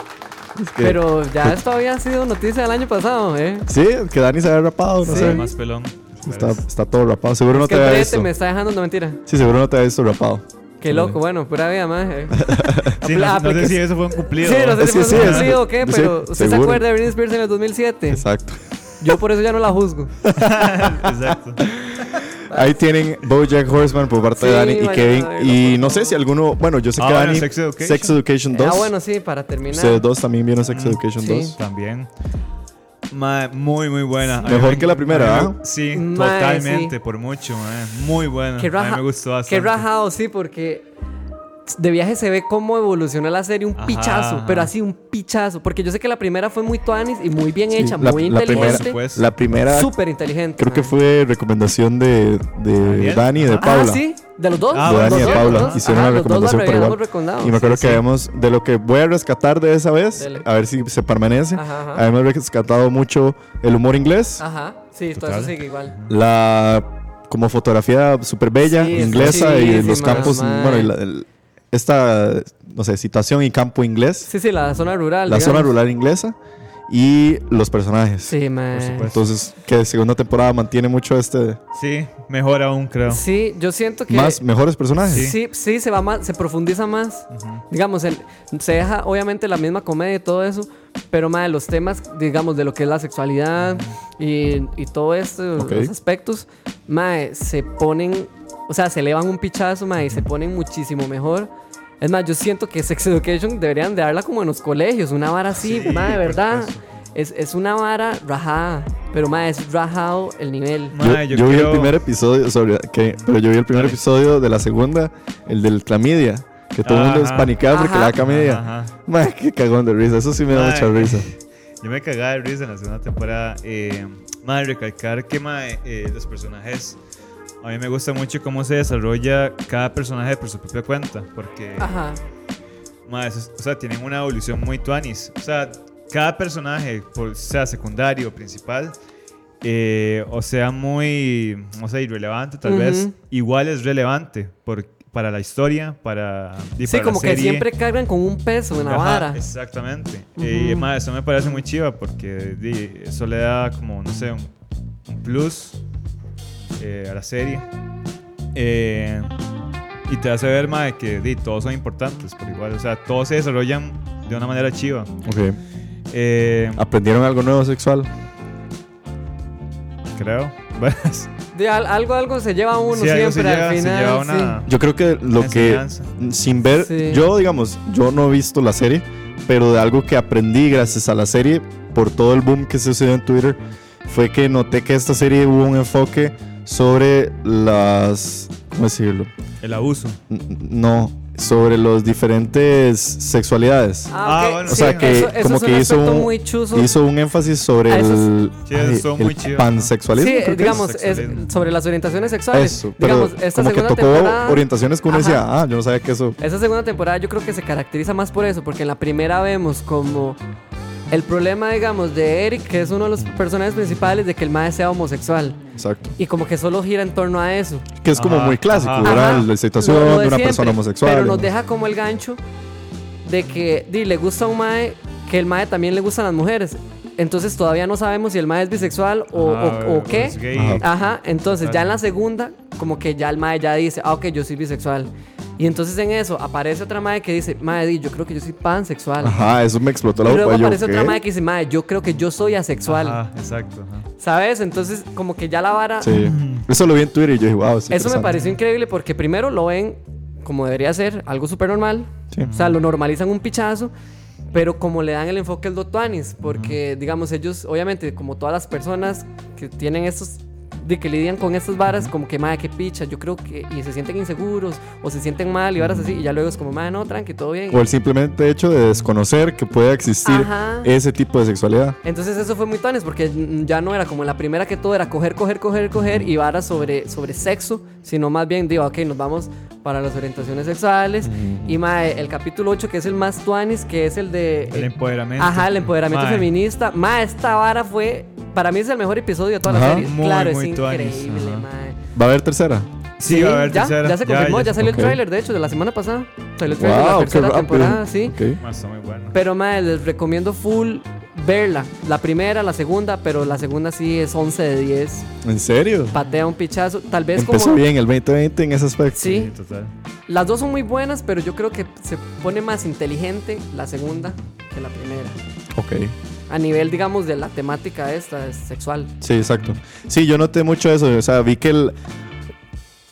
Speaker 1: Es que-
Speaker 3: Pero ya esto había sido noticia del año pasado, ¿eh?
Speaker 1: Sí, que Dani se había rapado, no
Speaker 3: Sí.
Speaker 1: sé.
Speaker 2: Más pelón.
Speaker 1: Está, está todo rapado. Seguro no
Speaker 3: es que
Speaker 1: te
Speaker 3: el
Speaker 1: había
Speaker 3: brete
Speaker 1: visto.
Speaker 3: me está dejando, no mentira.
Speaker 1: Sí, seguro no te había visto rapado.
Speaker 3: Qué loco, bueno, pura vida, madre.
Speaker 2: Sí, no, no
Speaker 3: Apla-
Speaker 2: sé
Speaker 3: apliques-
Speaker 2: si eso fue un cumplido.
Speaker 3: ah, Sí, no sé
Speaker 1: Es
Speaker 3: si
Speaker 1: que
Speaker 3: fue
Speaker 1: sí,
Speaker 3: un
Speaker 1: es-
Speaker 3: cumplido o qué,
Speaker 1: sí,
Speaker 3: pero usted se
Speaker 1: seguro.
Speaker 3: acuerda de Britney Spears en el 2007.
Speaker 1: Exacto.
Speaker 3: Yo por eso ya no la juzgo.
Speaker 2: Exacto.
Speaker 1: Ahí tienen Bojack Horseman por parte de
Speaker 3: Sí,
Speaker 1: Dani y
Speaker 3: vayan a
Speaker 1: Kevin.
Speaker 3: verlo,
Speaker 1: Y
Speaker 3: por
Speaker 1: no
Speaker 3: favor.
Speaker 1: sé si alguno. Bueno, yo sé
Speaker 2: Ah,
Speaker 1: que
Speaker 2: bueno,
Speaker 1: Dani.
Speaker 2: Sex Education.
Speaker 1: Sex Education 2.
Speaker 3: Ah, bueno, sí, para terminar.
Speaker 1: Ustedes dos también vieron Sex
Speaker 2: Ah,
Speaker 1: Education
Speaker 3: Sí.
Speaker 1: 2.
Speaker 2: También. Ma, muy, muy buena. A mí
Speaker 1: Mejor
Speaker 2: me-
Speaker 1: que la primera,
Speaker 2: a mí
Speaker 1: ¿ah?
Speaker 2: me- Sí,
Speaker 3: Ma,
Speaker 2: totalmente,
Speaker 3: sí.
Speaker 2: por mucho, ma. Muy buena.
Speaker 3: Qué, raja-
Speaker 2: a mí me gustó bastante.
Speaker 3: qué rajado, sí, porque de viaje se ve cómo evolucionó la serie un
Speaker 2: Ajá,
Speaker 3: pichazo,
Speaker 2: ajá.
Speaker 3: pero así un pichazo. Porque yo sé que la primera fue muy tuanis y muy bien hecha,
Speaker 1: La,
Speaker 3: muy
Speaker 1: la primera,
Speaker 3: inteligente.
Speaker 2: Por
Speaker 1: la primera
Speaker 3: Súper inteligente.
Speaker 1: creo que
Speaker 3: madre.
Speaker 1: fue recomendación de, de
Speaker 2: Daniel.
Speaker 1: Dani y de
Speaker 2: Ah,
Speaker 1: Paula.
Speaker 3: Ah, sí, de los dos.
Speaker 2: Ah,
Speaker 1: de
Speaker 2: bueno,
Speaker 3: los
Speaker 1: Dani y de
Speaker 3: dos,
Speaker 2: sí,
Speaker 3: los
Speaker 1: Paula
Speaker 3: dos.
Speaker 1: hicieron
Speaker 3: Ajá,
Speaker 1: una
Speaker 3: los dos la
Speaker 1: recomendación por igual.
Speaker 3: habíamos recomendado.
Speaker 1: Y me acuerdo
Speaker 2: Sí,
Speaker 1: que
Speaker 2: sí.
Speaker 1: habíamos, de lo que voy a rescatar de esa vez,
Speaker 3: Dele.
Speaker 1: a ver si se permanece,
Speaker 3: Ajá, ajá.
Speaker 1: habíamos rescatado mucho el humor inglés,
Speaker 3: Ajá, sí, todo
Speaker 2: Total.
Speaker 3: eso sigue igual.
Speaker 1: la como fotografía súper bella,
Speaker 3: Sí,
Speaker 1: inglesa, y los
Speaker 3: bellísima,
Speaker 1: campos,
Speaker 3: mae.
Speaker 1: bueno, y la- el- esta, no sé, situación y campo inglés,
Speaker 3: Sí, sí, la zona rural.
Speaker 1: la
Speaker 3: digamos.
Speaker 1: zona rural inglesa y los personajes.
Speaker 3: Sí, man.
Speaker 2: supuesto.
Speaker 1: Entonces, que segunda temporada mantiene mucho este...
Speaker 2: Sí, mejor aún, creo.
Speaker 3: Sí, yo siento que.
Speaker 1: Más, mejores personajes.
Speaker 3: Sí, sí, se va más, se profundiza más. Digamos, el- se deja obviamente la misma comedia y todo eso, pero más de los temas, digamos, de lo que es la sexualidad y, y todo esto,
Speaker 1: Ok.
Speaker 3: los aspectos, mae, se ponen, o sea, se elevan un pichazo, mae, y se ponen muchísimo mejor. Es más, yo siento que Sex Education deberían de darla como en los colegios, una vara así,
Speaker 2: Sí,
Speaker 3: mae,
Speaker 2: por
Speaker 3: ¿verdad?
Speaker 2: supuesto.
Speaker 3: Es, es una vara rajada, pero mae, es rajado el nivel.
Speaker 1: Yo,
Speaker 2: Ma, yo
Speaker 1: yo vi el
Speaker 2: creo-
Speaker 1: primer episodio, sorry, que- pero yo vi el primer episodio de la segunda, el del clamidia, que todo el mundo es
Speaker 2: Ajá.
Speaker 1: paniqueado porque
Speaker 3: Ajá.
Speaker 1: le da clamidia.
Speaker 2: Ajá.
Speaker 1: Ma, qué cagón de risa, eso sí me da
Speaker 2: Ay,
Speaker 1: mucha risa.
Speaker 2: Yo me cagaba de risa en la segunda temporada. Eh, madre, recalcar que mae, eh, los personajes. A mí me gusta mucho cómo se desarrolla cada personaje por su propia cuenta. Porque,
Speaker 3: Ajá.
Speaker 2: mae, eso es- o sea, tienen una evolución muy tuanis. O sea, cada personaje, por, sea secundario o principal, eh, o sea, muy, no sé, irrelevante tal
Speaker 3: Ujú.
Speaker 2: vez, igual es relevante por- para la historia, para. y
Speaker 3: Sí,
Speaker 2: para la
Speaker 3: como que
Speaker 2: serie.
Speaker 3: siempre cargan con un peso en la
Speaker 2: Ajá,
Speaker 3: vara.
Speaker 2: Exactamente.
Speaker 3: Ujú.
Speaker 2: Y más, eso me parece muy chiva porque di, eso le da como, no sé, un, un plus eh, a la serie. Eh, y te hace ver, más que di, todos son importantes por igual. O sea, todos se desarrollan de una manera chiva.
Speaker 1: Ok.
Speaker 2: Eh,
Speaker 1: ¿Aprendieron algo nuevo sexual?
Speaker 2: creo. Bueno,
Speaker 3: De al- algo, algo se lleva uno
Speaker 2: sí,
Speaker 3: siempre
Speaker 2: algo se lleva-
Speaker 3: al
Speaker 2: se
Speaker 3: final.
Speaker 2: lleva una-
Speaker 1: Yo creo que lo que,
Speaker 2: Enseñanza.
Speaker 1: sin ver,
Speaker 3: Sí.
Speaker 1: yo digamos, yo no he visto la serie, pero de algo que aprendí gracias a la serie, por todo el boom que se sucedió en Twitter, fue que noté que esta serie hubo un enfoque sobre las, ¿cómo decirlo?
Speaker 2: el abuso.
Speaker 1: N- No, sobre los diferentes sexualidades.
Speaker 3: Ah,
Speaker 2: Ah,
Speaker 3: ok,
Speaker 2: bueno,
Speaker 1: o
Speaker 3: sí,
Speaker 1: sea que
Speaker 3: eso- eso
Speaker 1: como
Speaker 3: es
Speaker 1: que
Speaker 3: un
Speaker 1: hizo
Speaker 3: aspecto
Speaker 1: un,
Speaker 3: muy chuzo.
Speaker 1: hizo un énfasis sobre
Speaker 3: Ah, eso es-
Speaker 1: el,
Speaker 2: Sí, eso estuvo muy chido, ajá.
Speaker 1: pansexualismo.
Speaker 3: Sí,
Speaker 1: creo que es.
Speaker 3: digamos, es
Speaker 2: sexualismo.
Speaker 3: sobre las orientaciones sexuales.
Speaker 1: Eso, pero
Speaker 3: digamos, esta
Speaker 1: como que
Speaker 3: segunda
Speaker 1: tocó
Speaker 3: temporada.
Speaker 1: orientaciones que uno
Speaker 3: Ajá.
Speaker 1: decía, ah, yo no sabía que eso...
Speaker 3: Esa segunda temporada yo creo que se caracteriza más por eso, porque en la primera vemos como el problema, digamos, de Eric, que es uno de los personajes principales, de que el mae sea homosexual.
Speaker 1: Exacto.
Speaker 3: Y como que solo gira en torno a eso.
Speaker 1: Que es como
Speaker 2: Ajá,
Speaker 1: muy clásico,
Speaker 2: ajá.
Speaker 1: ¿verdad?
Speaker 3: Ajá,
Speaker 1: La situación
Speaker 3: lo- lo
Speaker 1: de una
Speaker 3: siempre,
Speaker 1: persona homosexual.
Speaker 3: Pero nos
Speaker 1: digamos.
Speaker 3: deja como el gancho de que di, le gusta a un mae, que el mae también le gustan las mujeres. Entonces todavía no sabemos si el mae es bisexual o,
Speaker 2: Ah,
Speaker 3: o- o
Speaker 2: es
Speaker 3: qué.
Speaker 2: gay.
Speaker 1: Ajá.
Speaker 3: Ajá, entonces
Speaker 2: Total.
Speaker 3: ya en la segunda, como que ya el mae ya dice, ah, ok, yo soy bisexual. Y entonces en eso aparece otra mae que dice, mae, di, yo creo que yo soy pansexual.
Speaker 1: Ajá, eso me explotó
Speaker 3: Y
Speaker 1: la
Speaker 3: luego
Speaker 1: boca. yo,
Speaker 3: aparece otra
Speaker 1: ¿qué?
Speaker 3: mae que dice, mae, yo creo que yo soy asexual.
Speaker 2: Ajá, exacto. ajá.
Speaker 3: ¿Sabes? Entonces como que ya la vara
Speaker 1: Sí. Eso lo vi en Twitter y yo dije, wow,
Speaker 3: eso me pareció increíble porque primero lo ven como debería ser, algo súper normal. O sea, lo normalizan un pichazo, pero como le dan el enfoque al Dotuanis, porque, digamos, ellos, obviamente, como todas las personas que tienen estos de que lidian con estas varas, como que, madre, qué picha, yo creo que, y se sienten inseguros, o se sienten mal, y varas así, y ya luego es como, madre, no, tranqui, todo bien.
Speaker 1: O el simplemente hecho de desconocer que pueda existir
Speaker 3: Ajá.
Speaker 1: ese tipo de sexualidad.
Speaker 3: Entonces eso fue muy tones porque mm, ya no era como la primera que todo era coger, coger, coger, coger y varas sobre, sobre sexo, sino más bien digo, ok, nos vamos para las orientaciones sexuales y mae, el capítulo 8 que es el más tuanis, que es el de... eh,
Speaker 2: El empoderamiento.
Speaker 3: Ajá, el empoderamiento
Speaker 2: Mae,
Speaker 3: feminista. Mae, esta vara fue, para mí es el mejor episodio de toda la
Speaker 1: Ajá.
Speaker 3: serie.
Speaker 2: Muy,
Speaker 3: claro,
Speaker 2: muy
Speaker 3: es
Speaker 2: tuanis,
Speaker 3: increíble,
Speaker 2: ajá.
Speaker 3: mae.
Speaker 1: ¿Va a haber tercera?
Speaker 2: Sí, va a haber
Speaker 3: ya,
Speaker 2: tercera.
Speaker 3: ya se confirmó, ya, salió
Speaker 1: ok.
Speaker 3: el tráiler, de hecho, de la semana pasada. Salió el tráiler de la
Speaker 1: Wow, qué
Speaker 3: tercera
Speaker 1: rápido.
Speaker 3: temporada, sí.
Speaker 1: Ok.
Speaker 2: Ah, Está muy bueno.
Speaker 3: Pero madre, les recomiendo full verla. La primera, la segunda, pero la segunda sí es 11 de 10.
Speaker 1: ¿En serio?
Speaker 3: Patea un pichazo. Tal vez
Speaker 1: Empezó
Speaker 3: como...
Speaker 1: bien el 2020 en ese aspecto.
Speaker 3: Sí,
Speaker 2: total.
Speaker 3: las dos son muy buenas, pero yo creo que se pone más inteligente la segunda que la primera.
Speaker 1: Ok.
Speaker 3: A nivel, digamos, de la temática esta, es sexual.
Speaker 1: Sí, exacto. Sí, yo noté mucho eso. O sea, vi que el.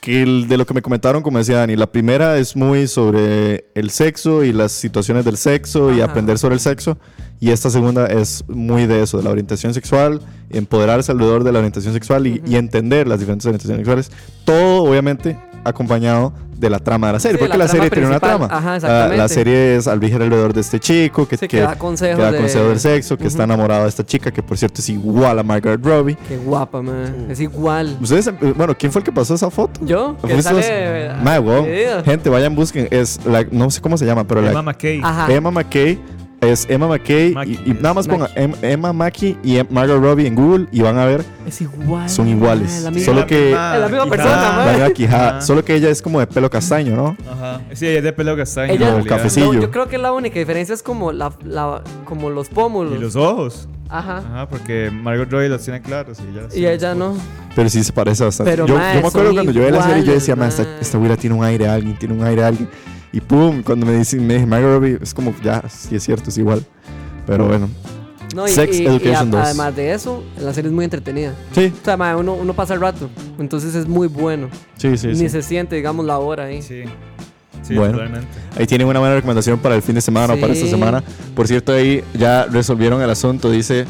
Speaker 1: Que el, de lo que me comentaron, como decía Dani, la primera es muy sobre el sexo y las situaciones del sexo y
Speaker 3: Ajá.
Speaker 1: aprender sobre el sexo. Y esta segunda es muy de eso, de la orientación sexual, empoderarse alrededor de la orientación sexual y, y entender las diferentes orientaciones sexuales. Todo, obviamente, acompañado de la trama de la serie,
Speaker 3: Sí,
Speaker 1: porque
Speaker 3: la
Speaker 1: la,
Speaker 3: trama
Speaker 1: serie tiene una
Speaker 3: principal.
Speaker 1: trama. Ah,
Speaker 3: Ajá,
Speaker 1: La- La,
Speaker 3: exactamente.
Speaker 1: serie es al viajar alrededor de este chico que,
Speaker 3: Sí, que
Speaker 1: que-
Speaker 3: da consejos
Speaker 1: que da
Speaker 3: de-
Speaker 1: consejos del sexo, que está
Speaker 3: Ujú.
Speaker 1: enamorado de esta chica, que por cierto es igual a Margaret Robbie.
Speaker 3: Qué guapa, madre. Es igual.
Speaker 1: Ustedes, eh, bueno, ¿quién fue el que pasó esa foto?
Speaker 3: ¿Yo? Que
Speaker 1: ¿Fuiste
Speaker 3: sale...
Speaker 1: vos?
Speaker 3: eh,
Speaker 1: Mae, wow.
Speaker 3: video.
Speaker 1: Gente, vayan, busquen. Es la, no sé cómo se llama, pero
Speaker 2: Emma
Speaker 1: la,
Speaker 2: McKay.
Speaker 3: Ajá.
Speaker 1: Emma McKay. Es Emma McKay.
Speaker 2: Mackey,
Speaker 1: y, y nada más
Speaker 3: Mackey.
Speaker 1: pongan Em- Emma McKay y Em- Margot Robbie en Google y van a ver.
Speaker 3: Es igual.
Speaker 1: Son iguales.
Speaker 3: mae, la
Speaker 2: Sí,
Speaker 3: misma-
Speaker 1: Solo
Speaker 2: la
Speaker 1: que-
Speaker 2: misma-
Speaker 3: Es la misma
Speaker 2: y-
Speaker 3: persona,
Speaker 2: Ah,
Speaker 3: mae.
Speaker 1: Van a quijar.
Speaker 2: Ajá.
Speaker 1: Solo que ella es como de pelo castaño, ¿no?
Speaker 2: Ajá. Sí, ella es de pelo castaño.
Speaker 3: Ella-
Speaker 2: en
Speaker 3: Como
Speaker 2: realidad.
Speaker 1: cafecito.
Speaker 3: No,
Speaker 1: Sillo.
Speaker 3: yo creo que la única diferencia es como, la, la- como los Ah, pómulos.
Speaker 2: Y los ojos.
Speaker 3: Ajá.
Speaker 2: Ajá, porque Margot Robbie los tiene claros. Y ella, los
Speaker 3: Y
Speaker 2: tiene
Speaker 3: ella
Speaker 2: oscuros.
Speaker 3: no.
Speaker 1: Pero sí se parece bastante.
Speaker 3: Pero,
Speaker 1: yo,
Speaker 3: mae,
Speaker 1: yo me acuerdo
Speaker 3: son
Speaker 1: cuando yo veía la serie, yo decía,
Speaker 3: iguales,
Speaker 1: "Mae,
Speaker 3: mae".
Speaker 1: esta, esta güira tiene un aire a alguien, tiene un aire a alguien. Y pum, cuando me dicen, me dije, Margot Robbie, es como, ya, sí es cierto, es igual. Pero bueno.
Speaker 3: No, y,
Speaker 1: Sex
Speaker 3: y- y
Speaker 1: Education
Speaker 3: a-
Speaker 1: 2.
Speaker 3: además de eso, la serie es muy entretenida.
Speaker 1: Sí,
Speaker 3: O sea, mae, uno, uno pasa el rato. Entonces es muy bueno.
Speaker 1: sí, sí.
Speaker 3: Ni
Speaker 1: sí.
Speaker 3: se siente, digamos, la hora ahí.
Speaker 2: Sí. Sí,
Speaker 1: Bueno.
Speaker 2: totalmente.
Speaker 1: Ahí tienen una buena recomendación para el fin de semana o para esta
Speaker 3: Sí.
Speaker 1: semana. Por cierto, ahí ya resolvieron el asunto. Dice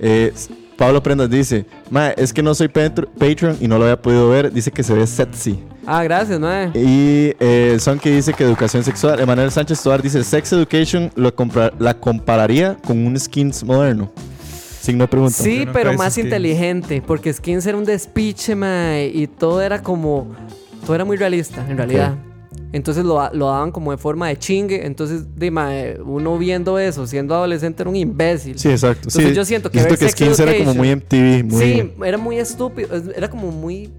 Speaker 1: eh, Pablo Prendas: dice, "Mae, es que no soy patr- Patreon y no lo había podido ver. Dice que se ve sexy.
Speaker 3: Ah, gracias, mae.
Speaker 1: Y eh, Son que dice que educación sexual. Emanuel Sánchez Tovar dice: Sex Education lo compra- la compararía con un skins moderno. Signo de pregunta.
Speaker 3: Sí,
Speaker 2: Yo nunca
Speaker 3: pero
Speaker 2: hice
Speaker 3: más
Speaker 2: skins.
Speaker 3: inteligente. Porque Skins era un despiche, mae. Y todo era como. Todo era muy realista, en realidad. Entonces lo, lo daban como de forma de chingue. Entonces, de, mae, uno viendo eso, siendo adolescente, era un imbécil.
Speaker 1: Sí, exacto.
Speaker 3: Entonces
Speaker 1: sí.
Speaker 3: yo siento que ver Sex
Speaker 1: skins era como
Speaker 3: Education-
Speaker 1: muy MTV. Muy,
Speaker 3: Sí, era muy estúpido. es- Era como muy.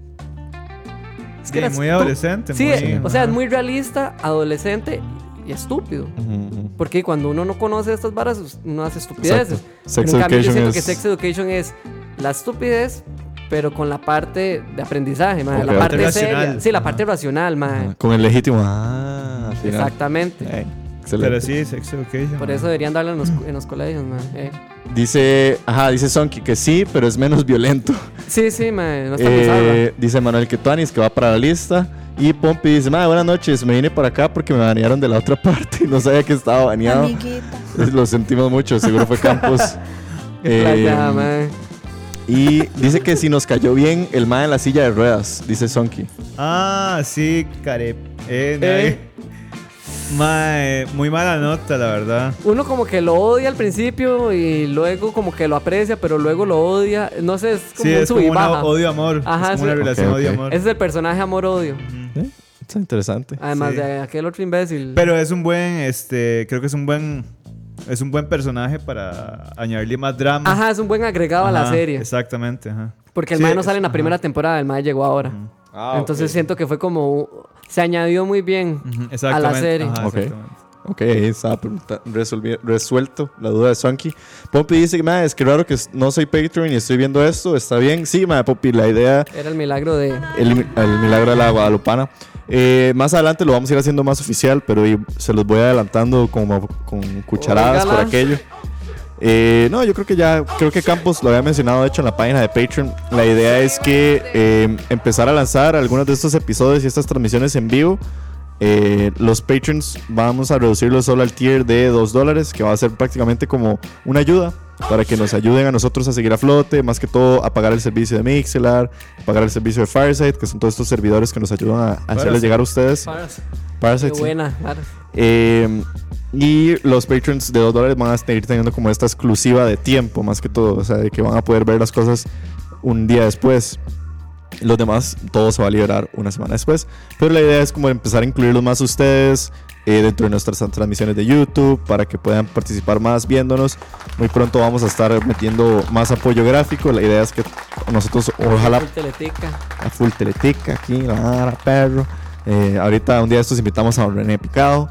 Speaker 3: Es
Speaker 2: Sí, muy
Speaker 3: estu-
Speaker 2: adolescente,
Speaker 3: Sí,
Speaker 2: muy-
Speaker 3: o sea, es
Speaker 2: ajá.
Speaker 3: muy realista, adolescente y estúpido.
Speaker 1: Ujú, ujú.
Speaker 3: Porque cuando uno no conoce estas varas, us- uno hace estupideces.
Speaker 1: Exacto.
Speaker 3: Pero
Speaker 1: Sex
Speaker 3: en cambio, yo
Speaker 1: Education
Speaker 3: siento que
Speaker 1: es-
Speaker 3: Sex Education es la estupidez, pero con la parte de aprendizaje, mae,
Speaker 1: Ok,
Speaker 3: la
Speaker 1: ok.
Speaker 3: parte seria.
Speaker 2: Racional.
Speaker 3: Sí, la
Speaker 2: Ajá.
Speaker 3: parte racional, mae.
Speaker 1: Ajá, Con el legítimo. Ah, al final.
Speaker 3: Exactamente.
Speaker 1: Eh, excelente.
Speaker 2: Pero sí, Sex Education.
Speaker 3: Por
Speaker 2: ¿no?
Speaker 3: eso deberían darla en los, en los colegios, mae. eh.
Speaker 1: Dice, ajá, dice Sonky que sí, pero es menos violento.
Speaker 3: Sí, sí, mae. No está bizarra.
Speaker 1: Eh, dice Manuel que Tuanis que va para la lista. Y Pompi dice, madre, buenas noches, me vine para acá porque me banearon de la otra parte y no sabía que estaba baneado.
Speaker 5: amiguita,
Speaker 1: Lo sentimos mucho, seguro fue Campos.
Speaker 3: Qué
Speaker 1: Eh,
Speaker 3: playada, mae.
Speaker 1: y dice que si nos cayó bien el mae en la silla de ruedas, dice Sonky.
Speaker 2: Ah, sí, care. Eh,
Speaker 3: Eh.
Speaker 2: nadie- Mae, muy mala nota, la verdad.
Speaker 3: Uno como que lo odia al principio y luego como que lo aprecia, pero luego lo odia. No sé, es como
Speaker 2: Sí,
Speaker 3: un
Speaker 2: es
Speaker 3: sub y
Speaker 2: como una
Speaker 3: baja.
Speaker 2: odio-amor. Es
Speaker 3: Ajá,
Speaker 2: como
Speaker 3: sí.
Speaker 2: una relación
Speaker 1: Ok, ok.
Speaker 2: odio-amor.
Speaker 3: Ese es el personaje amor-odio.
Speaker 1: ¿Eh? Está interesante.
Speaker 3: Además
Speaker 2: Sí.
Speaker 3: de aquel otro imbécil.
Speaker 2: Pero es un buen, este, creo que es un buen, es un buen personaje para añadirle más drama.
Speaker 3: Ajá, es un buen agregado a la
Speaker 2: Ajá,
Speaker 3: serie.
Speaker 2: Exactamente, ajá.
Speaker 3: Porque el
Speaker 2: Sí,
Speaker 3: mae no
Speaker 2: es-
Speaker 3: sale en la
Speaker 2: ajá.
Speaker 3: primera temporada, el mae llegó ahora.
Speaker 1: Ah,
Speaker 3: Entonces siento que fue como. Se añadió muy bien.
Speaker 2: Ujú, Exactamente.
Speaker 3: serie.
Speaker 2: ajá,
Speaker 1: Ok.
Speaker 2: exactamente.
Speaker 1: Ok, ahí estaba pregunta- resolvi- resuelto la duda de Sonky. Poppy dice, madre, es que raro que s- no soy Patreon y estoy viendo esto. Está bien. Sí, madre, Poppy, la idea,
Speaker 3: Era el milagro de.
Speaker 1: el, el milagro de la Guadalupana. Eh, más adelante lo vamos a ir haciendo más oficial, pero y- se los voy adelantando como con cucharadas por
Speaker 3: Óigala.
Speaker 1: aquello. Eh, no, yo creo que ya, creo que Campos lo había mencionado, de hecho, en la página de Patreon. La idea es que eh, empezar a lanzar algunos de estos episodios y estas transmisiones en vivo. eh, eh, los patrons vamos a reducirlo solo al tier de 2 dólares, que va a ser prácticamente como una ayuda para que nos ayuden a nosotros a seguir a flote, más que todo a pagar el servicio de Mixelar, pagar el servicio de Fireside, que son todos estos servidores que nos ayudan a- a hacerles
Speaker 2: Parasite.
Speaker 1: llegar a ustedes.
Speaker 3: Qué
Speaker 1: Parasite, sí.
Speaker 3: buena, claro.
Speaker 1: Eh, y los patrons de 2 dólares van a seguir teniendo como esta exclusiva de tiempo, más que todo. O sea, de que van a poder ver las cosas un día después. Los demás, todo se va a liberar una semana después. Pero la idea es como empezar a incluirlos más ustedes eh, dentro de nuestras transmisiones de YouTube para que puedan participar más viéndonos. Muy pronto vamos a estar metiendo más apoyo gráfico. La idea es que nosotros, ojalá
Speaker 3: Full Teletica.
Speaker 1: a full teletica aquí, la vara, perro. Eh, ahorita un día de estos invitamos a don René Picado.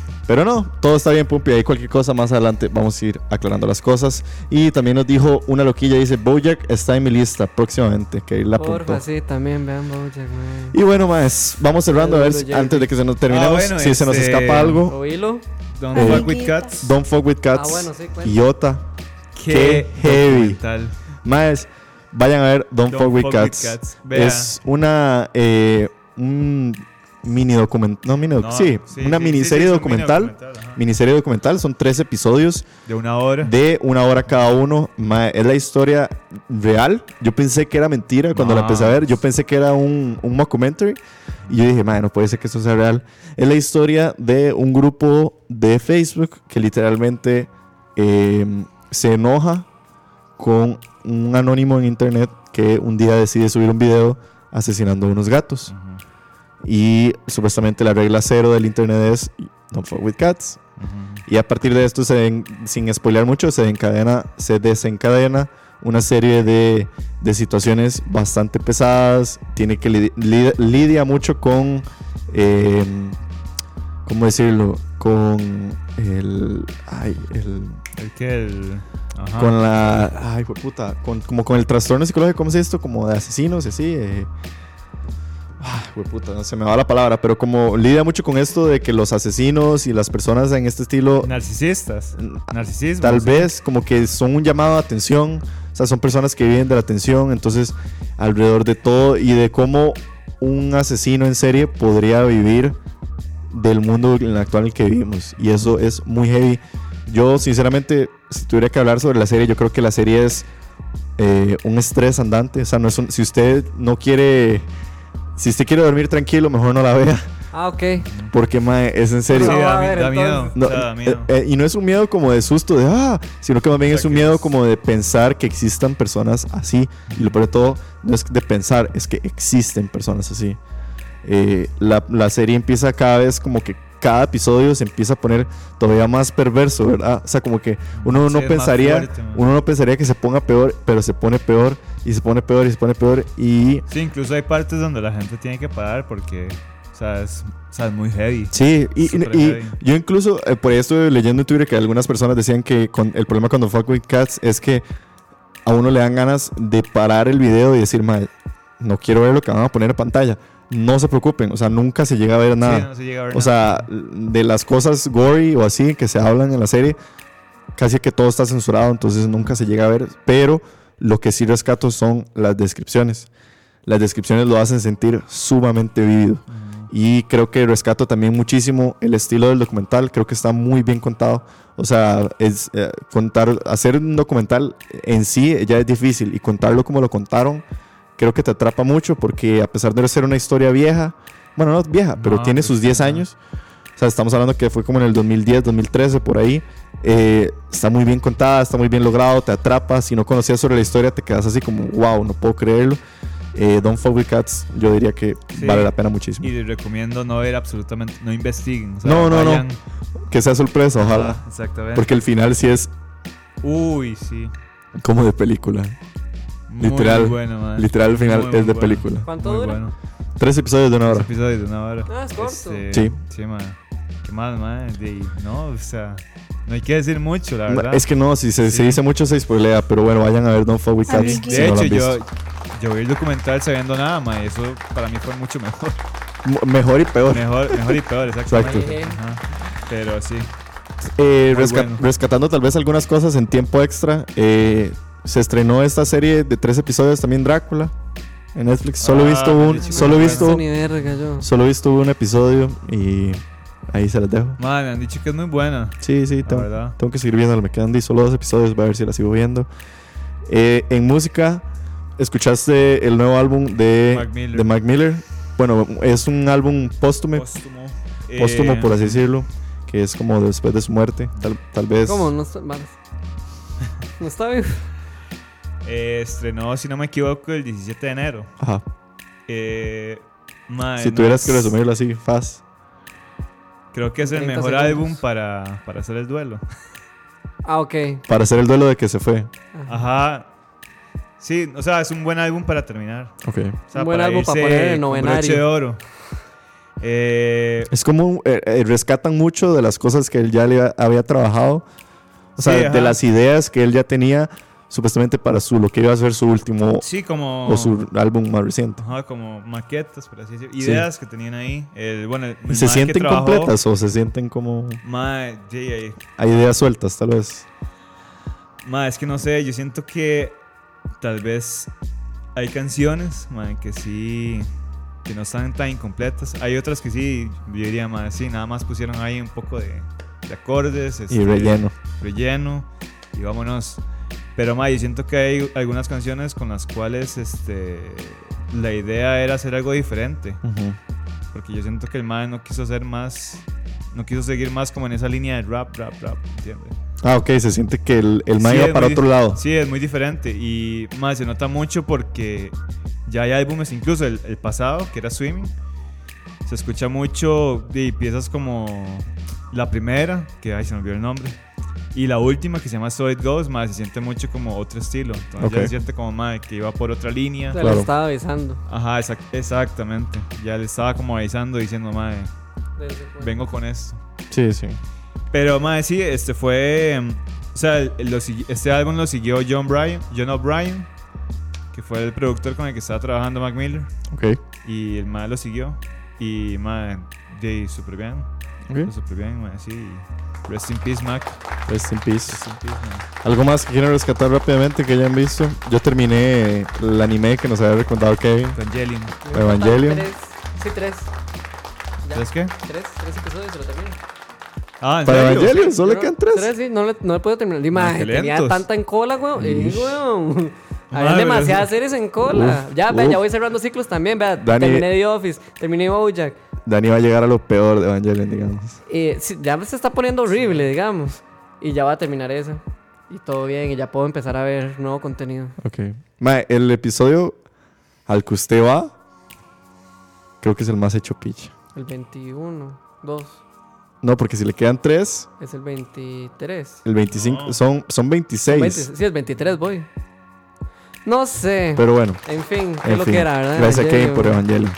Speaker 1: Eh, pero no, todo está bien, Pumpi. Ahí cualquier cosa más adelante vamos a ir aclarando las cosas. Y también nos dijo una loquilla, dice, Bojack está en mi lista próximamente, que ahí la apuntó.
Speaker 3: Porfa, sí, también vean Bojack, man.
Speaker 1: Y bueno, más, vamos cerrando a ver
Speaker 3: Saludos,
Speaker 1: si-
Speaker 3: Jerry.
Speaker 1: antes de que se nos terminemos,
Speaker 3: Ah,
Speaker 2: bueno,
Speaker 1: si se nos
Speaker 2: este-
Speaker 1: escapa algo.
Speaker 3: Oílo.
Speaker 2: Don't
Speaker 1: Eh,
Speaker 2: fuck with cats.
Speaker 1: Don't fuck with cats.
Speaker 3: oh. Ah, bueno, sí, cuenta.
Speaker 1: Iota. Qué heavy.
Speaker 2: documental.
Speaker 1: Más, vayan a ver Don't, Fuck With Cats.
Speaker 2: Vea.
Speaker 1: Es una. eh, un mini documental. No, mini doc-
Speaker 2: No,
Speaker 1: sí,
Speaker 2: sí,
Speaker 1: una
Speaker 2: sí,
Speaker 1: miniserie
Speaker 2: sí, sí, es un mini
Speaker 1: documental.
Speaker 2: documental, ajá.
Speaker 1: Miniserie documental, son tres episodios
Speaker 2: De una hora.
Speaker 1: de una hora cada uno. Ma, es la historia real. Yo pensé que era mentira cuando la empecé a ver. Yo pensé que era un, un mockumentary. Y yo dije, "Ma, no puede ser que esto sea real. Es la historia de un grupo de Facebook que literalmente eh, se enoja con un anónimo en internet que un día decide subir un video asesinando a unos gatos. Y supuestamente la regla cero del internet es don't fuck with cats. Y a partir de esto, se den- sin spoilear mucho, se, desencadena- se desencadena una serie de, de situaciones bastante pesadas. Tiene que lidi- lid- lidia mucho con, eh, ¿cómo decirlo? Con el, ay, el-
Speaker 2: El que el. Ajá.
Speaker 1: con la, ay, puta, con, como con el trastorno psicológico, ¿cómo se dice esto? Como de asesinos y así. eh. Ay, puta, no se me va la palabra, pero como lidia mucho con esto de que los asesinos y las personas en este estilo
Speaker 2: Narcisistas. Narcisismo.
Speaker 1: tal
Speaker 2: sí.
Speaker 1: vez como que son un llamado de atención, o sea, son personas que viven de la atención, entonces alrededor de todo y de cómo un asesino en serie podría vivir del mundo en el actual en el que vivimos y eso es muy heavy. Yo sinceramente, si tuviera que hablar sobre la serie, yo creo que la serie es eh, un estrés andante, o sea, no es un- si usted no quiere, si usted quiere dormir tranquilo, mejor no la vea,
Speaker 3: Ah, ok.
Speaker 1: porque mae, es en serio.
Speaker 2: Sí,
Speaker 3: No,
Speaker 2: da,
Speaker 3: a
Speaker 2: mi-
Speaker 3: ver,
Speaker 2: da miedo.
Speaker 3: entonces.
Speaker 1: No,
Speaker 2: da
Speaker 1: eh,
Speaker 2: miedo.
Speaker 1: eh, y no es un miedo como de susto, de ah, sino que más bien
Speaker 2: sea,
Speaker 1: es un
Speaker 2: que
Speaker 1: miedo
Speaker 2: es-
Speaker 1: como de pensar que existan personas así. Y lo peor de todo, no es de pensar, es que existen personas así. Eh, la, la serie empieza cada vez como que cada episodio se empieza a poner todavía más perverso, ¿verdad? O sea, como que uno
Speaker 2: Sí,
Speaker 1: no
Speaker 2: es más
Speaker 1: pensaría,
Speaker 2: fuerte, man.
Speaker 1: uno no pensaría que se ponga peor, pero se pone peor y se pone peor y se pone peor y
Speaker 2: Sí, incluso hay partes donde la gente tiene que parar porque. O sea, es, o sea, es muy heavy.
Speaker 1: Sí, y, y-
Speaker 2: Súper
Speaker 1: y
Speaker 2: heavy.
Speaker 1: yo incluso eh, por ahí estuve leyendo en Twitter que algunas personas decían que con, el problema cuando fuck with cats es que a uno le dan ganas de parar el video y decir, "Mae, no quiero ver lo que van a poner en pantalla. No se preocupen, o sea, nunca se llega a ver nada.
Speaker 2: Sí, no se llega a ver
Speaker 1: o sea, de las cosas gory o así que se hablan en la serie, casi que todo está censurado, entonces nunca se llega a ver. Pero lo que sí rescato son las descripciones. Las descripciones lo hacen sentir sumamente vivido. Y creo que rescato también muchísimo el estilo del documental. Creo que está muy bien contado. O sea, es, eh, contar, hacer un documental en sí ya es difícil. Y contarlo como lo contaron, creo que te atrapa mucho porque a pesar de ser una historia vieja, bueno, no es vieja, pero
Speaker 2: No,
Speaker 1: tiene
Speaker 2: pues,
Speaker 1: sus 10
Speaker 2: ajá.
Speaker 1: años. O sea, estamos hablando que fue como en el 2010, 2013, por ahí. Eh, está muy bien contada, está muy bien logrado, te atrapa. Si no conocías sobre la historia, te quedas así como, wow, no puedo creerlo. Eh, Don't Fuck With Cats, yo diría que
Speaker 2: Sí.
Speaker 1: vale la pena muchísimo.
Speaker 2: Y les recomiendo no ver absolutamente. No investiguen. o sea,
Speaker 1: No, no, no.
Speaker 2: vayan-
Speaker 1: Que sea sorpresa, ojalá.
Speaker 2: Ah, exactamente.
Speaker 1: Porque el final sí es
Speaker 2: Uy, sí.
Speaker 1: como de película.
Speaker 2: Muy
Speaker 1: Literal,
Speaker 2: bueno, man.
Speaker 1: Literal, el final
Speaker 2: Muy, muy
Speaker 1: es de
Speaker 2: bueno.
Speaker 1: película.
Speaker 3: ¿Cuánto
Speaker 2: Muy
Speaker 3: dura?
Speaker 2: bueno.
Speaker 1: Tres episodios de una
Speaker 2: Tres
Speaker 1: hora.
Speaker 2: episodios de una hora. Este,
Speaker 3: Ah, es corto.
Speaker 1: Sí.
Speaker 2: Sí, man. ¿Qué más, man? De- no, o sea, no hay que decir mucho, la
Speaker 1: No,
Speaker 2: verdad.
Speaker 1: Es que no, si se, se
Speaker 2: Sí.
Speaker 1: dice mucho se spoilea, pero bueno, vayan a ver Don't Fuck With
Speaker 5: Sí.
Speaker 1: Cats. si
Speaker 5: De
Speaker 2: de
Speaker 1: no lo
Speaker 2: hecho,
Speaker 1: han
Speaker 2: yo,
Speaker 1: visto.
Speaker 2: yo vi el documental sabiendo nada, man. y Eso para mí fue mucho mejor.
Speaker 1: M- Mejor y peor.
Speaker 2: Mejor, mejor y peor, exactamente. Ajá. Pero sí.
Speaker 1: Eh,
Speaker 2: Muy
Speaker 1: resca-
Speaker 2: bueno.
Speaker 1: Rescatando tal vez algunas cosas en tiempo extra. eh, se estrenó esta serie de tres episodios también Drácula. en Netflix. Solo he
Speaker 2: Ah,
Speaker 1: visto
Speaker 2: pero
Speaker 1: un,
Speaker 2: chico,
Speaker 1: solo he
Speaker 2: no
Speaker 1: visto,
Speaker 3: Eso ni verga, yo.
Speaker 1: solo he visto un episodio y ahí se las dejo.
Speaker 2: Madre, me han dicho que es muy buena.
Speaker 1: Sí, sí,
Speaker 2: La
Speaker 1: tengo,
Speaker 2: verdad.
Speaker 1: tengo que seguir viendo Me quedan di- solo dos episodios. Voy a ver si la sigo viendo. Eh, en música, escuchaste el nuevo álbum de
Speaker 2: Mac Miller.
Speaker 1: de Mac Miller. Bueno, es un álbum póstume,
Speaker 2: Póstumo.
Speaker 1: póstumo
Speaker 2: Eh,
Speaker 1: por así decirlo, que es como después de su muerte. Tal, tal vez.
Speaker 3: ¿Cómo? No está, varas. No está bien.
Speaker 2: eh, estrenó, si no me equivoco, el 17 de enero.
Speaker 1: Ajá.
Speaker 2: Eh, madre,
Speaker 1: si
Speaker 2: no,
Speaker 1: tuvieras que
Speaker 2: es-
Speaker 1: resumirlo así, fast.
Speaker 2: Creo que es el
Speaker 3: 30
Speaker 2: mejor
Speaker 3: segundos.
Speaker 2: álbum para, para hacer el duelo.
Speaker 3: Ah, ok.
Speaker 1: Para hacer el duelo de que se fue.
Speaker 2: Ajá. Sí, o sea, es un buen álbum para terminar.
Speaker 1: Ok.
Speaker 2: O sea,
Speaker 3: Un buen
Speaker 2: para
Speaker 3: álbum para
Speaker 2: irse
Speaker 3: poner en el
Speaker 2: con
Speaker 3: novenario.
Speaker 2: broche de oro. Eh,
Speaker 1: Es como eh, eh, rescatan mucho de las cosas que él ya le ha- había trabajado. O sea,
Speaker 2: Sí, ajá.
Speaker 1: de las ideas que él ya tenía supuestamente para su lo que iba a ser su último
Speaker 2: sí, como...
Speaker 1: o su álbum más reciente.
Speaker 2: Ajá, como maquetas, por así decirlo. Ideas que tenían ahí. El, bueno, el- el
Speaker 1: ¿Se
Speaker 2: mae que
Speaker 1: sienten
Speaker 2: trabajó,
Speaker 1: completas o se sienten como
Speaker 2: Mae, sí, ahí.
Speaker 1: hay ideas sueltas tal vez?
Speaker 2: Mae, es que no sé, yo siento que tal vez hay canciones, mae, que sí, que no están tan incompletas. Hay otras que sí, yo diría, mae, sí, nada más pusieron ahí un poco de, de acordes.
Speaker 1: Y
Speaker 2: este,
Speaker 1: relleno.
Speaker 2: Relleno, y vámonos. Pero mae, yo siento que hay algunas canciones con las cuales, este, la idea era hacer algo diferente.
Speaker 1: Ujú.
Speaker 2: Porque yo siento que el mae no quiso hacer más, no quiso seguir más como en esa línea de rap, rap, rap, ¿entiendes?
Speaker 1: Ah, ok, se siente que el, el man
Speaker 2: Sí,
Speaker 1: iba
Speaker 2: es
Speaker 1: para
Speaker 2: muy
Speaker 1: otro lado.
Speaker 2: Sí, es muy diferente y más se nota mucho porque ya hay álbumes, incluso el, el pasado, que era Swimming, se escucha mucho de piezas como la primera, que ay, se me olvidó el nombre, y la última que se llama So It Goes, más se siente mucho como otro estilo, entonces ya
Speaker 1: Ok.
Speaker 2: se siente como más que iba por otra línea.
Speaker 3: Se
Speaker 1: Claro.
Speaker 3: lo estaba avisando.
Speaker 2: Ajá, exac- exactamente. Ya le estaba como avisando, diciendo, madre, vengo con esto.
Speaker 1: Sí, sí.
Speaker 2: Pero más sí, este fue. em, O sea, el- lo sigui- este álbum lo siguió John Bryan, John O'Brien, que fue el productor con el que estaba trabajando Mac Miller.
Speaker 1: Ok.
Speaker 2: Y el más lo siguió. Y más de súper bien.
Speaker 1: Ok.
Speaker 2: Súper bien, mae, sí. Rest in peace, Mac.
Speaker 1: Rest in peace.
Speaker 2: Rest in peace, mae.
Speaker 1: Algo más que quiero rescatar rápidamente que hayan visto. Yo terminé el anime que nos había recomendado Kevin.
Speaker 2: Evangelion.
Speaker 1: Evangelion.
Speaker 3: Tres, sí, tres. Ya,
Speaker 2: ¿Sabes qué?
Speaker 3: tres, tres episodios, pero termino.
Speaker 2: Ah, ¿en
Speaker 1: Para
Speaker 2: serio?
Speaker 1: Evangelion, solo
Speaker 3: Yo no-
Speaker 1: quedan tres.
Speaker 3: Tres, sí, no le, no le puedo terminar.
Speaker 2: Mae,
Speaker 3: Dime,
Speaker 2: qué
Speaker 3: tenía
Speaker 2: lentos.
Speaker 3: tanta en cola, weón. Y, weón,
Speaker 2: Mae,
Speaker 3: Había
Speaker 2: pero-
Speaker 3: demasiadas series en cola.
Speaker 1: Uf,
Speaker 3: ya, vea, ya
Speaker 1: uf.
Speaker 3: voy cerrando ciclos también, vea.
Speaker 1: Dani-
Speaker 3: Terminé The Office, terminé Bojack.
Speaker 1: Dani va a llegar a lo peor de Evangelion, digamos.
Speaker 3: Eh, sí, ya se está poniendo horrible, digamos. Y ya va a terminar eso. Y todo bien, y ya puedo empezar a ver nuevo contenido.
Speaker 1: Ok. Mae, el episodio al que usted va, creo que es el más hecho picha.
Speaker 3: El 21, 2,
Speaker 1: No, porque si le quedan tres,
Speaker 3: es el 23.
Speaker 1: el 25,
Speaker 2: No.
Speaker 1: son, son 26.
Speaker 3: 20, sí, es 23, voy. No sé.
Speaker 1: Pero bueno,
Speaker 3: en fin, qué
Speaker 1: en
Speaker 3: lo
Speaker 1: fin.
Speaker 3: que era, ¿verdad?
Speaker 1: gracias a Kevin
Speaker 3: Evangelion?
Speaker 1: por Evangelion.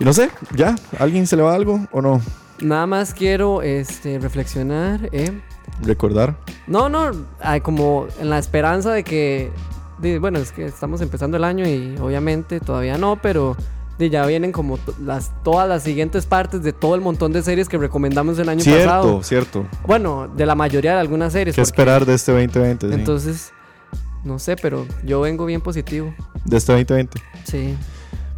Speaker 1: Y no sé, ya, ¿alguien se le va algo o no?
Speaker 3: Nada más quiero este, reflexionar. ¿eh?
Speaker 1: Recordar.
Speaker 3: No, no, ah, como en la esperanza de que. de- bueno, es que estamos empezando el año y obviamente todavía no, pero de ya vienen como to- las, todas las siguientes partes de todo el montón de series que recomendamos el año
Speaker 1: Cierto,
Speaker 3: pasado.
Speaker 1: cierto.
Speaker 3: Bueno, de la mayoría de algunas series.
Speaker 1: ¿Qué
Speaker 3: porque-
Speaker 1: esperar de este 2020? sí?
Speaker 3: Entonces, no sé, pero yo vengo bien positivo.
Speaker 1: de este 2020.
Speaker 3: Sí.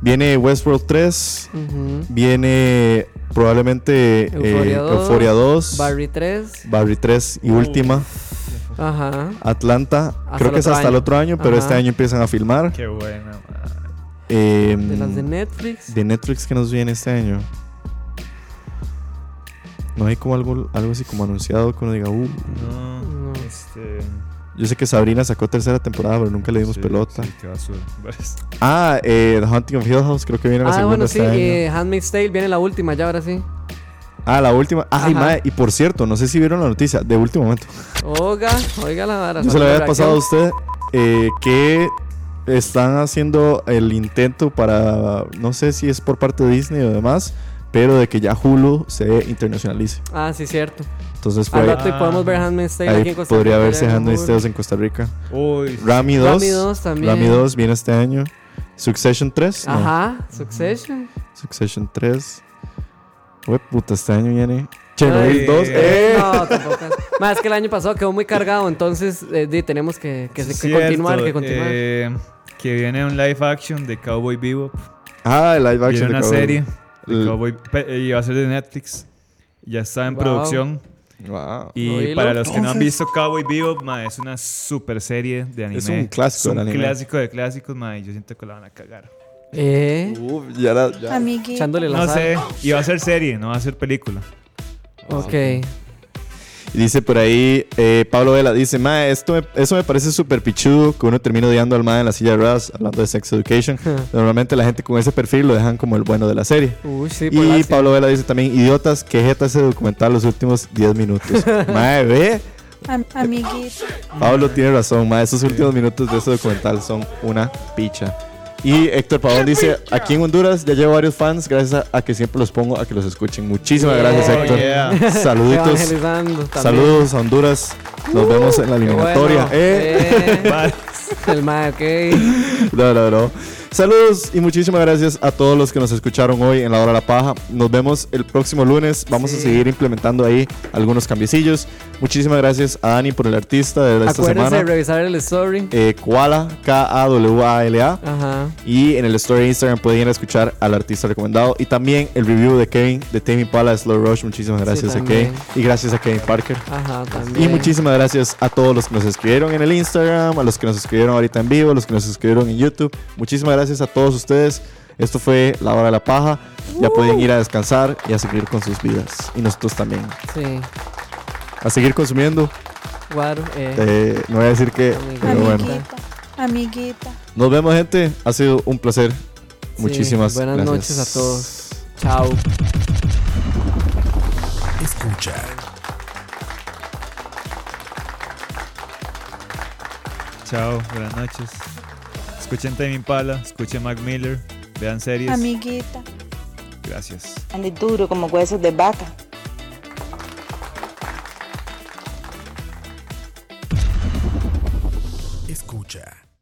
Speaker 1: Viene Westworld 3.
Speaker 3: ujú.
Speaker 1: Viene probablemente eh,
Speaker 3: Euphoria
Speaker 1: Euphoria 2.
Speaker 3: 2, Barry 3.
Speaker 1: Barry 3 y
Speaker 2: Uh.
Speaker 1: última.
Speaker 3: Ajá.
Speaker 1: Atlanta. Creo
Speaker 3: el
Speaker 1: que es
Speaker 3: otro
Speaker 1: hasta el
Speaker 3: año.
Speaker 1: otro año, pero
Speaker 3: Ajá.
Speaker 1: este año empiezan a filmar.
Speaker 2: Qué buena, mae.
Speaker 1: Eh,
Speaker 3: De las de Netflix.
Speaker 1: de Netflix que nos viene este año. No hay como algo, algo así como anunciado que uno diga, uh,
Speaker 2: No,
Speaker 3: No.
Speaker 2: este.
Speaker 1: yo sé que Sabrina sacó tercera temporada, pero nunca le dimos
Speaker 2: sí,
Speaker 1: pelota.
Speaker 2: sí, qué basura.
Speaker 1: Ah, eh, The Haunting of Hill House, creo que viene la
Speaker 3: Ah,
Speaker 1: segunda
Speaker 3: bueno, sí.
Speaker 1: este año.
Speaker 3: eh, Handmaid's Tale viene la última, ya ahora sí.
Speaker 1: Ah, la última. Ay,
Speaker 3: Ajá.
Speaker 1: mae, y por cierto, no sé si vieron la noticia, de último momento.
Speaker 3: Oiga, oiga la vara.
Speaker 1: Yo se lo
Speaker 3: falta
Speaker 1: había pasado a
Speaker 3: reacción.
Speaker 1: usted eh, que están haciendo el intento para, no sé si es por parte de Disney o demás, pero de que ya Hulu se internacionalice.
Speaker 3: Ah, sí, cierto.
Speaker 1: Entonces por
Speaker 3: Al
Speaker 1: Pues ahí,
Speaker 3: rato y podemos ver Handmaid's Tale
Speaker 1: ahí
Speaker 3: aquí en Costa
Speaker 1: podría
Speaker 3: Rica,
Speaker 1: verse
Speaker 3: ya en
Speaker 1: Handmaid's
Speaker 3: Google.
Speaker 1: Tales en Costa Rica.
Speaker 2: Uy,
Speaker 1: Rami 2.
Speaker 3: Rami 2 también.
Speaker 1: Rami 2 viene este año. Succession 3. no.
Speaker 3: Ajá, Succession.
Speaker 1: Succession 3. Uy, puta, este año viene. Chernobyl
Speaker 2: Ay.
Speaker 1: 2. ¡Eh!
Speaker 3: No, tampoco. Más que el año pasado quedó muy cargado, entonces eh, di, tenemos que, que,
Speaker 2: Sí,
Speaker 3: que
Speaker 2: cierto,
Speaker 3: continuar, que continuar.
Speaker 2: eh, que viene un live action de Cowboy Bebop.
Speaker 1: Ah, el live
Speaker 2: Viene
Speaker 1: action. de
Speaker 2: una
Speaker 1: Cowboy.
Speaker 2: serie de
Speaker 1: L-
Speaker 2: Cowboy pe- eh, y va a ser de Netflix. Ya está en
Speaker 3: Wow.
Speaker 2: producción.
Speaker 1: Wow.
Speaker 2: Y
Speaker 3: Oílo.
Speaker 2: para los que no han
Speaker 1: Entonces-
Speaker 2: visto Cowboy Bebop, ma, es una super serie de anime.
Speaker 1: Es un clásico
Speaker 2: Es un
Speaker 1: del anime.
Speaker 2: clásico de clásicos, ma, y yo siento que la van a cagar.
Speaker 3: Eh,
Speaker 1: Uf, ya era. ya-
Speaker 5: amiguito,
Speaker 3: echándole la
Speaker 2: No
Speaker 3: sal.
Speaker 2: sé, y va a ser serie, no va a ser película.
Speaker 3: Ok.
Speaker 1: Y Dice por ahí eh, Pablo Vela, dice, ma, esto me- eso me parece súper pichudo que uno termina odiando al ma en la silla de ruedas, hablando de sex education. Normalmente la gente con ese perfil lo dejan como el bueno de la serie.
Speaker 3: Uy, sí, por
Speaker 1: y
Speaker 3: laxia.
Speaker 1: Pablo Vela dice también, idiotas, que jeta ese documental los últimos 10 minutos. ma, ve,
Speaker 5: am- amiguito,
Speaker 1: Pablo tiene razón, ma, esos últimos minutos de ese documental son una picha.
Speaker 3: Ah,
Speaker 1: Y Héctor Pavón dice, aquí en Honduras ya llevo varios fans gracias a, a que siempre los pongo a que los escuchen. Muchísimas
Speaker 3: Yeah.
Speaker 1: gracias, Héctor.
Speaker 2: Oh, yeah.
Speaker 1: Saluditos.
Speaker 3: Evangelizando también. Uh,
Speaker 1: Saludos a Honduras. Nos vemos en la
Speaker 3: Qué bueno.
Speaker 1: eliminatoria. Eh,
Speaker 3: Eh,
Speaker 2: Vale.
Speaker 3: el mae, ok.
Speaker 1: no, no, no. Saludos y muchísimas gracias a todos los que nos escucharon hoy en la hora de la paja. Nos vemos el próximo lunes. Vamos a
Speaker 3: Sí.
Speaker 1: seguir implementando ahí algunos cambiecillos. Muchísimas gracias a Dani por el artista de esta
Speaker 3: Acuérdense de
Speaker 1: semana.
Speaker 3: revisar el story.
Speaker 1: Eh, Koala, K-A-W-A-L-A.
Speaker 3: Ajá.
Speaker 1: Y en el story de Instagram pueden ir a escuchar al artista recomendado. Y también el review de Kevin, de Tame Pala Slow Rush. Muchísimas gracias a
Speaker 3: también.
Speaker 1: Kevin. Y gracias a Kevin Parker.
Speaker 3: Ajá, también.
Speaker 1: Y muchísimas gracias a todos los que nos escribieron en el Instagram, a los que nos escribieron ahorita en vivo, a los que nos escribieron en YouTube. Muchísimas gracias a todos ustedes. Esto fue La Hora de la Paja. Ya
Speaker 3: Uh.
Speaker 1: pueden ir a descansar y a seguir con sus vidas. Y nosotros también.
Speaker 3: Sí.
Speaker 1: A seguir consumiendo.
Speaker 3: Guaro, eh.
Speaker 1: Eh, no voy a decir que... Pero bueno.
Speaker 5: amiguito, amiguito.
Speaker 1: Nos vemos, gente. Ha sido un placer.
Speaker 3: Sí,
Speaker 1: Muchísimas
Speaker 3: buenas
Speaker 1: gracias.
Speaker 3: noches a todos. Chao.
Speaker 4: Escucha.
Speaker 2: Chao, buenas noches. Escuchen Tame Impala, escuchen Mac Miller, vean series.
Speaker 5: amiguito.
Speaker 2: Gracias.
Speaker 6: Ande duro como huesos de vaca.
Speaker 4: Escucha.